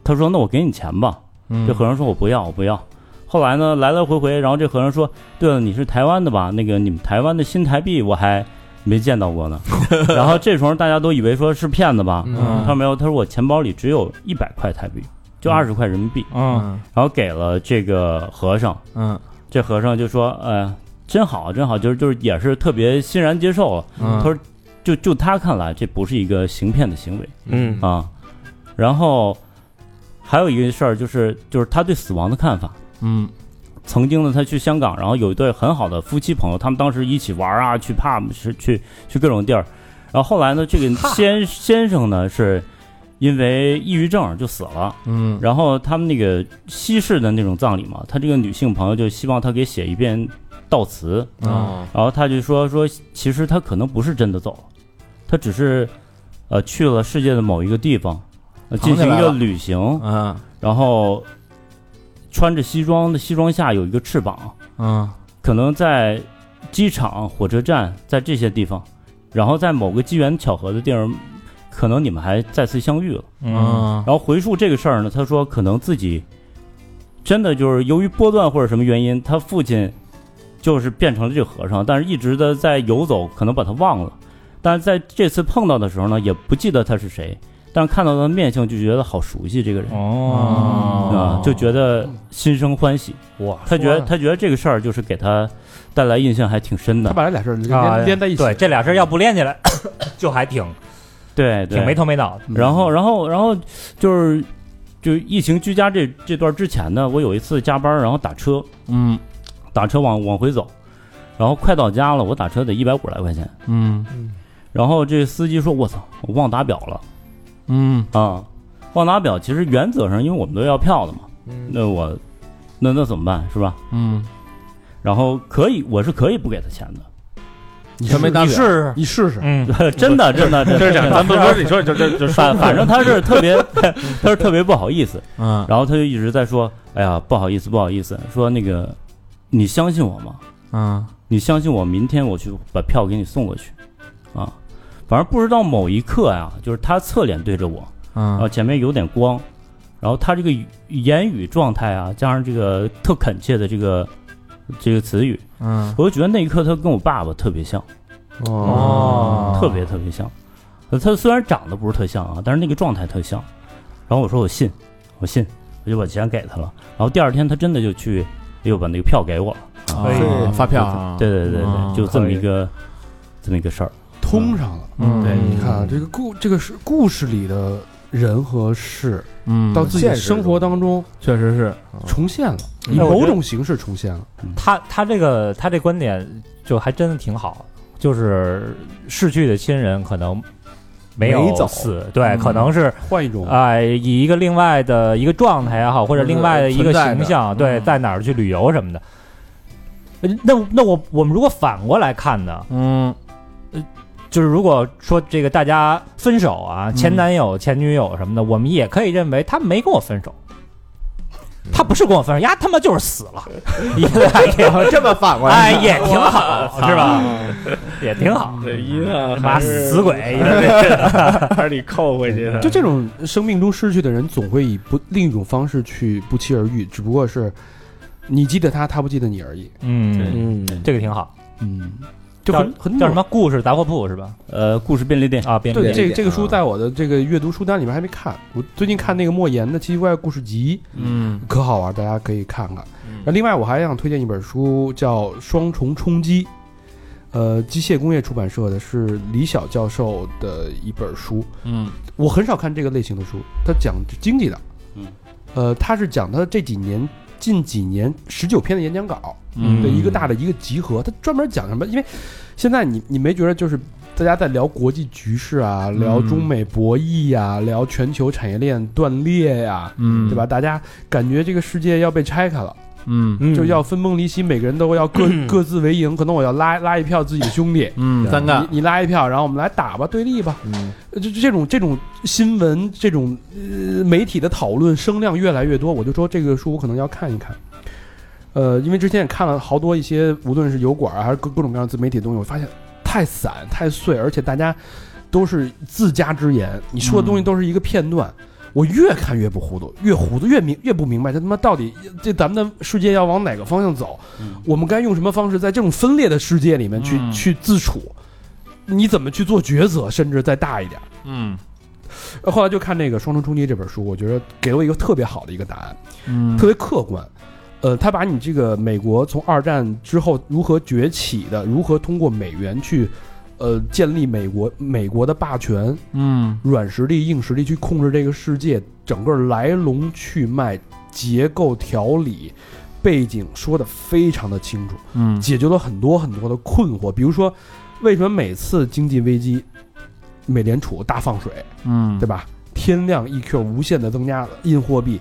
I: 他说那我给你钱吧。
H: 嗯
I: 这和尚说我不要，我不要。后来呢，来来回回，然后这和尚说：“对了，你是台湾的吧？那个你们台湾的新台币我还没见到过呢。” 然后这时候大家都以为说是骗子吧，
H: 嗯
I: 他说没有，他说我钱包里只有一百块台币，就二十块人民币，
H: 嗯
I: 然后给了这个和尚，
H: 嗯
I: 这和尚就说，呃，真好，真好，就是就是也是特别欣然接受了。
H: 嗯
I: 他说，就就他看来，这不是一个行骗的行为
C: 嗯
I: 啊。然后还有一个事儿就是就是他对死亡的看法，
H: 嗯
I: 曾经呢，他去香港，然后有一对很好的夫妻朋友，他们当时一起玩啊，去 pub 是去去各种地儿，然后后来呢，这个先先生呢是因为抑郁症就死了，
H: 嗯
I: 然后他们那个西式的那种葬礼嘛，他这个女性朋友就希望他给写一遍悼词，
H: 嗯
I: 然后他就说说，其实他可能不是真的走了，他只是呃去了世界的某一个地方，呃进行一个旅行，
H: 嗯
I: 然后穿着西装的西装下有一个翅膀，
H: 嗯
I: 可能在机场、火车站，在这些地方，然后在某个机缘巧合的地儿，可能你们还再次相遇了。
H: 嗯
I: 然后回溯这个事儿呢，他说可能自己真的就是由于波段或者什么原因，他父亲就是变成了这个和尚，但是一直的在游走，可能把他忘了。但是在这次碰到的时候呢，也不记得他是谁，但是看到他的面相就觉得好熟悉这个人啊、
H: 哦
I: 就觉得心生欢喜。
E: 哇，
I: 他觉得他觉得这个事儿就是给他带来印象还挺深
D: 他
I: 的。
D: 把这俩事儿
E: 啊
D: 连连在一起，
E: 对，这俩事儿要不连起来， 就还挺
I: 对对，
E: 挺没头没脑的。
I: 然后，然后，然后就是就疫情居家这这段之前呢，我有一次加班，然后打车，
H: 嗯
I: 打车往往回走，然后快到家了，我打车得一百五来块钱，
H: 嗯
I: 然后这司机说：“我操，我忘打表了
H: 嗯
I: 啊！忘打表，其实原则上因为我们都要票的嘛，那我那那怎么办是吧？
H: 嗯，
I: 然后可以，我是可以不给他钱的，
H: 你他没打
E: 你
H: 脸，
E: 试
D: 你试试，
E: 嗯，
I: 真的，真的，真
C: 这是
I: 的，
C: 讲，咱
I: 真
C: 不
I: 的
C: 说你说就就 就
I: 反反正他是特别，他是特别不好意思。”
H: 嗯
I: 然后他就一直在说：“哎呀，不好意思，不好意思，说那个，你相信我吗？
H: 嗯
I: 你相信我，明天我去把票给你送过去，啊，反正不知道某一刻呀、就是他侧脸对着我，然后
H: 嗯
I: 前面有点光，然后他这个语言语状态啊，加上这个特恳切的这个这个词语，
H: 嗯
I: 我就觉得那一刻他跟我爸爸特别像，
H: 哦
I: 特别特别像。呃他虽然长得不是特像啊，但是那个状态特像。然后我说我信，我信，我就把钱给他了。然后第二天他真的就去又把那个票给我了。
H: 啊发票啊，
I: 对对对对，就这么一个这么一个事儿。
D: 通上了。
H: 嗯
D: 对，你看啊，这个故这个是故事里的人和事，
H: 嗯
D: 到自己的生活当中
H: 确实是
D: 重现了，
I: 嗯
D: 以某种形式重现了。
E: 他他这个他这观点就还真的挺好，就是逝去的亲人可能没
G: 没
E: 有
G: 走
E: 死，对，
H: 嗯
E: 可能是
D: 换一种，
E: 哎、以一个另外的一个状态也好，或者另外的一个形象，
H: 存在的
E: 对，
H: 嗯
E: 在哪儿去旅游什么的。呃那那我我们如果反过来看呢，
H: 嗯
E: 就是如果说这个大家分手啊，
H: 嗯
E: 前男友、前女友什么的，我们也可以认为他没跟我分手，他不是跟我分手，呀，他妈就是死了， 也
G: 啊这么反过
E: 哎
G: 来，
E: 也挺好，是吧？也挺好，
C: 这一个
E: 妈死鬼，
C: 还是你扣回去的，
D: 就这种生命中失去的人，总会以不另一种方式去不期而遇，只不过是你记得他，他不记得你而已。
E: 嗯，
C: 嗯
E: 这个挺好。
H: 嗯，
D: 就
E: 叫
D: 很很
E: 叫什么故事杂货铺是吧？
I: 呃，故事便利店
E: 啊，便利
D: 对，
E: 店
D: 这个、这个书在我的这个阅读书单里面还没看。我最近看那个莫言的《奇奇怪怪故事集》，
A: 嗯，
D: 可好玩，大家可以看看。那另外我还想推荐一本书，叫《双重冲击》，呃，机械工业出版社的，是李晓教授的一本书。
A: 嗯，
D: 我很少看这个类型的书，它讲经济的。
I: 嗯，
D: 呃，他是讲他这几年近几年十九篇的演讲稿
A: 嗯
D: 的一个大的一个集合，他专门讲什么？因为现在你你没觉得就是大家在聊国际局势啊，聊中美博弈呀、聊全球产业链断裂呀、
A: 嗯
D: 对吧？？大家感觉这个世界要被拆开了，
A: 嗯
C: 嗯
D: 就要分崩离析，每个人都要各各自为营。可能我要拉拉一票自己的兄弟，
A: 嗯，三个，
D: 你你拉一票，然后我们来打吧，对立吧。
G: 嗯，
D: 呃这这种这种新闻，这种呃媒体的讨论声量越来越多，我就说这个书我可能要看一看。呃，因为之前也看了好多一些，无论是油管啊，还是各各种各样自媒体的东西，我发现太散太碎，而且大家都是自家之言，你说的东西都是一个片段。我越看越不糊涂，越糊涂越明越不明白，这他妈到底这咱们的世界要往哪个方向走？我们该用什么方式在这种分裂的世界里面去、
A: 嗯
D: 去自处？你怎么去做抉择？甚至再大一点。
A: 嗯
D: 呃后来就看那个《双重冲击》这本书，我觉得给了我一个特别好的一个答案，
A: 嗯
D: 特别客观。呃，他把你这个美国从二战之后如何崛起的，如何通过美元去，呃，建立美国美国的霸权，
A: 嗯
D: 软实力、硬实力去控制这个世界整个来龙去脉、结构条理、背景说的非常的清楚，
A: 嗯
D: 解决了很多很多的困惑。比如说，为什么每次经济危机，美联储大放水，
A: 嗯
D: 对吧？天量 EQ 无限的增加，印货币，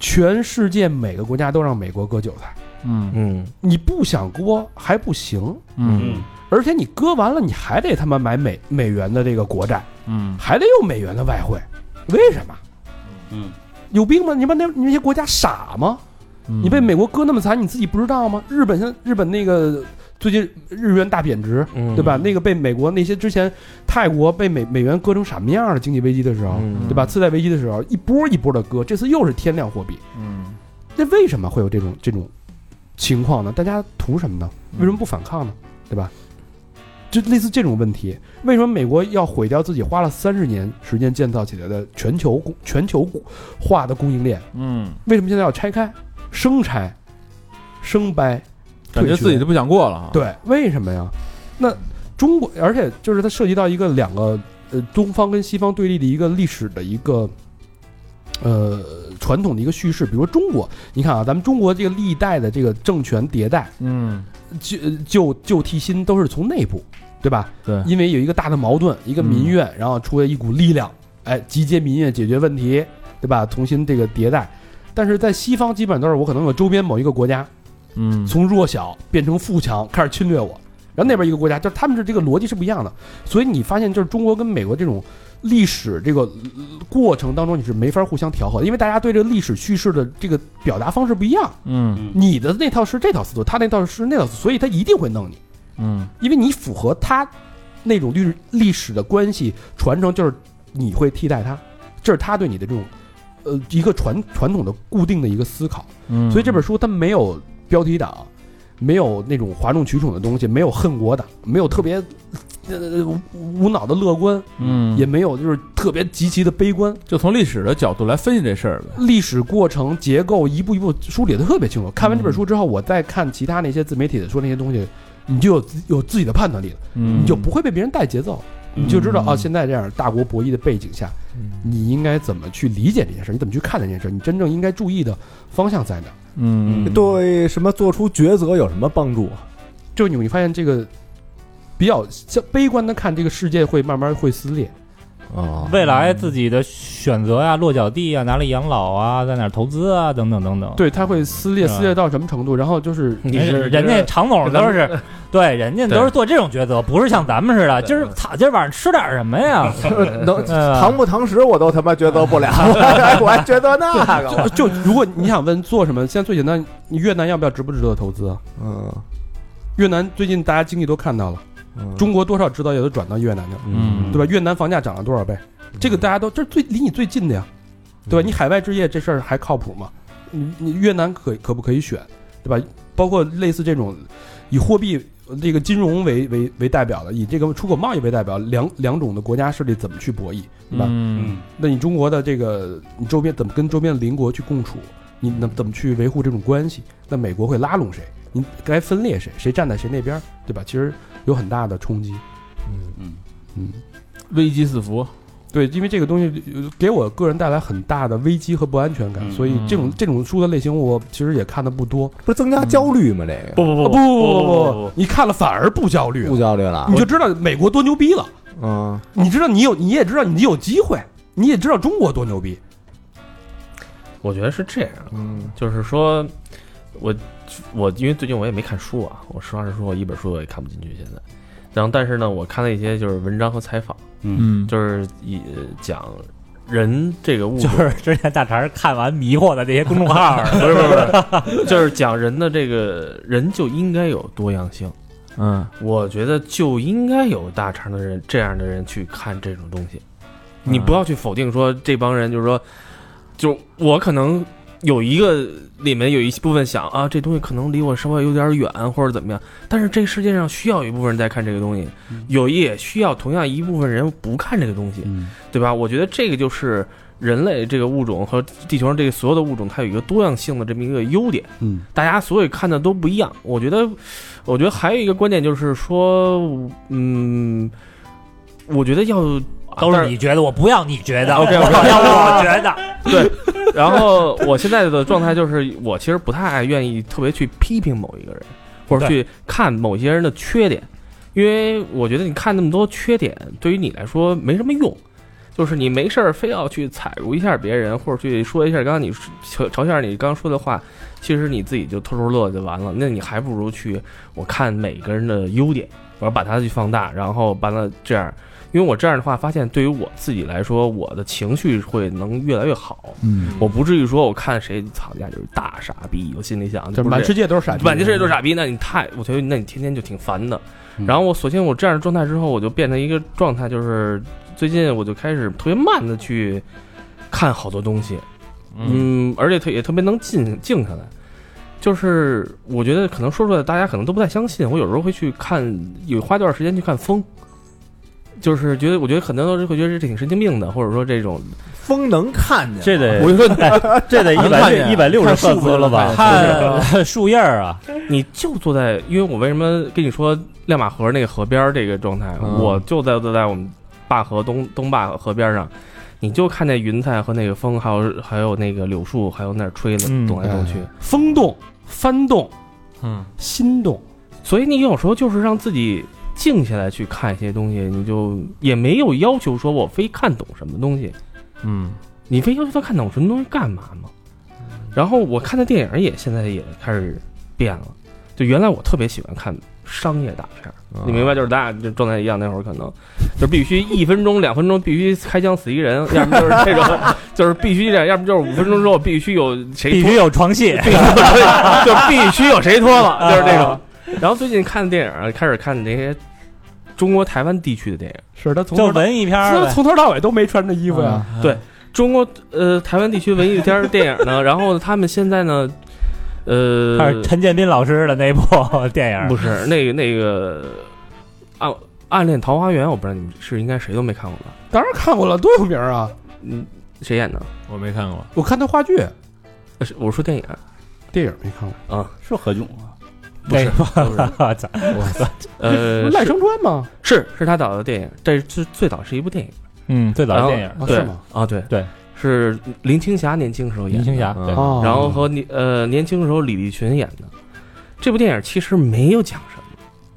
D: 全世界每个国家都让美国割韭菜，
A: 嗯
C: 嗯
D: 你不想割还不行，
A: 嗯
D: 而且你割完了，你还得他妈买美美元的这个国债，
A: 嗯
D: 还得用美元的外汇，为什么？
I: 嗯，
D: 有病吗？你把那你那些国家傻吗？
A: 嗯，
D: 你被美国割那么惨，你自己不知道吗？日本现在日本那个最近日元大贬值，
C: 嗯
D: 对吧？那个被美国那些之前泰国被美美元割成什么样了？经济危机的时
G: 啊
D: 候，
C: 嗯
D: 对吧？次贷危机的时候，一波一波的割，这次又是天量货币。
A: 嗯
D: 那为什么会有这种这种情况呢？大家图什么呢？为什么不反抗呢？对吧？就类似这种问题，为什么美国要毁掉自己花了三十年时间建造起来的全球供全球化的供应链？
A: 嗯，
D: 为什么现在要拆开、生拆、生掰？
A: 感觉
D: 退群
A: 自己都不想过了啊，
D: 对，为什么呀？那中国，而且就是它涉及到一个两个呃东方跟西方对立的一个历史的一个呃传统的一个叙事。比如说中国，你看啊，咱们中国这个历代的这个政权迭代，
A: 嗯
D: 旧呃旧旧替新都是从内部，对吧？
A: 对嗯
D: 因为有一个大的矛盾，一个民怨，然后出来一股力量，哎，集结民怨解决问题，对吧？重新这个迭代。但是在西方基本上都是我可能我周边某一个国家
A: 嗯
D: 从弱小变成富强，开始侵略我，然后那边一个国家就是他们是这个逻辑是不一样的，所以你发现就是中国跟美国这种历史这个呃过程当中你是没法互相调和的，因为大家对这个历史叙事的这个表达方式不一样，
A: 嗯
D: 你的那套是这套思路，他那套是那套思路，所以他一定会弄你。
A: 嗯
D: 因为你符合他那种历历史的关系传承，就是你会替代他，这是他对你的这种呃一个传传统的固定的一个思考。
A: 嗯，
D: 所以这本书它没有标题党，没有那种哗众取宠的东西，没有恨国党，没有特别呃无无脑的乐观，
A: 嗯
D: 也没有就是特别极其的悲观。
A: 就从历史的角度来分析这事儿呗，
D: 历史过程结构一步一步梳理的特别清楚。看完这本书之后，我再看其他那些自媒体的说那些东西，你就有自有自己的判断力了。
A: 嗯
D: 你就不会被别人带节奏，你就知道啊，现在这样大国博弈的背景下，你应该怎么去理解这件事，你怎么去看待这件事，你真正应该注意的方向在哪？
A: 嗯
G: 对什么做出抉择有什么帮助？啊
D: 就你会发现这个比较像悲观的看这个世界会慢慢会撕裂，
C: 哦
E: 未来自己的选择啊、落脚地啊、哪里养老啊、在哪儿投资啊，等等等等。
D: 对，它会撕裂，
E: 是吧
D: 撕裂到什么程度？然后就是
C: 你
E: 哎人
C: 是
E: 人家常总都是，对，人家都是做这种抉择，不是像咱们似的，今儿操，今儿晚上吃点什么呀？
G: 能
E: 嗯
G: 堂不堂食我都他妈抉择不了， 我还我还抉择那 个我，
D: 就如果你想问做什么，现在最简单，你越南要不要值不值得投资啊？
G: 嗯
D: 越南最近大家经济都看到了，
G: 嗯，
D: 中国多少指导也都转到越南去了。
A: 嗯
D: 对吧？越南房价涨了多少倍？这个大家都这是最离你最近的呀，对吧？你海外置业这事儿还靠谱吗？你你越南可可不可以选，对吧？包括类似这种以货币呃这个金融为为为代表的，以这个出口贸易为代表，两两种的国家势力怎么去博弈，对吧？
E: 嗯，
D: 那你中国的这个你周边怎么跟周边邻国去共处？你能怎么去维护这种关系？那美国会拉拢谁？你该分裂谁？谁站在谁那边？对吧？其实有很大的冲击。嗯
H: 危机四伏，
D: 对，因为这个东西呃给我个人带来很大的危机和不安全感，
H: 嗯
D: 所以这种这种书的类型我其实也看的不多。
G: 不是增加焦虑吗？这个
I: 不不
D: 啊不不
I: 不不
D: 不，你看了反而不焦虑
G: 不
D: 了，
G: 焦虑了
D: 嗯你，就知道美国多牛逼了。
G: 嗯，
D: 你知道你有，你也知道你有机会，你也知道中国多牛逼。
C: 我觉得是这样，
G: 嗯
C: 就是说，我我因为最近我也没看书啊，我实话实说，我一本书我也看不进去现在。然后，但是呢，我看了一些就是文章和采访，
A: 嗯，
C: 就是以呃讲人这个 物
E: 就
C: 种，
E: 是之前大肠看完迷惑的这些公众号 儿，
C: 不是不是不是，就是讲人的这个人就应该有多样性。
A: 嗯，
C: 我觉得就应该有大肠的人这样的人去看这种东西，你不要去否定说这帮人就是说，就我可能有一个里面有一部分想啊，这东西可能离我稍微有点远或者怎么样，但是这世界上需要有一部分人在看这个东西，有也需要同样一部分人不看这个东西，
H: 嗯
C: 对吧？我觉得这个就是人类这个物种和地球上这个所有的物种，它有一个多样性的这么一个优点。
H: 嗯，
C: 大家所有看的都不一样。我觉得，我觉得还有一个观点就是说，嗯，我觉得要
E: 都
C: 不
E: 是你觉得，我不要你觉得，
C: OK，OK
E: 我要我觉得，
C: 然后我现在的状态就是，我其实不太愿意特别去批评某一个人，或者去看某些人的缺点，因为我觉得你看那么多缺点，对于你来说没什么用。就是你没事儿非要去踩入一下别人，或者去说一下刚刚你嘲嘲笑你刚刚说的话，其实你自己就偷偷乐就完了。那你还不如去我看每个人的优点，我要把它去放大，然后把它这样，因为我这样的话，发现对于我自己来说，我的情绪会能越来越好。
A: 嗯，
C: 我不至于说我看谁操家就是大傻逼，我心里想
D: 这
C: 不是
D: 满世界都是傻逼，
C: 满世界都是傻逼，那你太我觉得那你天天就挺烦的。
D: 嗯
C: 然后我索性我这样的状态之后，我就变成一个状态，就是最近我就开始特别慢的去看好多东西，嗯，而且特也特别能静静下来。就是我觉得可能说出来大家可能都不太相信，我有时候会去看，有花段时间去看风。就是觉得，我觉得很多人会觉得这挺神经病的，或者说这种
G: 风能看见，
I: 这得
H: 我就说
I: 哎这得一百
H: 看
I: 一百六十赫兹了吧？
E: 看 树叶儿啊，
C: 你就坐在，因为我为什么跟你说亮马河那个河边儿这个状态，
G: 嗯
C: 我就在坐在我们坝河东东坝河边儿上，你就看见云彩和那个风，还有还有那个柳树，还有那儿吹的
E: 嗯
C: 动来动去。
D: 哎风动、幡动、
A: 嗯，
D: 心动。
C: 所以你有时候就是让自己静下来去看一些东西，你就也没有要求说我非看懂什么东西，
A: 嗯，
C: 你非要求他看懂什么东西干嘛嘛？然后我看的电影也现在也开始变了，就原来我特别喜欢看商业大片儿，
E: 啊
C: 你明白，就是咱俩这状态一样，那会儿可能就必须一分钟、两分钟必须开枪死一人，要么就是 这种，就是必须这样，要么就是五分钟之后必须有谁
E: 必
C: 脱
E: 须有床戏，
C: 就必须有谁脱了，就是这
E: 啊
C: 种。然后最近看的电影啊，开始看那些中国台湾地区的电影，
D: 是他从
E: 就
D: 头到
E: 文艺片儿
D: 从
E: 呗。
D: 从头到尾都没穿着衣服呀，
C: 中国呃台湾地区文艺片儿电影呢，然后他们现在呢，呃，
E: 还是陈建斌老师的那部 电影儿，
C: 不是那个那个暗暗恋桃花源，我不知道你们是应该谁都没看过吧？
D: 当然看过了，多有名儿啊！
C: 嗯，谁演的？
A: 我没看过，
D: 我看他话剧，
C: 呃是我说电影
D: 电影没看过，
C: 啊，
I: 是何炅啊，
C: 不是，
E: 我操，
C: 呃，
D: 赖
C: 是
D: 声川吗？
C: 是是他导的电影，这是最早是一部电影
E: 嗯，最早
C: 然
E: 的
C: 后
E: 电影儿，
D: 啊
C: 对
D: 是吗？
C: 啊，对
E: 对，
C: 是林青霞年轻时候
E: 林
C: 演的，
E: 青霞，
C: 嗯
E: 对
D: 哦，
C: 然后和你呃年轻时候李立群演的这部电影其实没有讲什么，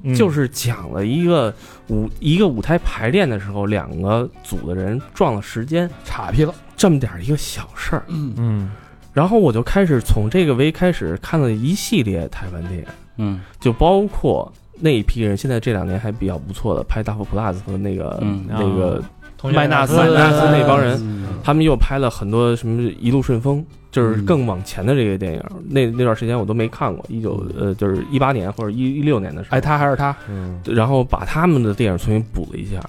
E: 嗯
C: 就是讲了一个舞一个舞台排练的时候，两个组的人撞了时间，
D: 岔劈了，
C: 这么点儿一个小事儿。
A: 嗯
C: 然后我就开始从这个为开始看了一系列台湾电影，
H: 嗯
C: 就包括那一批人，现在这两年还比较不错的，拍《大佛普拉斯》和那个、
H: 嗯
C: 那个
E: 同学
C: 麦纳斯
E: 麦纳
C: 斯那帮人，
D: 嗯
C: 他们又拍了很多什么《一路顺风》，就是更往前的这个电影。那那段时间我都没看过，一九呃，就是一八年或者一一六年的时候，
D: 爱嗯哎他还是他，
C: 然后把他们的电影重新补了一下，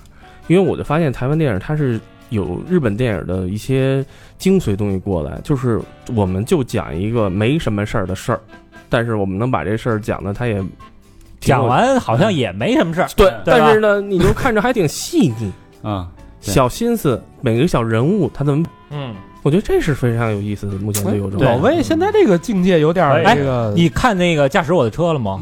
C: 因为我就发现台湾电影它是有日本电影的一些精髓东西过来，就是我们就讲一个没什么事儿的事儿，但是我们能把这事儿讲的它也
E: 讲完好像也没什么事儿，
C: 对，
E: 对吧
C: 但是呢，你就看着还挺细腻，
H: 啊，对
C: 小心思，每个小人物他怎么，
A: 嗯，
C: 我觉得这是非常有意思的。目前对有这
A: 老
C: 种，
A: 魏现在这个境界有点儿
E: 哎
A: 这个
E: 你看那个驾驶我的车了吗？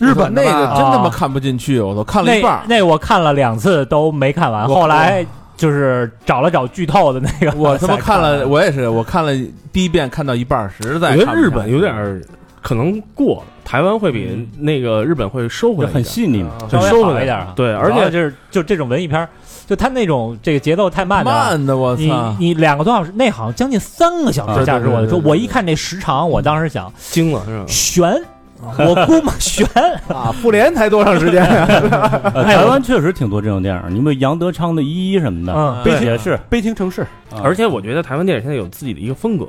A: 日本
H: 那
A: 的吧
H: 个真他妈
E: 啊
H: 看不进去，我都看了一半
E: 那
H: 儿。
E: 那我看了两次都没看完，
A: 我
E: 后来就是找了找剧透的那个才，
H: 我他妈看了，我也是，我看了第一遍看到一半儿，实
C: 我
H: 在
C: 觉得
H: 看不
C: 日
H: 下
C: 本
H: 去
C: 有点儿可能过了，台湾会比那个日本会收回
I: 就
C: 来一点，
I: 很细腻嘛。
E: 稍微
C: 收
E: 好
C: 回来
E: 一嗯点啊
C: 对，而
E: 然后
C: 且
E: 就是就这种文艺片儿，就他那种这个节奏太慢的啊，
H: 慢的，我
E: 你
H: 操！
E: 你两个多小时，那好像将近三个小
H: 啊对
E: 时驾驶我的
H: 对
E: 车，
H: 对对嗯
E: 我一看这时长，我当时想
C: 惊了是吧？
E: 悬，我估摸悬，
G: 啊，复联才多长时间啊？
I: 呃台湾确实挺多这种电影，你们杨德昌的《一一》什么的，
E: 嗯，
I: 对，也是。
D: 悲情城市，
I: 啊
C: 而且我觉得台湾电影现在有自己的一个风格，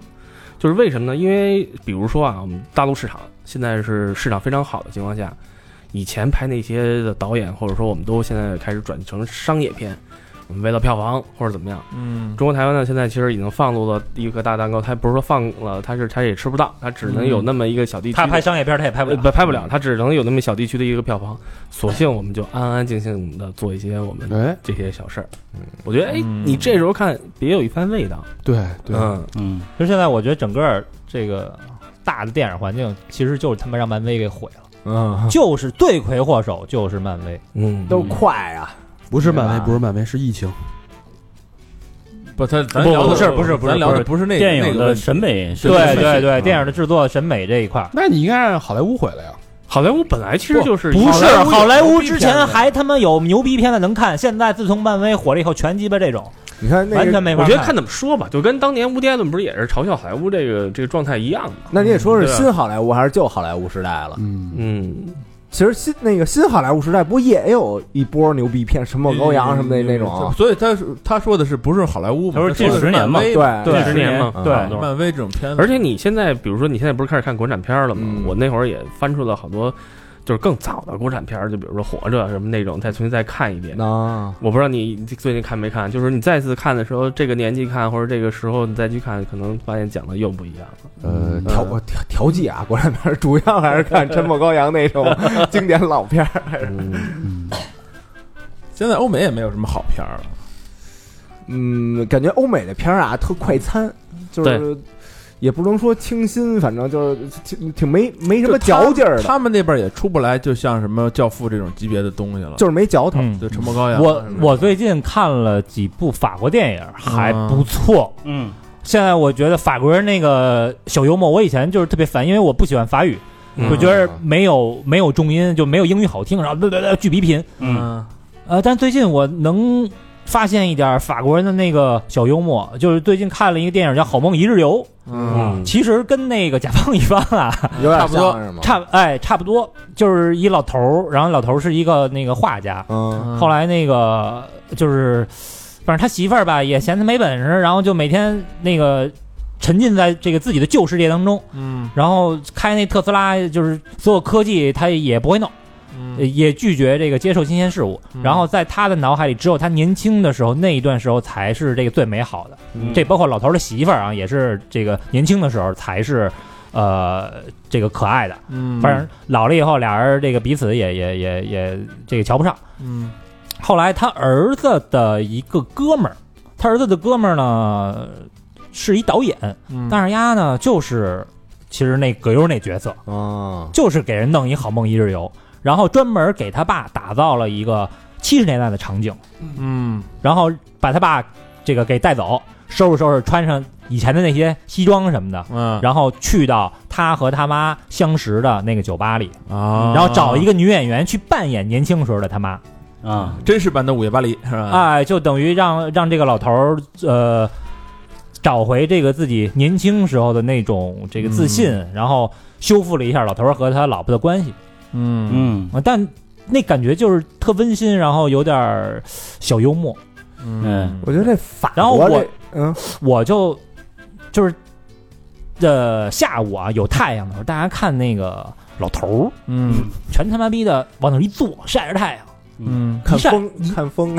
C: 就是为什么呢？因为比如说啊，我们大陆市场现在是市场非常好的情况下，以前拍那些的导演，或者说我们都现在开始转成商业片，我们为了票房或者怎么样。
A: 嗯
C: 中国台湾呢，现在其实已经放入了一个大蛋糕，它不是说放了，它是它也吃不到，它只能有那么一个小地区的。
E: 他嗯拍商业片儿他也拍不
C: 呃
E: 了，
C: 不拍不了，它只能有那么小地区的一个票房。索性我们就安安静静的做一些我们
D: 哎，
C: 这些小事儿。我觉得，哎，
A: 嗯
C: 你这时候看别有一番味道。
D: 对对，
C: 嗯，
I: 嗯，
E: 其实现在我觉得整个这个大的电影环境，其实就是他妈让漫威给毁了，
A: 嗯，
E: 就是罪魁祸首就是漫威。
C: 嗯，
G: 都快啊！
D: 不是
G: 对
D: 漫
G: 吧
D: 威，不是漫威，是疫情。
H: 不，他咱
E: 不
H: 聊的
E: 不是不是不是
H: 咱聊
E: 不
H: 的
E: 是
H: 不是那
I: 电
H: 那
I: 影
H: 个问
I: 的
H: 题
I: 审美是，
E: 对对对，电
H: 影
E: 影的制作、审美这一块儿，
D: 那你应该让好莱坞回来呀。
C: 好莱坞本来其实就是
E: 不是
H: 好莱坞有
E: 好莱
H: 牛
E: 坞
H: 逼
E: 之
H: 片
E: 前
H: 子
E: 还他妈有牛逼片子能看，现在自从漫威火了以后，全鸡巴这种，
G: 嗯你看那
E: 完全
G: 个，
E: 没法
C: 我觉得看怎么说吧，就跟当年乌迪埃伦不是也是嘲笑好莱坞这个这个状态一样嘛。
G: 那你得说是
C: 对啊
G: 新好莱坞还是旧好莱坞时代了？
D: 嗯，
C: 嗯，
G: 其实新那个新好莱坞时代不也有一波牛逼片，什么《欧阳》什么的那种？啊
H: 所以他是他说的是不是好莱坞嘛？
I: 他说近
H: 的是
I: 10年嘛
H: 漫威
G: 对
H: 嘛
G: 对
C: 十年嘛。
G: 对
I: 嗯
H: 漫威这种片子，
C: 而且你现在，比如说你现在不是开始看国产片了吗？
G: 嗯
C: 我那会儿也翻出了好多，就是更早的国产片儿，就比如说《活着》什么那种，再重新再看一遍。
G: 啊，
C: 我不知道你最近看没看，就是你再次看的时候，这个年纪看或者这个时候你再去看，可能发现讲的又不一样了。
G: 呃，调我调调剂啊，国产片儿 主要还是看《沉默羔羊》那 种经典老片儿。
C: 嗯，
H: 现在欧美也没有什么好片儿了。
G: 嗯，感觉欧美的片儿啊特快餐，就是也不能说清新，反正就是挺挺没没什么嚼劲儿的，
H: 他们那边也出不来，就像什么《教父》这种级别的东西了。
G: 就是没嚼头。
E: 嗯
H: 对，沉默羔羊。
E: 我我最近看了几部法国电影，还不错。
I: 嗯，
E: 现在我觉得法国人那个小幽默，我以前就是特别烦，因为我不喜欢法语，
C: 嗯
E: 我觉得没有没有重音，就没有英语好听，然后对对对巨鼻贫。
I: 嗯，
E: 呃，但最近我能发现一点法国人的那个小幽默，就是最近看了一个电影叫《好梦一日游》，
C: 嗯
E: 其实跟那个甲方乙方 啊
G: 嗯有点
H: 差不多
G: 像是吗？
E: 差哎差不多，就是一老头儿，然后老头儿是一个那个画家，
G: 嗯，
E: 后来那个就是，反正他媳妇儿吧也嫌他没本事，然后就每天那个沉浸在这个自己的旧世界当中，
A: 嗯
E: 然后开那特斯拉，就是所有科技他也不会弄，呃
A: 嗯，
E: 也拒绝这个接受新鲜事物。然后在他的脑海里，只有他年轻的时候那一段时候才是这个最美好的。
C: 嗯
A: 嗯
E: 这包括老头儿的媳妇儿啊，也是这个年轻的时候才是。呃，这个可爱的，
A: 嗯
E: 反正老了以后，俩人这个彼此也也也也这个瞧不上，
A: 嗯
E: 后来他儿子的一个哥们儿，他儿子的哥们儿呢是一导演，
A: 嗯，
E: 但是丫呢就是其实那葛优那角色，
G: 啊，
E: 就是给人弄一好梦一日游，然后专门给他爸打造了一个七十年代的场景，
A: 嗯
E: 然后把他爸这个给带走，收拾收拾，穿上以前的那些西装什么的。
A: 嗯
E: 然后去到他和他妈相识的那个酒吧里，
H: 啊，
E: 然后找一个女演员去扮演年轻时候的他妈。
I: 啊，
H: 真实版的《午夜巴黎》是吧？，
D: 啊
E: 哎，就等于让让这个老头儿呃找回这个自己年轻时候的那种这个自信，
D: 嗯
E: 然后修复了一下老头儿和他老婆的关系
A: 嗯
I: 嗯
E: 啊，但那感觉就是特温馨，然后有点儿小幽默，
I: 嗯，
G: 我觉得这法
E: 然后
G: 国
E: 我
G: 这嗯
E: 我就就是呃下午啊有太阳的时候，大家看那个老头儿
A: 嗯
E: 全他妈逼的往那儿一坐晒着太阳。
A: 嗯
G: 看
E: 一晒
G: 风看风，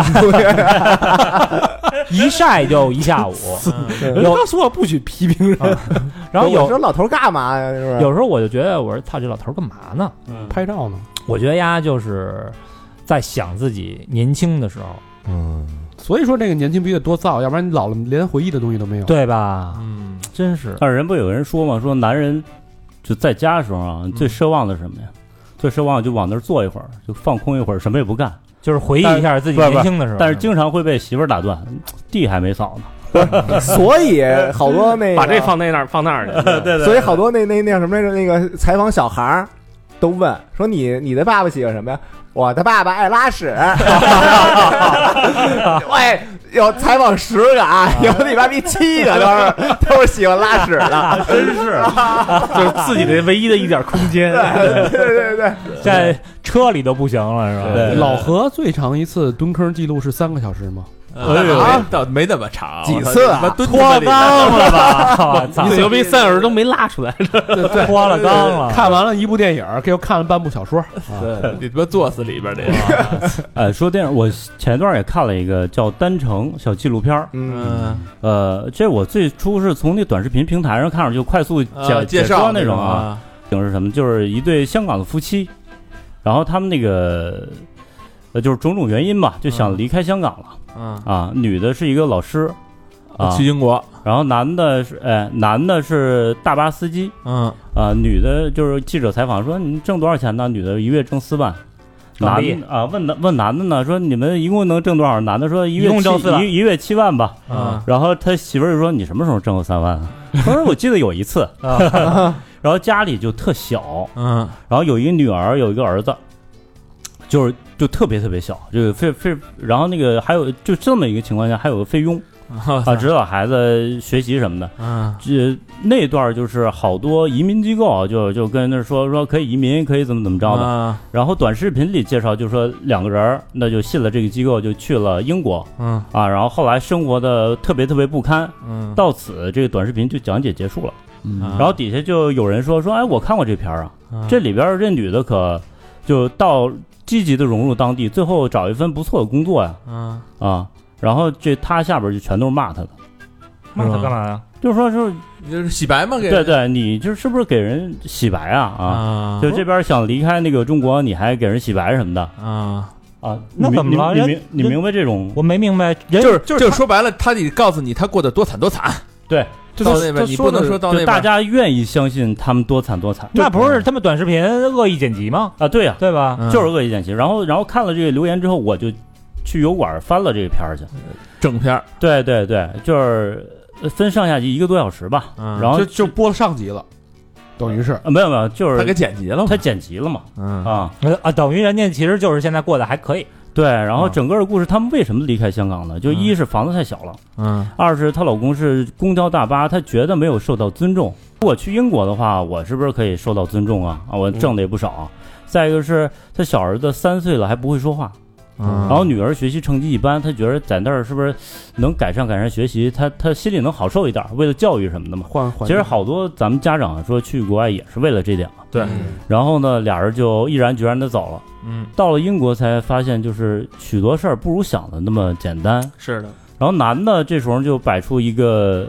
E: 一晒就一 下午。
G: 嗯
E: 有
D: 他说不许批评人，
E: 然后
G: 我
E: 有
G: 说老头儿干嘛呀？是不是？
E: 有时候我就觉得，我说操，这老头儿干嘛呢？
I: 嗯
D: 拍照呢。
E: 我觉得呀，就是在想自己年轻的时候，
D: 嗯，所以说这个年轻必须得多造，要不然你老了连回忆的东西都没有。
E: 对吧？呃
D: 嗯，
E: 真是，
I: 但是人不有人说嘛，说男人就在家的时候啊，你最奢望的是什么呀？最奢望的就往那儿坐一会儿，就放空一会儿，什么也不干。
E: 就是回忆一下自己
I: 不是不
E: 年
I: 是
E: 轻的时候。
I: 但是经常会被媳妇儿打断，地还没扫呢。
G: 所以好多那个
C: 把这放那那儿放那儿去。 对
G: 所以好多那那那叫什么来着？那个采访小孩儿都问说你你的爸爸喜欢什么呀？我的爸爸爱拉屎。喂，有采访十个啊，有你妈逼七个都是都是喜欢拉屎的。
C: 就是自己的唯一的一点空间。
G: 对对对 对，
E: 在车里都不行了，是吧？
I: 对
D: 老何最长一次蹲坑记录是三个小时吗？
H: 哎呦，倒没那么长，
G: 几次啊
H: 我操蹲
E: 脱
H: 在
E: 肛
H: 里头
E: 了吧？我操，
C: 你牛逼，三小时都没拉出来。
E: 脱了肛了。嗯
D: 看完了一部电影，给我看了半部小说。
H: 你他妈坐死里边的。
I: 呃，说电影，我前一段也看了一个叫《单程》小纪录片儿。
G: 嗯，
I: 呃，这我最初是从那短视频平台上看上去，就快速解、
H: 呃介
I: 解说
H: 绍
I: 那种啊。
H: 啊，
I: 影是什么？就是一对香港的夫妻，然后他们那个呃，就是种种原因吧，就想离开香港了。
H: 嗯
I: 啊，女的是一个老师啊，
H: 去英国，
I: 然后男的是哎，男的是大巴司机
H: 嗯，
I: 啊，女的就是记者采访说你挣多少钱呢？女的一月挣四万。
E: 老
I: 男
E: 李
I: 的啊，问男问男的呢，说你们一共能挣多少？男的说一
E: 一
I: 月
E: 共挣四万
I: 七一一月七万吧。
E: 啊
I: 然后他媳妇儿就说：“你什么时候挣过三万啊？” 他说：“我记得有一次。” 然后家里就特小，
H: 啊嗯，
I: 然后有一个女儿，有一个儿子，就是就特别特别小，就是非非，然后那个还有就这么一个情况下，还有个菲佣啊，指导孩子学习什么的。
H: 哦嗯，
I: 这那段儿就是好多移民机构啊就就跟那儿说说可以移民，可以怎么怎么着的。
H: 的，
I: 然后短视频里介绍，就说两个人儿那就信了这个机构，就去了英国
H: 嗯
I: 啊，然后后来生活的特别特别不堪，
H: 嗯，
I: 到此这个短视频就讲解结束了。
H: 然
E: 啊
I: 然后底下就有人说说，哎，我看过这片儿啊，这里边儿这女的可就到积极的融入当地，最后找一份不错的工作呀
H: 嗯
I: 啊。然后这他下边就全都是骂他的，
E: 骂他干嘛呀？
I: 就是说就是
H: 嗯就是洗白嘛，给
I: 对对，你这是不是给人洗白啊啊？
H: 啊
I: 就这边想离开那个中国，你还给人洗白什么的
H: 啊，
I: 啊？
E: 那
I: 你
E: 怎么了
I: 你
E: 人
I: 你明你
E: 人
I: 明白这种
E: 我没明白，人
H: 就是就是说白了，他得告诉你他过得多惨多惨，
I: 对，
H: 到那边你不能说到那
I: 就
H: 边
I: 大家愿意相信他们多惨多惨
E: 那不是他们短视频恶意剪辑吗？
I: 啊？对呀，
E: 对吧？
H: 嗯
I: 就是恶意剪辑。然后然后看了这个留言之后，我就去油管翻了这个片儿去。
H: 正片儿，
I: 对对对，就是呃分上下集一个多小时吧。
H: 嗯
I: 然后
D: 就就播上集了，等于是
I: 啊没有没有，就
H: 他
I: 是
H: 给剪辑了嘛
I: 他，剪辑了嘛
H: 嗯
I: 啊，
E: 啊，等于人家其实就是现在过得还可以，
I: 对。然后
H: 嗯
I: 整个的故事，他们为什么离开香港呢？就一是房子太小了，
H: 嗯
I: 二是她老公是公交大巴，她觉得没有受到尊重。如果去英国的话，我是不是可以受到尊重啊？啊，我挣的也不少啊。再一个是她小儿子三岁了还不会说话，
H: 嗯
I: 然后女儿学习成绩一般，她觉得在那儿是不是能改善改善学习，她她心里能好受一点，为了教育什么的嘛。
D: 换换。
I: 其实好多咱们家长啊说去国外也是为了这点嘛。
H: 对，
I: 然后呢，俩人就毅然决然的走了。
H: 嗯，
I: 到了英国才发现，就是许多事儿不如想的那么简单。
C: 是的，
I: 然后男的这时候就摆出一个，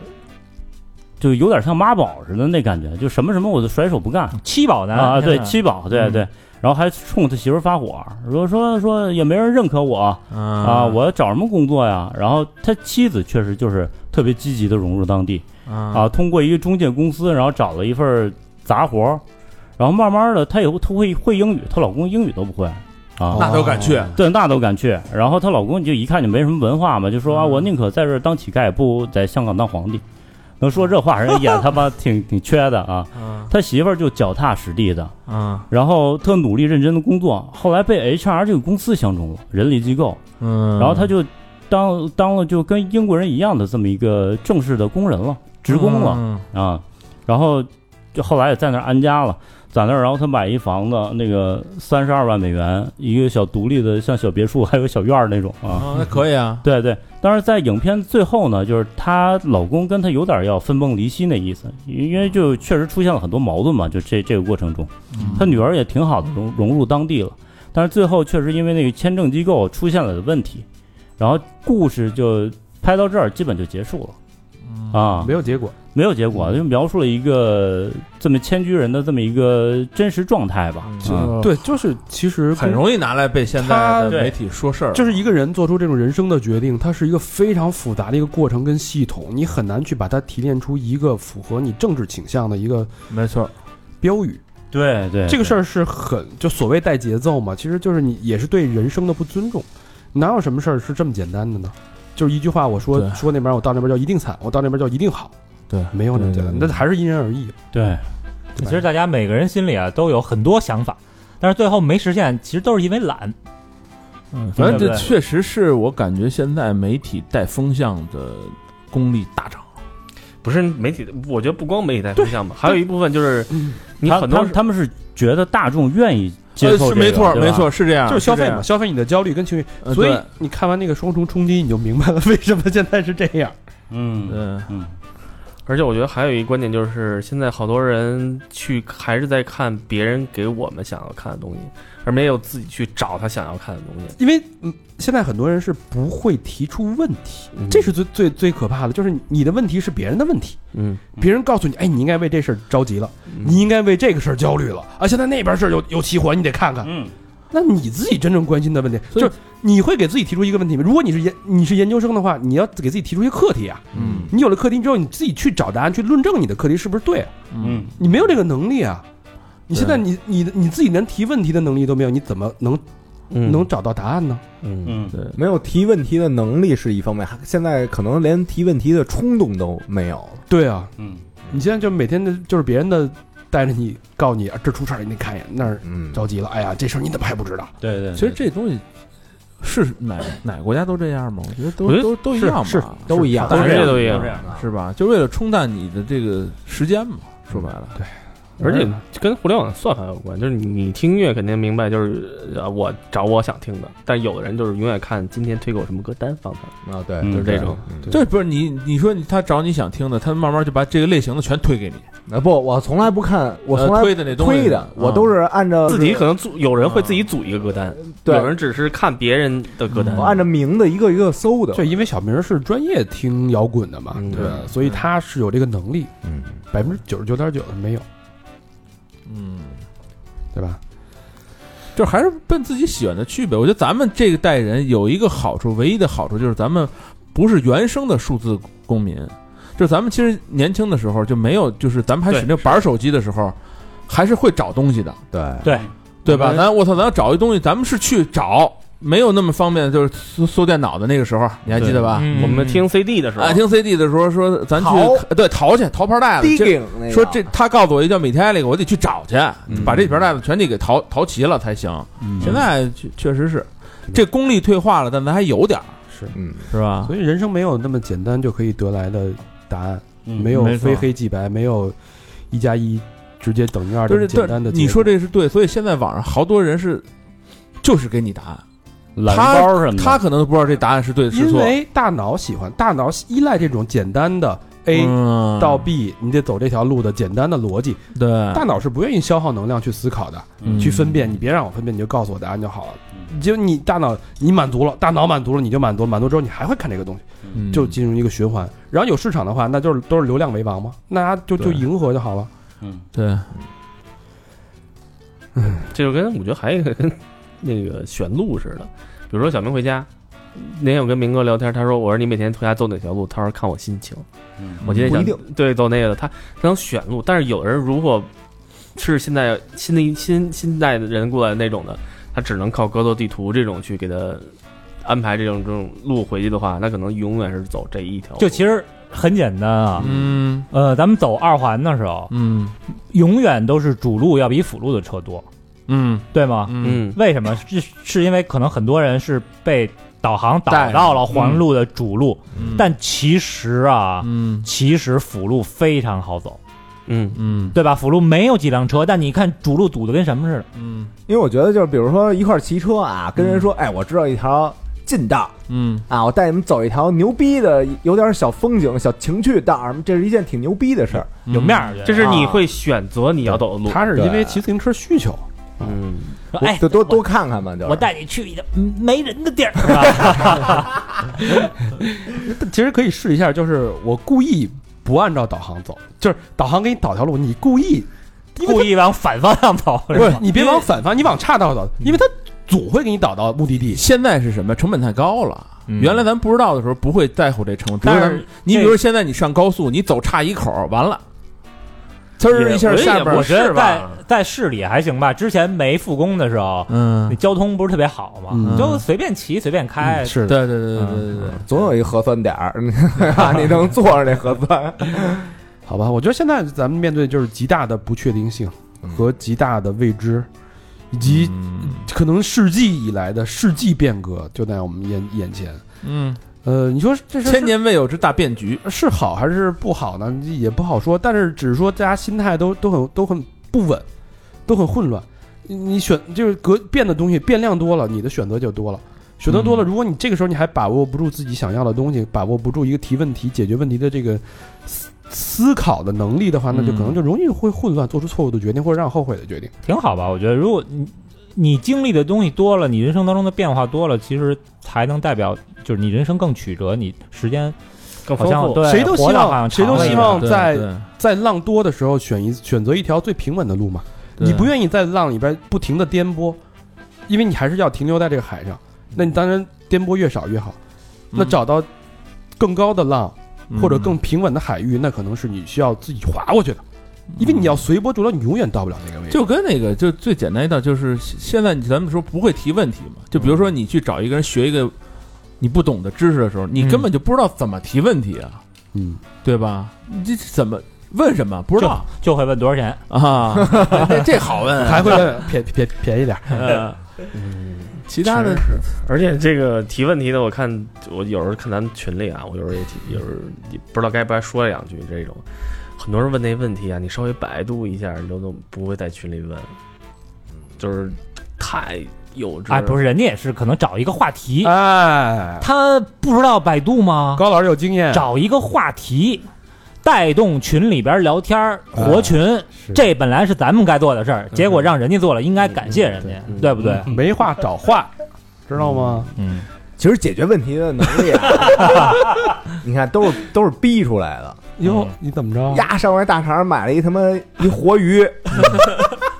I: 就有点像妈宝似的那感觉，就什么什么我都甩手不干
E: 七宝男
H: 哎
I: 啊，对
E: 现，在
I: 七宝，对
E: 嗯
I: 对。然后还冲他媳妇儿发火，说说说也没人认可我啊，
H: 啊
I: 我要找什么工作呀？然后他妻子确实就是特别积极的融入当地
H: 啊
I: 啊，通过一个中介公司，然后找了一份杂活儿，然后慢慢的她也会她会会英语，她老公英语都不会啊，
H: 那都敢去，
I: 对，那都敢去。然后她老公就一看就没什么文化嘛，就说啊，
H: 嗯
I: 我宁可在这儿当乞丐，也不在香港当皇帝。能说这话，人也他妈挺挺缺的啊。
E: 嗯
I: 他媳妇儿就脚踏实地的，
H: 啊
I: 然后特努力认真的工作，后来被 HR 这个公司相中了，人力机构，
H: 嗯，
I: 然后他就当当了就跟英国人一样的这么一个正式的工人了，职工了。
H: 嗯
I: 啊，然后就后来也在那儿安家了，在那儿，然后他买一房子，那个三十二万美元，一个小独立的，像小别墅， 还有小院儿那种啊。
H: 啊，那可以啊，
I: 对对，但是在影片最后呢，就是她老公跟她有点要分崩离析那意思，因为就确实出现了很多矛盾嘛，就这这个过程中，她女儿也挺好的融融入当地了，但是最后确实因为那个签证机构出现了问题，然后故事就拍到这儿基本就结束了，啊，
D: 没有结果。
I: 没有结果，就描述了一个这么迁居人的这么一个真实状态吧。嗯
D: 对，就是其实
H: 很容易拿来被现在的媒体说事儿，
D: 就是一个人做出这种人生的决定，它是一个非常复杂的一个过程跟系统，你很难去把它提炼出一个符合你政治倾向的一个
H: 没错，
D: 标语。
I: 对对，
D: 这个事
I: 儿
D: 儿是很就所谓带节奏嘛，其实就是你也是对人生的不尊重。哪有什么事儿是这么简单的呢？就是一句话，我说
H: 对
D: 说那边，我到那边叫一定惨，我到那边叫一定好，
H: 对，
D: 没有那么简单，
H: 对对
D: 那
H: 对
D: 还是因人而异。
I: 对
D: 对
E: 其
D: 吧
E: 实大家每个人心里啊都有很多想法，但是最后没实现，其实都是因为懒。嗯，
H: 反正
E: 对
H: 这
E: 不对
H: 确实是我感觉现在媒体带风向的功力大涨。
C: 不是媒体，我觉得不光媒体带风向吧，还有一部分就是你
I: 他
C: 很多
I: 他们他们是觉得大众愿意接
H: 呃
I: 受、
H: 是没错，没，错，是这样，
D: 就是消费嘛，
H: 啊是
D: 消费你的焦虑跟情绪。
C: 呃
H: 这
D: 所
H: 样。
D: 以
C: 嗯
D: 你看完那个《双重冲击》，你就明白了为什么现在是这 样。
I: 嗯
H: 嗯，
I: 嗯，
C: 而且我觉得还有一个观点就是，现在好多人去还是在看别人给我们想要看的东西，而没有自己去找他想要看的东西。
D: 因为嗯，现在很多人是不会提出问题，
H: 嗯
D: 这是最最最可怕的，就是你的问题是别人的问题，
C: 嗯，
D: 别人告诉你，哎，你应该为这事儿着急了，
I: 嗯
D: 你应该为这个事儿焦虑了啊，现在那边事儿有有起火，你得看看。
I: 嗯，
D: 那你自己真正关心的问题，
H: 所以
D: 就是你会给自己提出一个问题吗？如果你是研你是研究生的话，你要给自己提出一个课题啊。
H: 嗯，
D: 你有了课题之后，你自己去找答案，去论证你的课题是不是对啊。
I: 嗯，
D: 你没有这个能力啊！你现在你
I: 啊
D: 你你自己连提问题的能力都没有，你怎么能
C: 嗯
D: 能找到答案呢？
C: 嗯
I: 嗯
H: 对，
G: 没有提问题的能力是一方面，还现在可能连提问题的冲动都没有了。
D: 对啊，
I: 嗯
D: 你现在就每天的就是别人的带着你告你啊，这出事儿了你得看一眼，那儿
G: 嗯，
D: 着急了，哎呀，这事儿你怎么还不知道？
I: 对对，
H: 其实这东西是哪 哪个国家都这样吗？我觉得都
C: 我觉得
H: 都都一样
D: 是
H: 吧，
G: 都一样，
C: 全世界都一
I: 这
C: 样，
I: 样，
H: 是吧？就为了冲淡你的这个时间嘛，说白了，
C: 而且跟互联网算法有关，就是你你听音乐肯定明白，就是呃我找我想听的，但有的人就是永远看今天推给我什么歌单放那，
G: 啊，对，
I: 嗯
C: 就是这种。
G: 对
H: 哎这不是你你说你他找你想听的，他慢慢就把这个类型的全推给你，
G: 啊不，我从来不看，我
H: 呃
G: 从来
H: 推的那东西啊
G: 推的，我都
H: 是
G: 是按照
C: 自己可能组，有人会自己组一个歌单，
G: 对
C: 有人只是看别人的歌单
G: 我。按照名字一个一个搜的
D: 对，，因为小明是专业听摇滚的嘛，
C: 嗯
D: 对吧，所以他是有这个能力，
G: 嗯，
D: 百分之九十九点九的没有，
H: 嗯，
D: 对吧？
H: 就还是奔自己喜欢的去呗。我觉得咱们这一代人有一个好处，唯一的好处就是咱们不是原生的数字公民，就是咱们其实年轻的时候就没有，就是咱们还使那板手机的时候，还是会找东西的，
G: 对，
I: 对，
H: 对吧？
C: 嗯
H: 咱我操，咱要找一东西，咱们是去找，没有那么方便，就是搜搜电脑的那个时候，你还记得吧？
C: 我们听
G: 嗯
C: CD 的时候
H: 啊，，听 CD 的时候说咱去
G: 淘
H: 对淘去淘盘带子，这
G: digging 那个
H: 说这他告诉我一叫米泰利，我得去找去，
I: 嗯
H: 把这瓶袋子全得给淘淘齐了才行。现在确确实是这功力退化了，但咱还有点儿
G: 嗯，
H: 是吧？
D: 所以人生没有那么简单就可以得来的答案，没
I: 没
D: 有
H: 嗯错
D: 非黑即白，没有一加一直接等于二这
H: 就
D: 么
H: 是
D: 简单的结
H: 但
D: 果。
H: 你说这是对，所以现在网上好多人是就是给你答案，
I: 懒人包什么的，
H: 他可能都不知道这答案是对是
D: 因
H: 错。
D: 为大脑喜欢，大脑依赖这种简单的 A
H: 嗯
D: 到 B，、你得走这条路的简单的逻辑。
H: 对
D: 大脑是不愿意消耗能量去思考的，
H: 嗯
D: 去分辨。你别让我分辨，你就告诉我答案就好了。就你大脑，你满足了，大脑满足了，你就满足了，满足之后你还会看这个东西，
H: 嗯
D: 就进入一个循环。然后有市场的话，那就是都是流量为王嘛，那就就
H: 对
D: 迎合就好了。
I: 嗯，
H: 对
C: 这就跟我觉得还有一个跟那个选路似的，比如说小明回家。那天我跟明哥聊天，他说：“我说你每天回家走哪条路？”他说：“看我心情。
I: 嗯”
C: 我今天
G: 不一
C: 想
G: 定
C: 对走那个的，他他能选路。但是有人如果是现在新的一新新代的人过来那种的，他只能靠高德地图这种去给他安排这种这种路回去的话，那可能永远是走这一条路。
E: 就其实很简单啊。
H: 嗯
E: 呃，咱们走二环的时候，
H: 嗯
E: 永远都是主路要比辅路的车多，
H: 嗯
E: 对吗？
H: 嗯
C: 嗯，
E: 为什么？是是因为可能很多人是被导航导
H: 带
E: 到了环路的主路，
H: 嗯
E: 但其实啊，
H: 嗯
E: 其实辅路非常好走，
C: 嗯
H: 嗯
E: 对吧？辅路没有几辆车，但你看主路堵得跟什么似的。
H: 嗯
G: 因为我觉得就是比如说一块儿骑车啊，跟人说，哎，我知道一条近道。
H: 嗯
G: 啊，我带你们走一条牛逼的，有点小风景、小情趣道儿，这是一件挺
H: 嗯
G: 牛逼的事儿。
E: 有面儿，
C: 啊这是你会选择你要走的路。啊
D: 他是因为
G: 对
D: 骑自行车需求，
C: 嗯，
E: 说哎，
G: 就多多看看吧，就是
E: 我带你去一个嗯没人的地儿，是吧？
D: 其实可以试一下，就是我故意不按照导航走，就是导航给你导条路，你故意
E: 故意往反方向跑，
D: 不是你别往反方，你往岔道走，因为它总会给你导到目的地。
H: 现在是什么？成本太高了。
E: 嗯
H: 原来咱不知道的时候不会在乎这成本，比如
E: 但
H: 咱
E: 是
H: 们你比如现在你上高速，你走岔一口，完了，呲儿一下
C: 也
H: 下边
C: 我
H: 儿，
E: 觉得
C: 是
E: 在
C: 吧
E: 在市里还行吧，之前没复工的时候，那
H: 嗯，
E: 交通不是特别好嘛，
H: 嗯
E: 你就随便骑随便
D: 嗯
E: 开，
H: 对啊对对对对对，
G: 总有一核酸点儿， 你能坐着那核 酸。
D: 好吧，我觉得现在咱们面对就是极大的不确定性和极大的未知，以及可能世纪以来的世纪变革就在我们眼眼前。
H: 嗯，
D: 呃，你说这事
H: 千年未有之大变局，
D: 是好还是不好呢？也不好说。但是只是说大家心态都都很都很不稳，都很混乱。你你选就是革变的东西变量多了，你的选择就多了。选择多
E: 嗯
D: 了，如果你这个时候你还把握不住自己想要的东西，把握不住一个提问题、解决问题的这个思思考的能力的话，那就可
E: 嗯
D: 能就容易会混乱，做出错误的决定或者让后悔的决定。
E: 挺好吧？我觉得，如果你你经历的东西多了，你人生当中的变化多了，其实才能代表就是你人生更曲折，你时间
C: 更
E: 好
C: 丰
E: 像
C: 富。
E: 对
D: 谁都希
E: 活得好像
D: 望，谁
E: 长
D: 都
E: 了一
D: 希
E: 点
D: 望
H: 对
D: 在
H: 对
D: 在浪多的时候选一选择一条最平稳的路嘛。
H: 对
D: 你不愿意在浪里边不停的颠簸，因为你还是要停留在这个海上。那你当然颠簸越少越好。那找到更高的浪或者更平稳的海域，那可能是你需要自己划过去的，因为你要随波逐流，你永远到不了那个位置。
H: 就跟那个就最简单一道，就是现在咱们说不会提问题嘛，就比如说你去找一个人学一个你不懂的知识的时候，你根本就不知道怎么提问题啊，
D: 嗯，
H: 对吧？你这怎么问什么不知道
E: 就会问多少钱。
H: 啊？这这好问啊，
D: 嗯还会 便便便宜点儿。
H: 呃其他的
C: 而且这个提问题的，我看我有时候看咱们群里啊，我有时候也提，有时候也不知道该不该说两句这种。很多人问那问题啊，你稍微百度一下，你都都不会在群里问，就是太幼稚。
E: 哎，不是，
C: 是，
E: 人家也是可能找一个话题，
D: 哎，
E: 他不知道百度吗？
D: 高老师有经验，
E: 找一个话题，带动群里边聊天儿活群，这本来是咱们该做的事儿，结果让人家做了，应该感谢人家，
C: 嗯
E: 对不对？
D: 没话找话，知道吗？
E: 嗯，
G: 其实解决问题的能力啊， 你看都是都是逼出来的。
D: 哟，你怎么着？
G: 呀，上回大肠买了一他妈一活 鱼，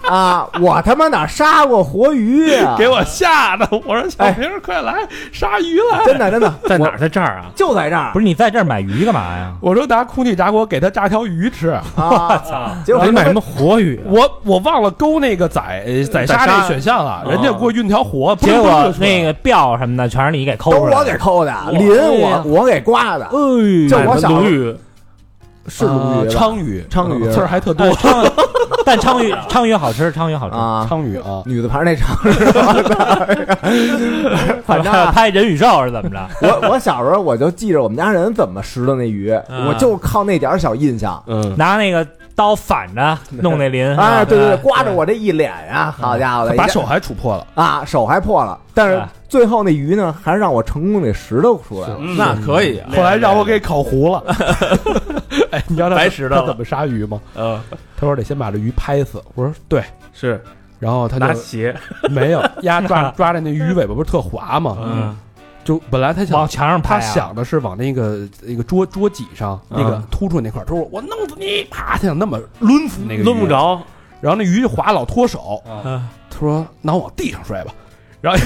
G: 啊，我他妈哪杀过活鱼 啊？
F: 给我吓的！我说小
G: 哎
F: 明儿，快来，鲨鱼了！
G: 真的真的
C: 在哪儿？在这儿啊？
G: 就在这儿，
E: 不是你在这儿买鱼干嘛呀？
D: 我说拿空气炸锅给他炸条鱼
G: 是
D: 吃，
G: 啊？
C: 操！
G: 结果
H: 你买什么活鱼？
D: 我我忘了勾那个宰呃宰杀这选项了，人家给我运条活，
E: 结果那个鳔什么的全是你给抠
G: 都是
E: 出来
G: 我给
E: 的。
G: 抠的，鳞我我给刮的，就我小
C: 鲈鱼，
G: 是鲈鱼吧
D: 鲳啊鱼，
G: 鲳鱼
D: 刺儿还特多
E: 但，鲳， 但鲳鱼鲳鱼好吃，鲳鱼好吃。
G: 啊，
D: 鲳鱼啊，
G: 女字旁那长是吧？ 反正啊
E: 拍人与兽是怎么着？
G: 我我小时候我就记着我们家人怎么拾的那鱼，我就靠那点儿小印象。
D: 嗯，
E: 拿那个刀反着弄那鳞，是啊吧
G: 哎，对对对，
D: 嗯
G: 刮着我这一脸呀，好家伙的，
D: 把手还杵破了，
G: 啊手还破了，但是
E: 哎
G: 最后那鱼呢，还是让我成功给拾掇出来了。
H: 那可以
C: 哎
H: 啊，
D: 后来让我给烤糊了。哎，你知道他
H: 白石头
D: 他怎么杀鱼吗？
C: 呃，
D: 他说得先把这鱼拍死。我说对，
C: 是
D: 然后他
C: 拿
D: 就
C: 鞋，
D: 没有压抓抓着那鱼尾巴，不是特滑吗？
H: 嗯，
D: 就本来他想
E: 往墙上拍
D: 他
E: 啊。
D: 想的是往那个那个桌桌脊上那个突出那块儿，他说我弄死你，啪，他想那么抡死那个鱼，
C: 抡不着，
D: 然后那鱼就划老脱手，
H: 啊
D: 他说那我往地上摔吧， 然后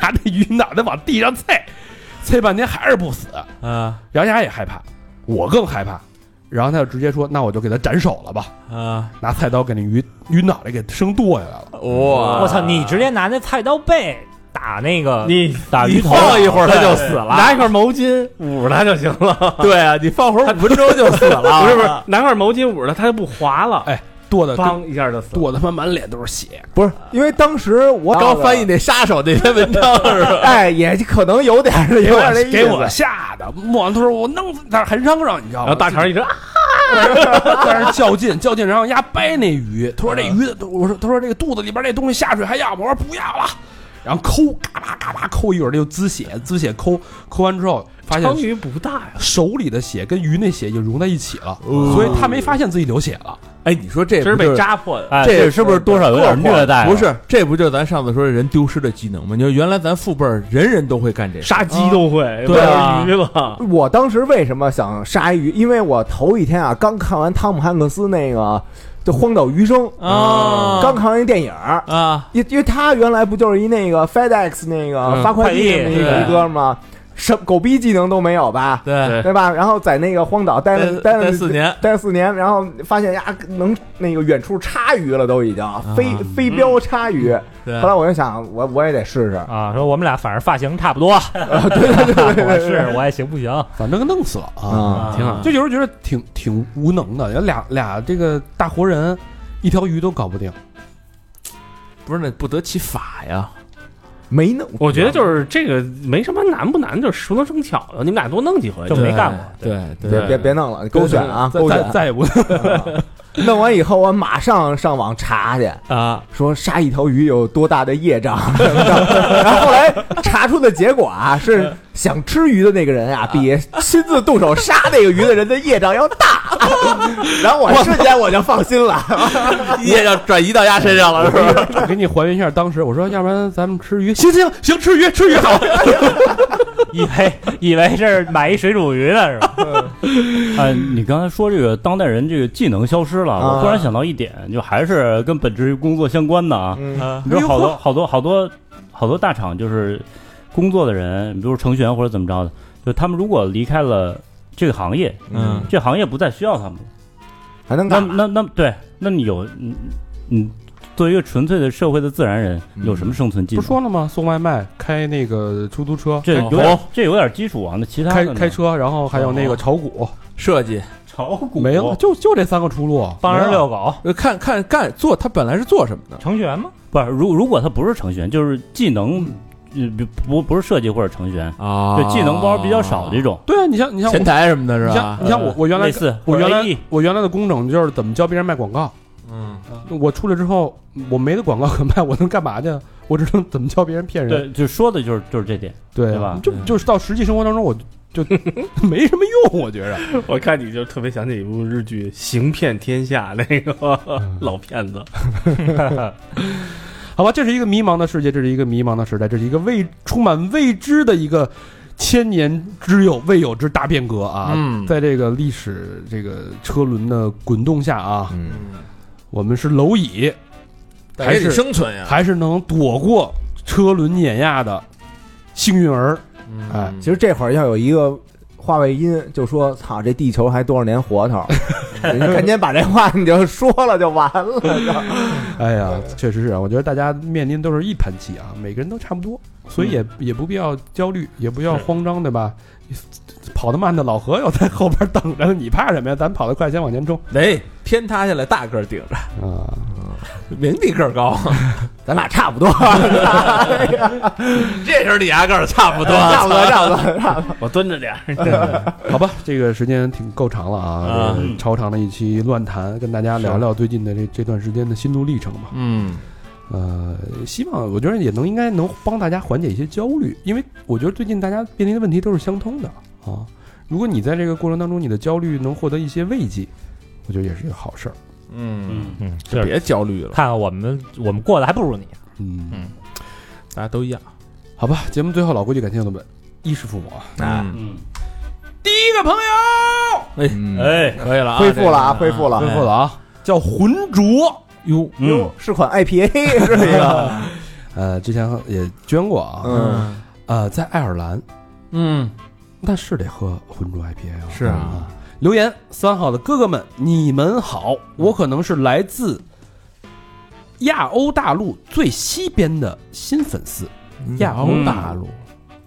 D: 拿那鱼脑袋往地上踩， 踩半天还是不死，
H: 啊
D: 然后丫也害怕，我更害怕，然后他就直接说那我就给他斩首了吧，
H: 啊，
D: 拿菜刀给那鱼鱼脑袋给生剁下来了，
H: 哇
E: 我操，你直接拿那菜刀背打那个
C: 你
E: 打鱼头，
H: 放一会儿他就
E: 死了
H: 拿一块毛巾，
C: 捂着它就行了。
H: 对啊，你放会儿五分钟就死
D: 啊
H: 了，
C: 不是不是，拿块毛巾捂着它，它就不滑了，
D: 哎剁的
C: 梆一下就死了。
D: 剁的他妈满脸都是血，
G: 不是，因为当时我
H: 刚翻译，那杀手那篇文章是吧？
G: 哎，也可能有点儿有
D: 给
G: 点儿那
D: 我
G: 意思
D: 给我吓的，莫王他说我弄死他还嚷嚷，你知道
C: 然
D: 吗
C: 后？大肠一直
D: 哎
C: 啊，
D: 但是较劲，较劲，然后丫掰那鱼，他说这鱼的，我说他说这个肚子里边那东西下水还要吗？我说不要了。然后抠，嘎巴嘎巴抠一会儿，就滋血，滋血抠，抠完之后发现
C: 章鱼不大呀，
D: 手里的血跟鱼那血已经融在一起了，所以他没发现自己流血了。
H: 哎，你说这
C: 这
H: 不
C: 是被
H: 就是
C: 扎破的。
I: 哎，
H: 这
I: 这是不是多少有点虐待？
H: 不，是，啊这不就是咱上次说的人丢失的技能吗？你说原来咱父辈儿人人都会干这事，
C: 杀鸡都会，
H: 对啊
C: 不是鱼吧？
G: 我当时为什么想杀鱼？因为我头一天啊，刚看完汤姆汉克斯那个就《荒岛余生》
H: 啊
G: 刚看完一电影儿
H: 啊，
G: 因因为他原来不就是一那个 FedEx 那个
H: 嗯
G: 发快递那么一
H: 快递
G: 个一哥们儿吗？什狗逼技能都没有吧？
H: 对，
G: 对吧？然后在那个荒岛待了
H: 待
G: 待了
H: 四年，
G: 待了四年，然后发现呀，能那个远处插鱼了，都已经飞飞镖插鱼。
H: 啊嗯对
G: 后来我就想，我我也得试试。
E: 啊，说我们俩反正发型差不 多，对对对，我是我也行不行？
D: 反正给弄死了
G: 啊
C: 挺好
D: 就有时候觉得挺挺无能的，有俩俩这个大活人，一条鱼都搞不定。
H: 不是那不得其法呀，
G: 没弄，
C: 我觉得就是这个没什么难不难，就是熟能生巧的。你们俩多弄几回
E: 就没干过
H: 对
G: 别别别弄了，勾选啊，
D: 再
G: 勾选
D: 再。再也不
G: 啊弄完以后，我马上上网查去，
H: 啊，
G: 说杀一条鱼有多大的业障啊什么的。然后后来查出的结果啊，是想吃鱼的那个人啊，比亲自动手杀那个鱼的人的业障要大。 然后我瞬间我就放心了。嗯
H: 业要转移到丫身上了，是不是？
D: 我给你还原一下当时，我说要不然咱们吃鱼，行行行，吃鱼吃鱼好。
E: 以为以为这是买一水煮鱼呢是吧？
D: 嗯
I: 哎，你刚才说这个当代人这个技能消失了，我突
D: 啊
I: 然想到一点，就还是跟本职工作相关的啊。
G: 嗯
D: 哎
I: 你说好多好多好多好多大厂就是工作的人，比如程序员或者怎么着的，就他们如果离开了这个行业，
G: 嗯，
I: 这行业不再需要他们了，
G: 还能
I: 那
G: 干嘛？
I: 那那对，那你有你你作为一个纯粹的社会的自然人，
G: 嗯
I: 有什么生存技
D: 不
I: 能？
D: 是说了吗？送外卖，开那个出租车，
I: 这有点这有点基础啊，那其他
D: 开
I: 的呢
D: 哦开车，然后还有那个炒哦股，
H: 设计
I: 炒股
D: 哦
I: 啊
D: 没有，就就这三个出路。
E: 帮人遛狗，
H: 呃看看干做，他本来是做什么的？
E: 程序员吗？
I: 不是，如如果他不是程序员，就是技能，呃不不不是设计或者程序员，
H: 啊
I: 就技能包比较少这种。
D: 对啊，你像你像我
H: 前台什么的，是
D: 你
H: 吧
D: 像？你像我
I: 呃
D: 我原来
I: 类似
D: 我原
I: 或者
D: 来
I: AE
D: 我原来的工种就是怎么教别人卖广告。
H: 嗯，
D: 我出来之后，我没的广告可卖，我能干嘛去？ 我只能怎么教别人骗人，
I: 对，就说的就是就是这点。
D: 对啊
I: 对吧
D: 就就是到实际生活当中，我就 没什么用，我觉着。
C: 我看你就特别想起一部日剧《行骗天下》那个老骗子，
D: 好吧，这是一个迷茫的世界，这是一个迷茫的时代，这是一个未充满未知的一个千年之有未有之大变革啊！
H: 嗯
D: 在这个历史这个车轮的滚动下啊，
G: 嗯
D: 我们是蝼蚁，还
H: 还得
D: 是
H: 生存呀，
D: 还是能躲过车轮碾压的幸运儿。
H: 嗯
D: 哎，
G: 其实这会儿要有一个话外音，就说“操，这地球还多少年活头儿”，你赶紧把这话你就说了就完了。
D: 哎呀，确实是啊，我觉得大家面临都是一盘棋啊，每个人都差不多，所以也、也不必要焦虑，也不要慌张，对吧？跑得慢的老何要在后边等着，你怕什么呀？咱跑得快，先往前冲
H: 哎，天塌下来大个儿顶着，
D: 啊！
H: 明你个儿高，
A: 啊
G: 咱俩差不多，
H: 这时候你牙个儿差不多，
G: 差不多，差不多，差不多。
C: 我蹲着点儿。
D: 好吧，这个时间挺够长了啊，这个超长的一期乱谈，跟大家聊聊最近的这这段时间的心路历程吧。
H: 嗯，
D: 呃，希望我觉得也能应该能帮大家缓解一些焦虑，因为我觉得最近大家面临的问题都是相通的啊。如果你在这个过程当中，你的焦虑能获得一些慰藉，我觉得也是一个好事儿。
H: 嗯，
E: 嗯，就
H: 就是别焦虑了，
E: 看看我们我们过得还不如你。
D: 嗯，
H: 大家都一样。
D: 好吧，节目最后老规矩，感谢我们衣食父母啊。
H: 嗯，
I: 嗯，
A: 嗯
H: 哎，可以了啊，
G: 恢复了啊，
H: 这个
G: 恢复了，
D: 最后了啊，叫浑浊哟，
I: 嗯，
G: 是款 IPA 是这个，
D: 呃，之前也捐过啊，
G: 嗯，
D: 呃，在爱尔兰，
H: 嗯，
D: 那是得喝浑浊 IPA 啊。
H: 是啊
D: 留言三号的哥哥们，你们好，
H: 嗯
D: 我可能是来自亚欧大陆最西边的新粉丝，
G: 嗯
D: 亚欧大陆。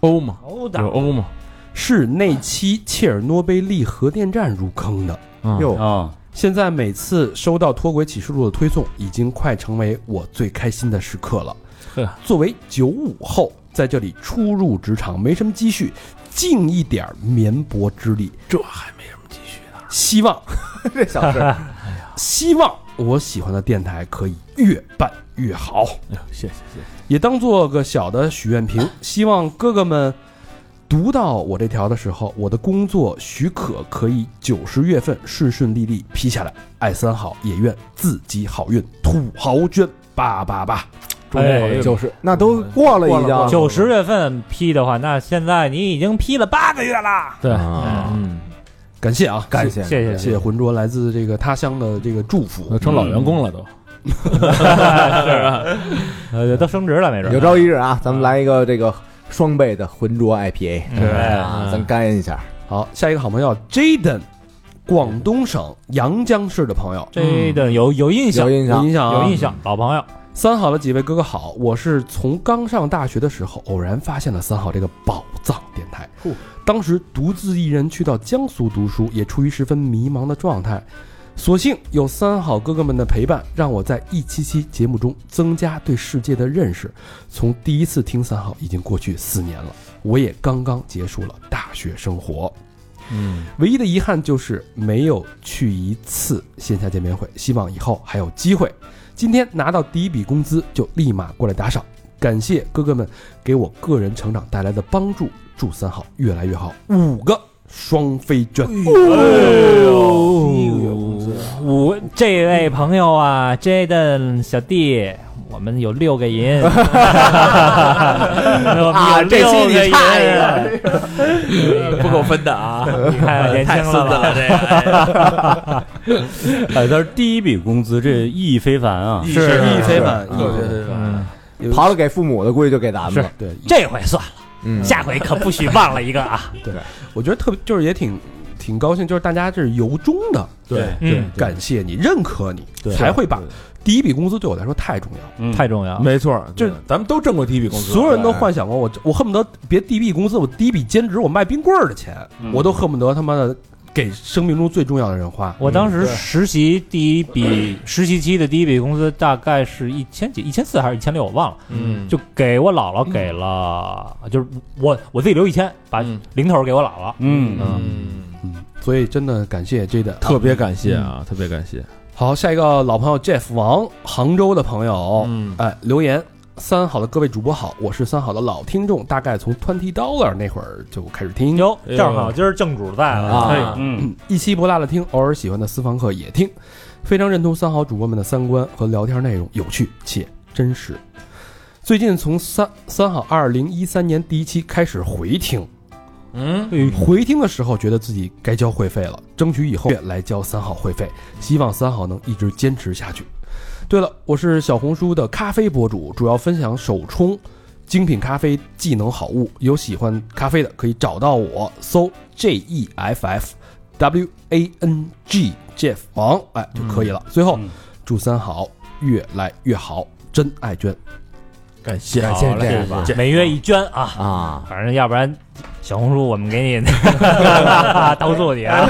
H: 欧嘛，
E: 欧
H: 有欧嘛，
D: 是那期切尔诺贝利核电站入坑的。
H: 嗯
G: 哟，
I: 啊，
D: 现在每次收到《脱轨启示录》的推送，已经快成为我最开心的时刻了
H: 呵。
D: 作为九五后，在这里初入职场，没什么积蓄，尽一点儿绵薄之力，
H: 这还没什么积蓄呢。
G: 嗯
D: 希望
G: 这小事儿，
D: 希望我喜欢的电台可以越办越好。
H: 谢谢谢谢。
D: 也当做个小的许愿瓶，希望哥哥们读到我这条的时候，我的工作许可可以九十月份顺顺利利批下来。爱三好也愿自己好运，土豪捐八八八。
G: 中国好
I: 哎
G: 运就是那都过了已经，
E: 九十月份批的话，那现在你已经批了八个月了。
I: 对，
H: 啊
A: 嗯，
D: 感谢啊，
G: 感
D: 谢
G: 谢
E: 啊谢谢
D: 谢谢浑浊来自这个他乡的这个祝福
A: 都。成老 员工了都。
E: 呃，都升职了没准儿。
G: 有朝一日啊，咱们来一个这个双倍的浑浊 IPA
E: 对，
G: 啊，咱干一下。
D: 好，下一个好朋友 Jaden，广东省阳江市的朋友。
E: 这的有有印象
G: 有，印
D: 有
G: 象
D: 印象啊
E: 有印象，老朋友。
D: 三好的几位哥哥好，我是从刚上大学的时候偶然发现了三好这个宝藏电台。当时独自一人去到江苏读书，也处于十分迷茫的状态。所幸有三好哥哥们的陪伴，让我在一期期节目中增加对世界的认识。从第一次听三好已经过去四年了，我也刚刚结束了大学生活。
A: 嗯，
D: 唯一的遗憾就是没有去一次线下见面会，希望以后还有机会。今天拿到第一笔工资就立马过来打赏，感谢哥哥们给我个人成长带来的帮助，祝三好越来越好，五个双飞卷。
E: 五这位朋友啊，Jaden 小弟，我们有六个银，啊我们有
F: 啊这期
E: 六个
F: 你差一
E: 银
F: 个，
J: 不够分的啊，
E: 你看年
J: 太
E: 轻
J: 孙
E: 了
J: 子
E: 吧？
J: 了这个，
I: 哎，但是第一笔工资这意义非凡啊！
J: 是
D: 一飞满，一
J: 对
D: 飞
J: 对对，
E: 嗯，
G: 刨了给父母的，估计就给咱们了。
D: 对，
E: 这回算了，
G: 嗯，
E: 下回可不许忘了一个啊！
D: 我觉得特别就是也挺挺高兴，就是大家这是由衷的
H: 对
E: 嗯，
D: 感谢你、认可你，才会把第一笔工资对我来说太重要了。
I: 嗯
E: 太重要了。
A: 没错，
D: 就是
A: 咱们都挣过第一笔工资，
D: 所有人都幻想过我，我恨不得别第一笔工资，我第一笔兼职，我卖冰棍儿的钱，
I: 嗯
D: 我都恨不得他妈的给生命中最重要的人花。
E: 我当时实习第一笔实习期的第一笔工资大概是一千几、一千四还是一千六，我忘了。
A: 嗯，
E: 就给我姥姥给了，就是我我自己留一千，把
A: 嗯
E: 零头给我姥姥。
I: 嗯，
A: 嗯，
D: 嗯，所以真的感谢 J 的
A: 特别感谢啊，特别感谢。
D: 好。下一个老朋友 Jeff 王，杭州的朋友，
A: 嗯
D: 哎，留言。三好的各位主播好，我是三好的老听众，大概从 Twenty Dollar 那会儿就开始听，
E: 哟，正好今儿正主在了
G: 啊
E: 哎
I: 嗯，
D: 一期不落的听，偶尔喜欢的私房课也听，非常认同三好主播们的三观和聊天内容，有趣且真实。最近从三三好二零一三年第一期开始回听，
A: 嗯，
D: 回听的时候觉得自己该交会费了，争取以后来交三好会费，希望三好能一直坚持下去。对了，我是小红书的咖啡博主，主要分享手冲精品咖啡技能好物，有喜欢咖啡的可以找到我，搜 J E F F W A N G Jeff 王，哎就可以了。最后
I: 嗯，
D: 祝三好越来越好，真爱娟。
A: 感谢
G: 感谢这个
E: 每月一捐啊，
G: 啊，
E: 反正要不然小红书我们给你 投诉你啊。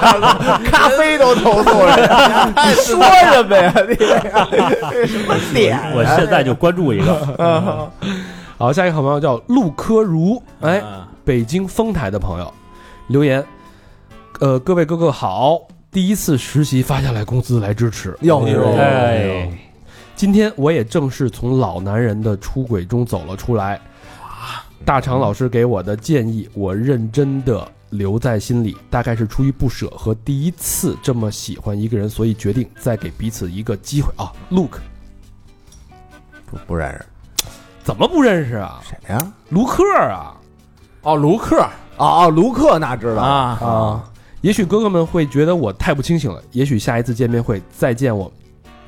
G: 咖啡都投 诉了，你说什么呀？你这什么点啊？
I: 我现在就关注一个，
D: 好，下一个好朋友叫陆柯如，哎，北京丰台的朋友留言，呃，各位哥哥好，第一次实习发下来工资来支持，
G: 哟
E: 哎，
D: 今天我也正式从老男人的出轨中走了出来。大长老师给我的建议，我认真的留在心里，大概是出于不舍和第一次这么喜欢一个人，所以决定再给彼此一个机会啊。Luke
G: 不不认识
D: 怎么不认识啊？
G: 谁呀？
D: 卢克啊！
A: 哦，卢克，
G: 哦哦，卢克那知道
J: 啊
D: 啊，也许哥哥们会觉得我太不清醒了，也许下一次见面会再见我，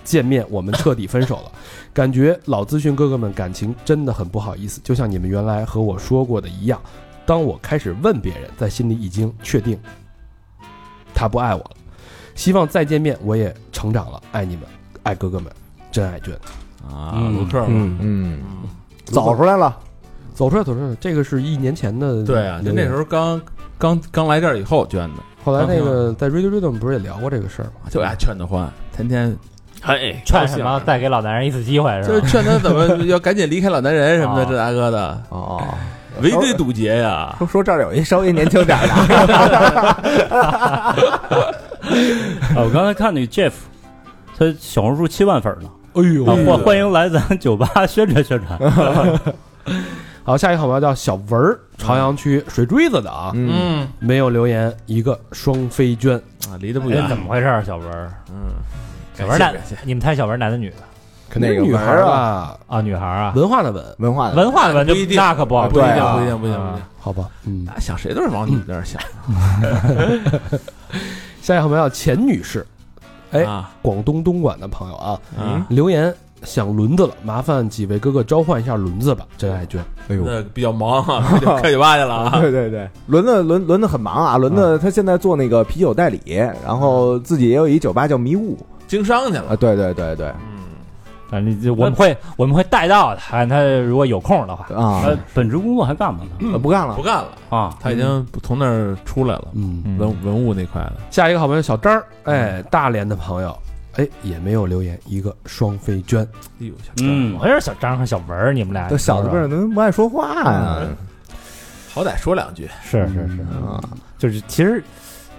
D: 见面我们彻底分手 了。感觉老咨询哥哥们感情真的很不好意思，就像你们原来和我说过的一样，当我开始问别人，在心里已经确定他不爱我了。希望再见面我也成长了，爱你们，爱哥哥们，真爱娟。
J: 啊
I: 嗯
J: 卢克，
D: 嗯，
G: 嗯，走出来了，
D: 走出来，走出来，这个是一年前的
A: 对啊，就
D: 留
A: 那
D: 言
A: 时候刚刚刚来这儿以后捐的，
D: 后来那个在 Radio Rhythm 不是也聊过这个事儿吗？
A: 就爱劝他欢，天天
J: 嘿，
E: 劝什么？再给老男人一次机会
A: 就是是
E: 吧？
A: 劝他 怎么要赶紧离开老男人什么的，
E: 啊
A: 这大哥的
G: 哦，
A: 围追堵截呀。
G: 说说这儿有一稍微年轻点儿的，
I: 啊，我刚才看那个 Jeff，他他小红书七万粉呢。
D: 哎呦
I: 啊欢欢迎来咱酒吧宣传宣传。
D: 好，下一个好朋友叫小文儿，朝阳区水锥子的啊，
E: 嗯，
D: 没有留言，一个双飞娟啊，离得不
E: 哎，怎么回事儿？小文儿，
G: 嗯，
E: 小文儿男，你们猜小文儿男的女的
D: 肯定是
G: 那个
D: 女孩儿
G: 文儿
D: 吧？
E: 啊？女孩儿啊？
D: 文化的文，
G: 文化的
E: 文化的文就
H: 不一定
E: 那可不好
H: 不
E: 说
H: 一
G: 对
H: 定，
G: 啊
H: 不一定，不一定，不一定。
D: 好吧，嗯，
H: 啊想谁都是往你们这儿想
D: 下一个好朋友叫钱女士，哎
H: 啊，
D: 广东东莞的朋友啊，
H: 嗯，
D: 留言想轮子了，麻烦几位哥哥召唤一下轮子吧，真爱娟。哎呦，
H: 那比较忙啊，得开酒吧去了啊。
G: 对对对，轮子轮轮子很忙啊，轮子他现在做那个啤酒代理，然后自己也有一酒吧叫迷雾
H: 经商去了
G: 啊，。对对对对
E: 反正就我们会我们会带到的，看他如果有空的话。
G: 啊，
I: 呃，本职工作还干嘛呢？
G: 不干了
H: 不，干了，
I: 啊，
H: 他已经从那儿出来了，
D: 嗯，
E: 嗯
H: 文文物那块了。
D: 下一个好朋友小张儿，哎，大连的朋友，哎，也没有留言，一个双飞娟。
H: 哎呦，小张，
I: 嗯
E: 我，是小张和小文儿，你们俩
G: 这小子辈儿怎么不爱说话呀？
H: 好歹说两句。
E: 是是是，
G: 啊，
E: 就是其实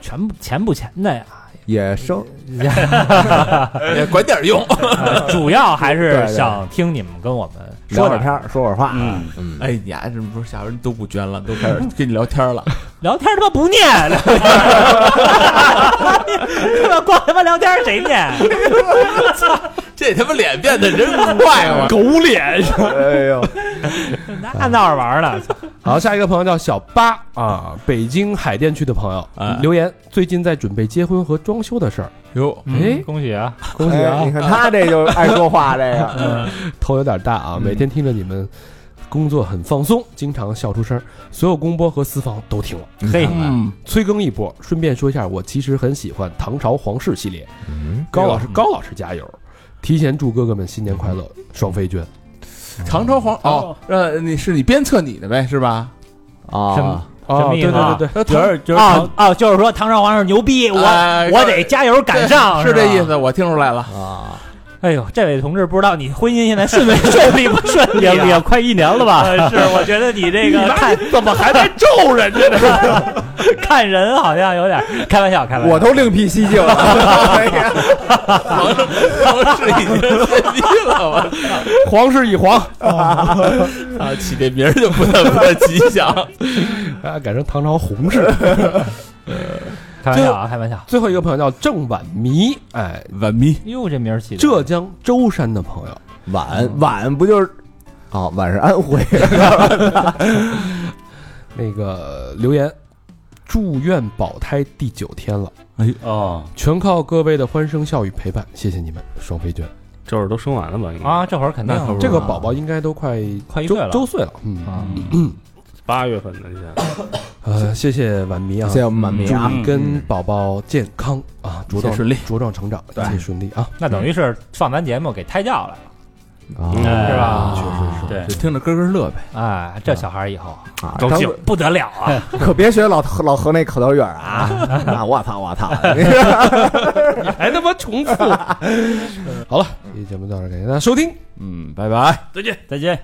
E: 全不钱不钱的呀，
G: 也收
H: 也管点用。
E: 呃主要还是
G: 对对
E: 想听你们跟我们
G: 聊
E: 说
G: 会儿
E: 点
G: 天儿，说会儿话，
I: 嗯
G: 嗯，
H: 哎，你还这么说，下边都不捐了，都开始跟你聊天了。
E: 聊天他妈 不念，他妈光他妈聊天谁念？
H: 这他妈脸变得真快啊！
E: 狗脸，
G: 哎呦，
E: 那闹着玩儿呢。
D: 好，下一个朋友叫小八啊，北京海淀区的朋友、
H: 哎
D: 留言，最近在准备结婚和装修的事儿，
H: 哟，
E: 哎，恭喜啊！
D: 恭喜啊
G: 哎，你看他这就爱说话，这个
D: 头有点大啊，每天听着你们工作很放松，经常笑出声儿，所有公播和私房都听了。
E: 嘿，
H: 嗯，
D: 催更一波，顺便说一下，我其实很喜欢唐朝皇室系列。高老师，高老师加油！提前祝哥哥们新年快乐，双飞娟。
H: 唐朝皇哦，呃，你是你鞭策你的呗，是吧？
E: 什
G: 啊
E: 么，什么意思啊
D: 哦对对对对，
I: 就是就是
E: 啊啊，就是说唐朝皇室牛逼，我
H: 哎
E: 我得加油赶上，
H: 是
E: 吧
H: 这意。思，我听出来了。
E: 哎呦，这位同志，不知道你婚姻现在顺利顺利不顺利
I: 也也
E: 啊？
I: 快一年了吧？
E: 呃是，我觉得你这个看
F: 怎么还在咒人家呢？
E: 看人好像有点开玩笑，开玩笑。
G: 我都另辟蹊径了，哎呀
H: 皇上，皇室已经献帝了，我
D: 皇室一皇，
H: 操，起这名儿就不那么吉祥。
D: 啊，改成唐朝红氏。
E: 开玩笑啊，开玩笑。
D: 最后一个朋友叫郑婉迷，哎，
H: 晚迷，
E: 哟，这名儿起的
D: 浙江舟山的朋友，
G: 晚晚不就是啊？晚是安徽，
D: 那个留言，祝愿保胎第九天了，
I: 哦
D: 全靠各位的欢声笑语陪伴，谢谢你们，双飞娟。
C: 这会儿都生完了吧？应该
E: 啊，，这会儿肯定
I: 那可不
D: 这个宝宝应该都快
E: 快一岁
D: 周
E: 了
D: 周岁了，嗯，
E: 啊，
C: 八月份的现在。
D: 呃，谢谢婉迷啊，
G: 谢谢我们满迷啊，
I: 嗯
D: 跟宝宝健康啊，茁壮
H: 顺利
D: 茁壮成长，一切顺利啊！
E: 那等于是放咱节目给胎教了，
G: 啊
E: 哎是吧？
I: 确实
H: 就听着咯咯乐呗。
E: 哎，这小孩儿以后
G: 啊，
E: 高
G: 张
E: 兴不得了啊！
G: 可别学老老河那口头语儿啊！啊， 我操我操！
D: 还他妈重复。好了，这期节目到这儿，感谢大家收听。
H: 嗯，拜拜。
I: 再见。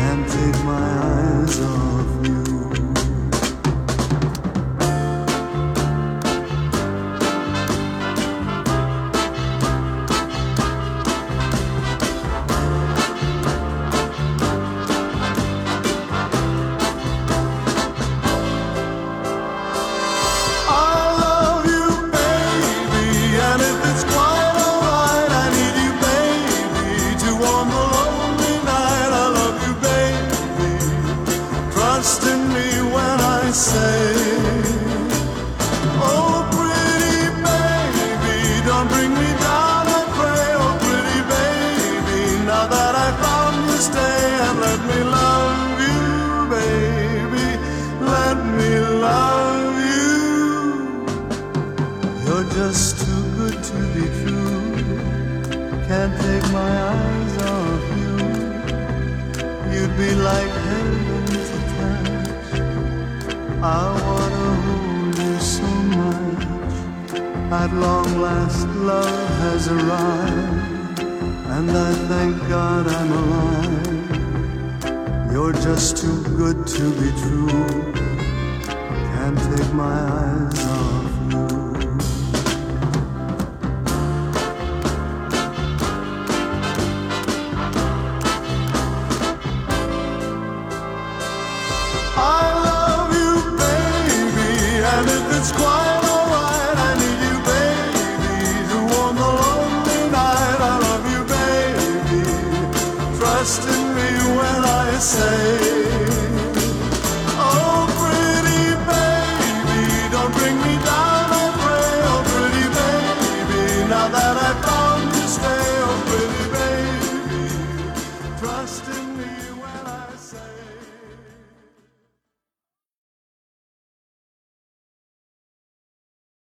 K: can't take my eyes off you. Oh, Oh, At long last, love has arrived, and I thank God I'm alive. You're just too good to be true. Can't take my eyes off you. I love you, baby, and if it's quite alright, I need you, baby, to warm the lonely night. I love you, baby. Trust in me when I say. Oh, pretty baby, don't bring me down, I pray. Oh, pretty baby, now that I've found to stay. Oh, pretty baby, trust in me.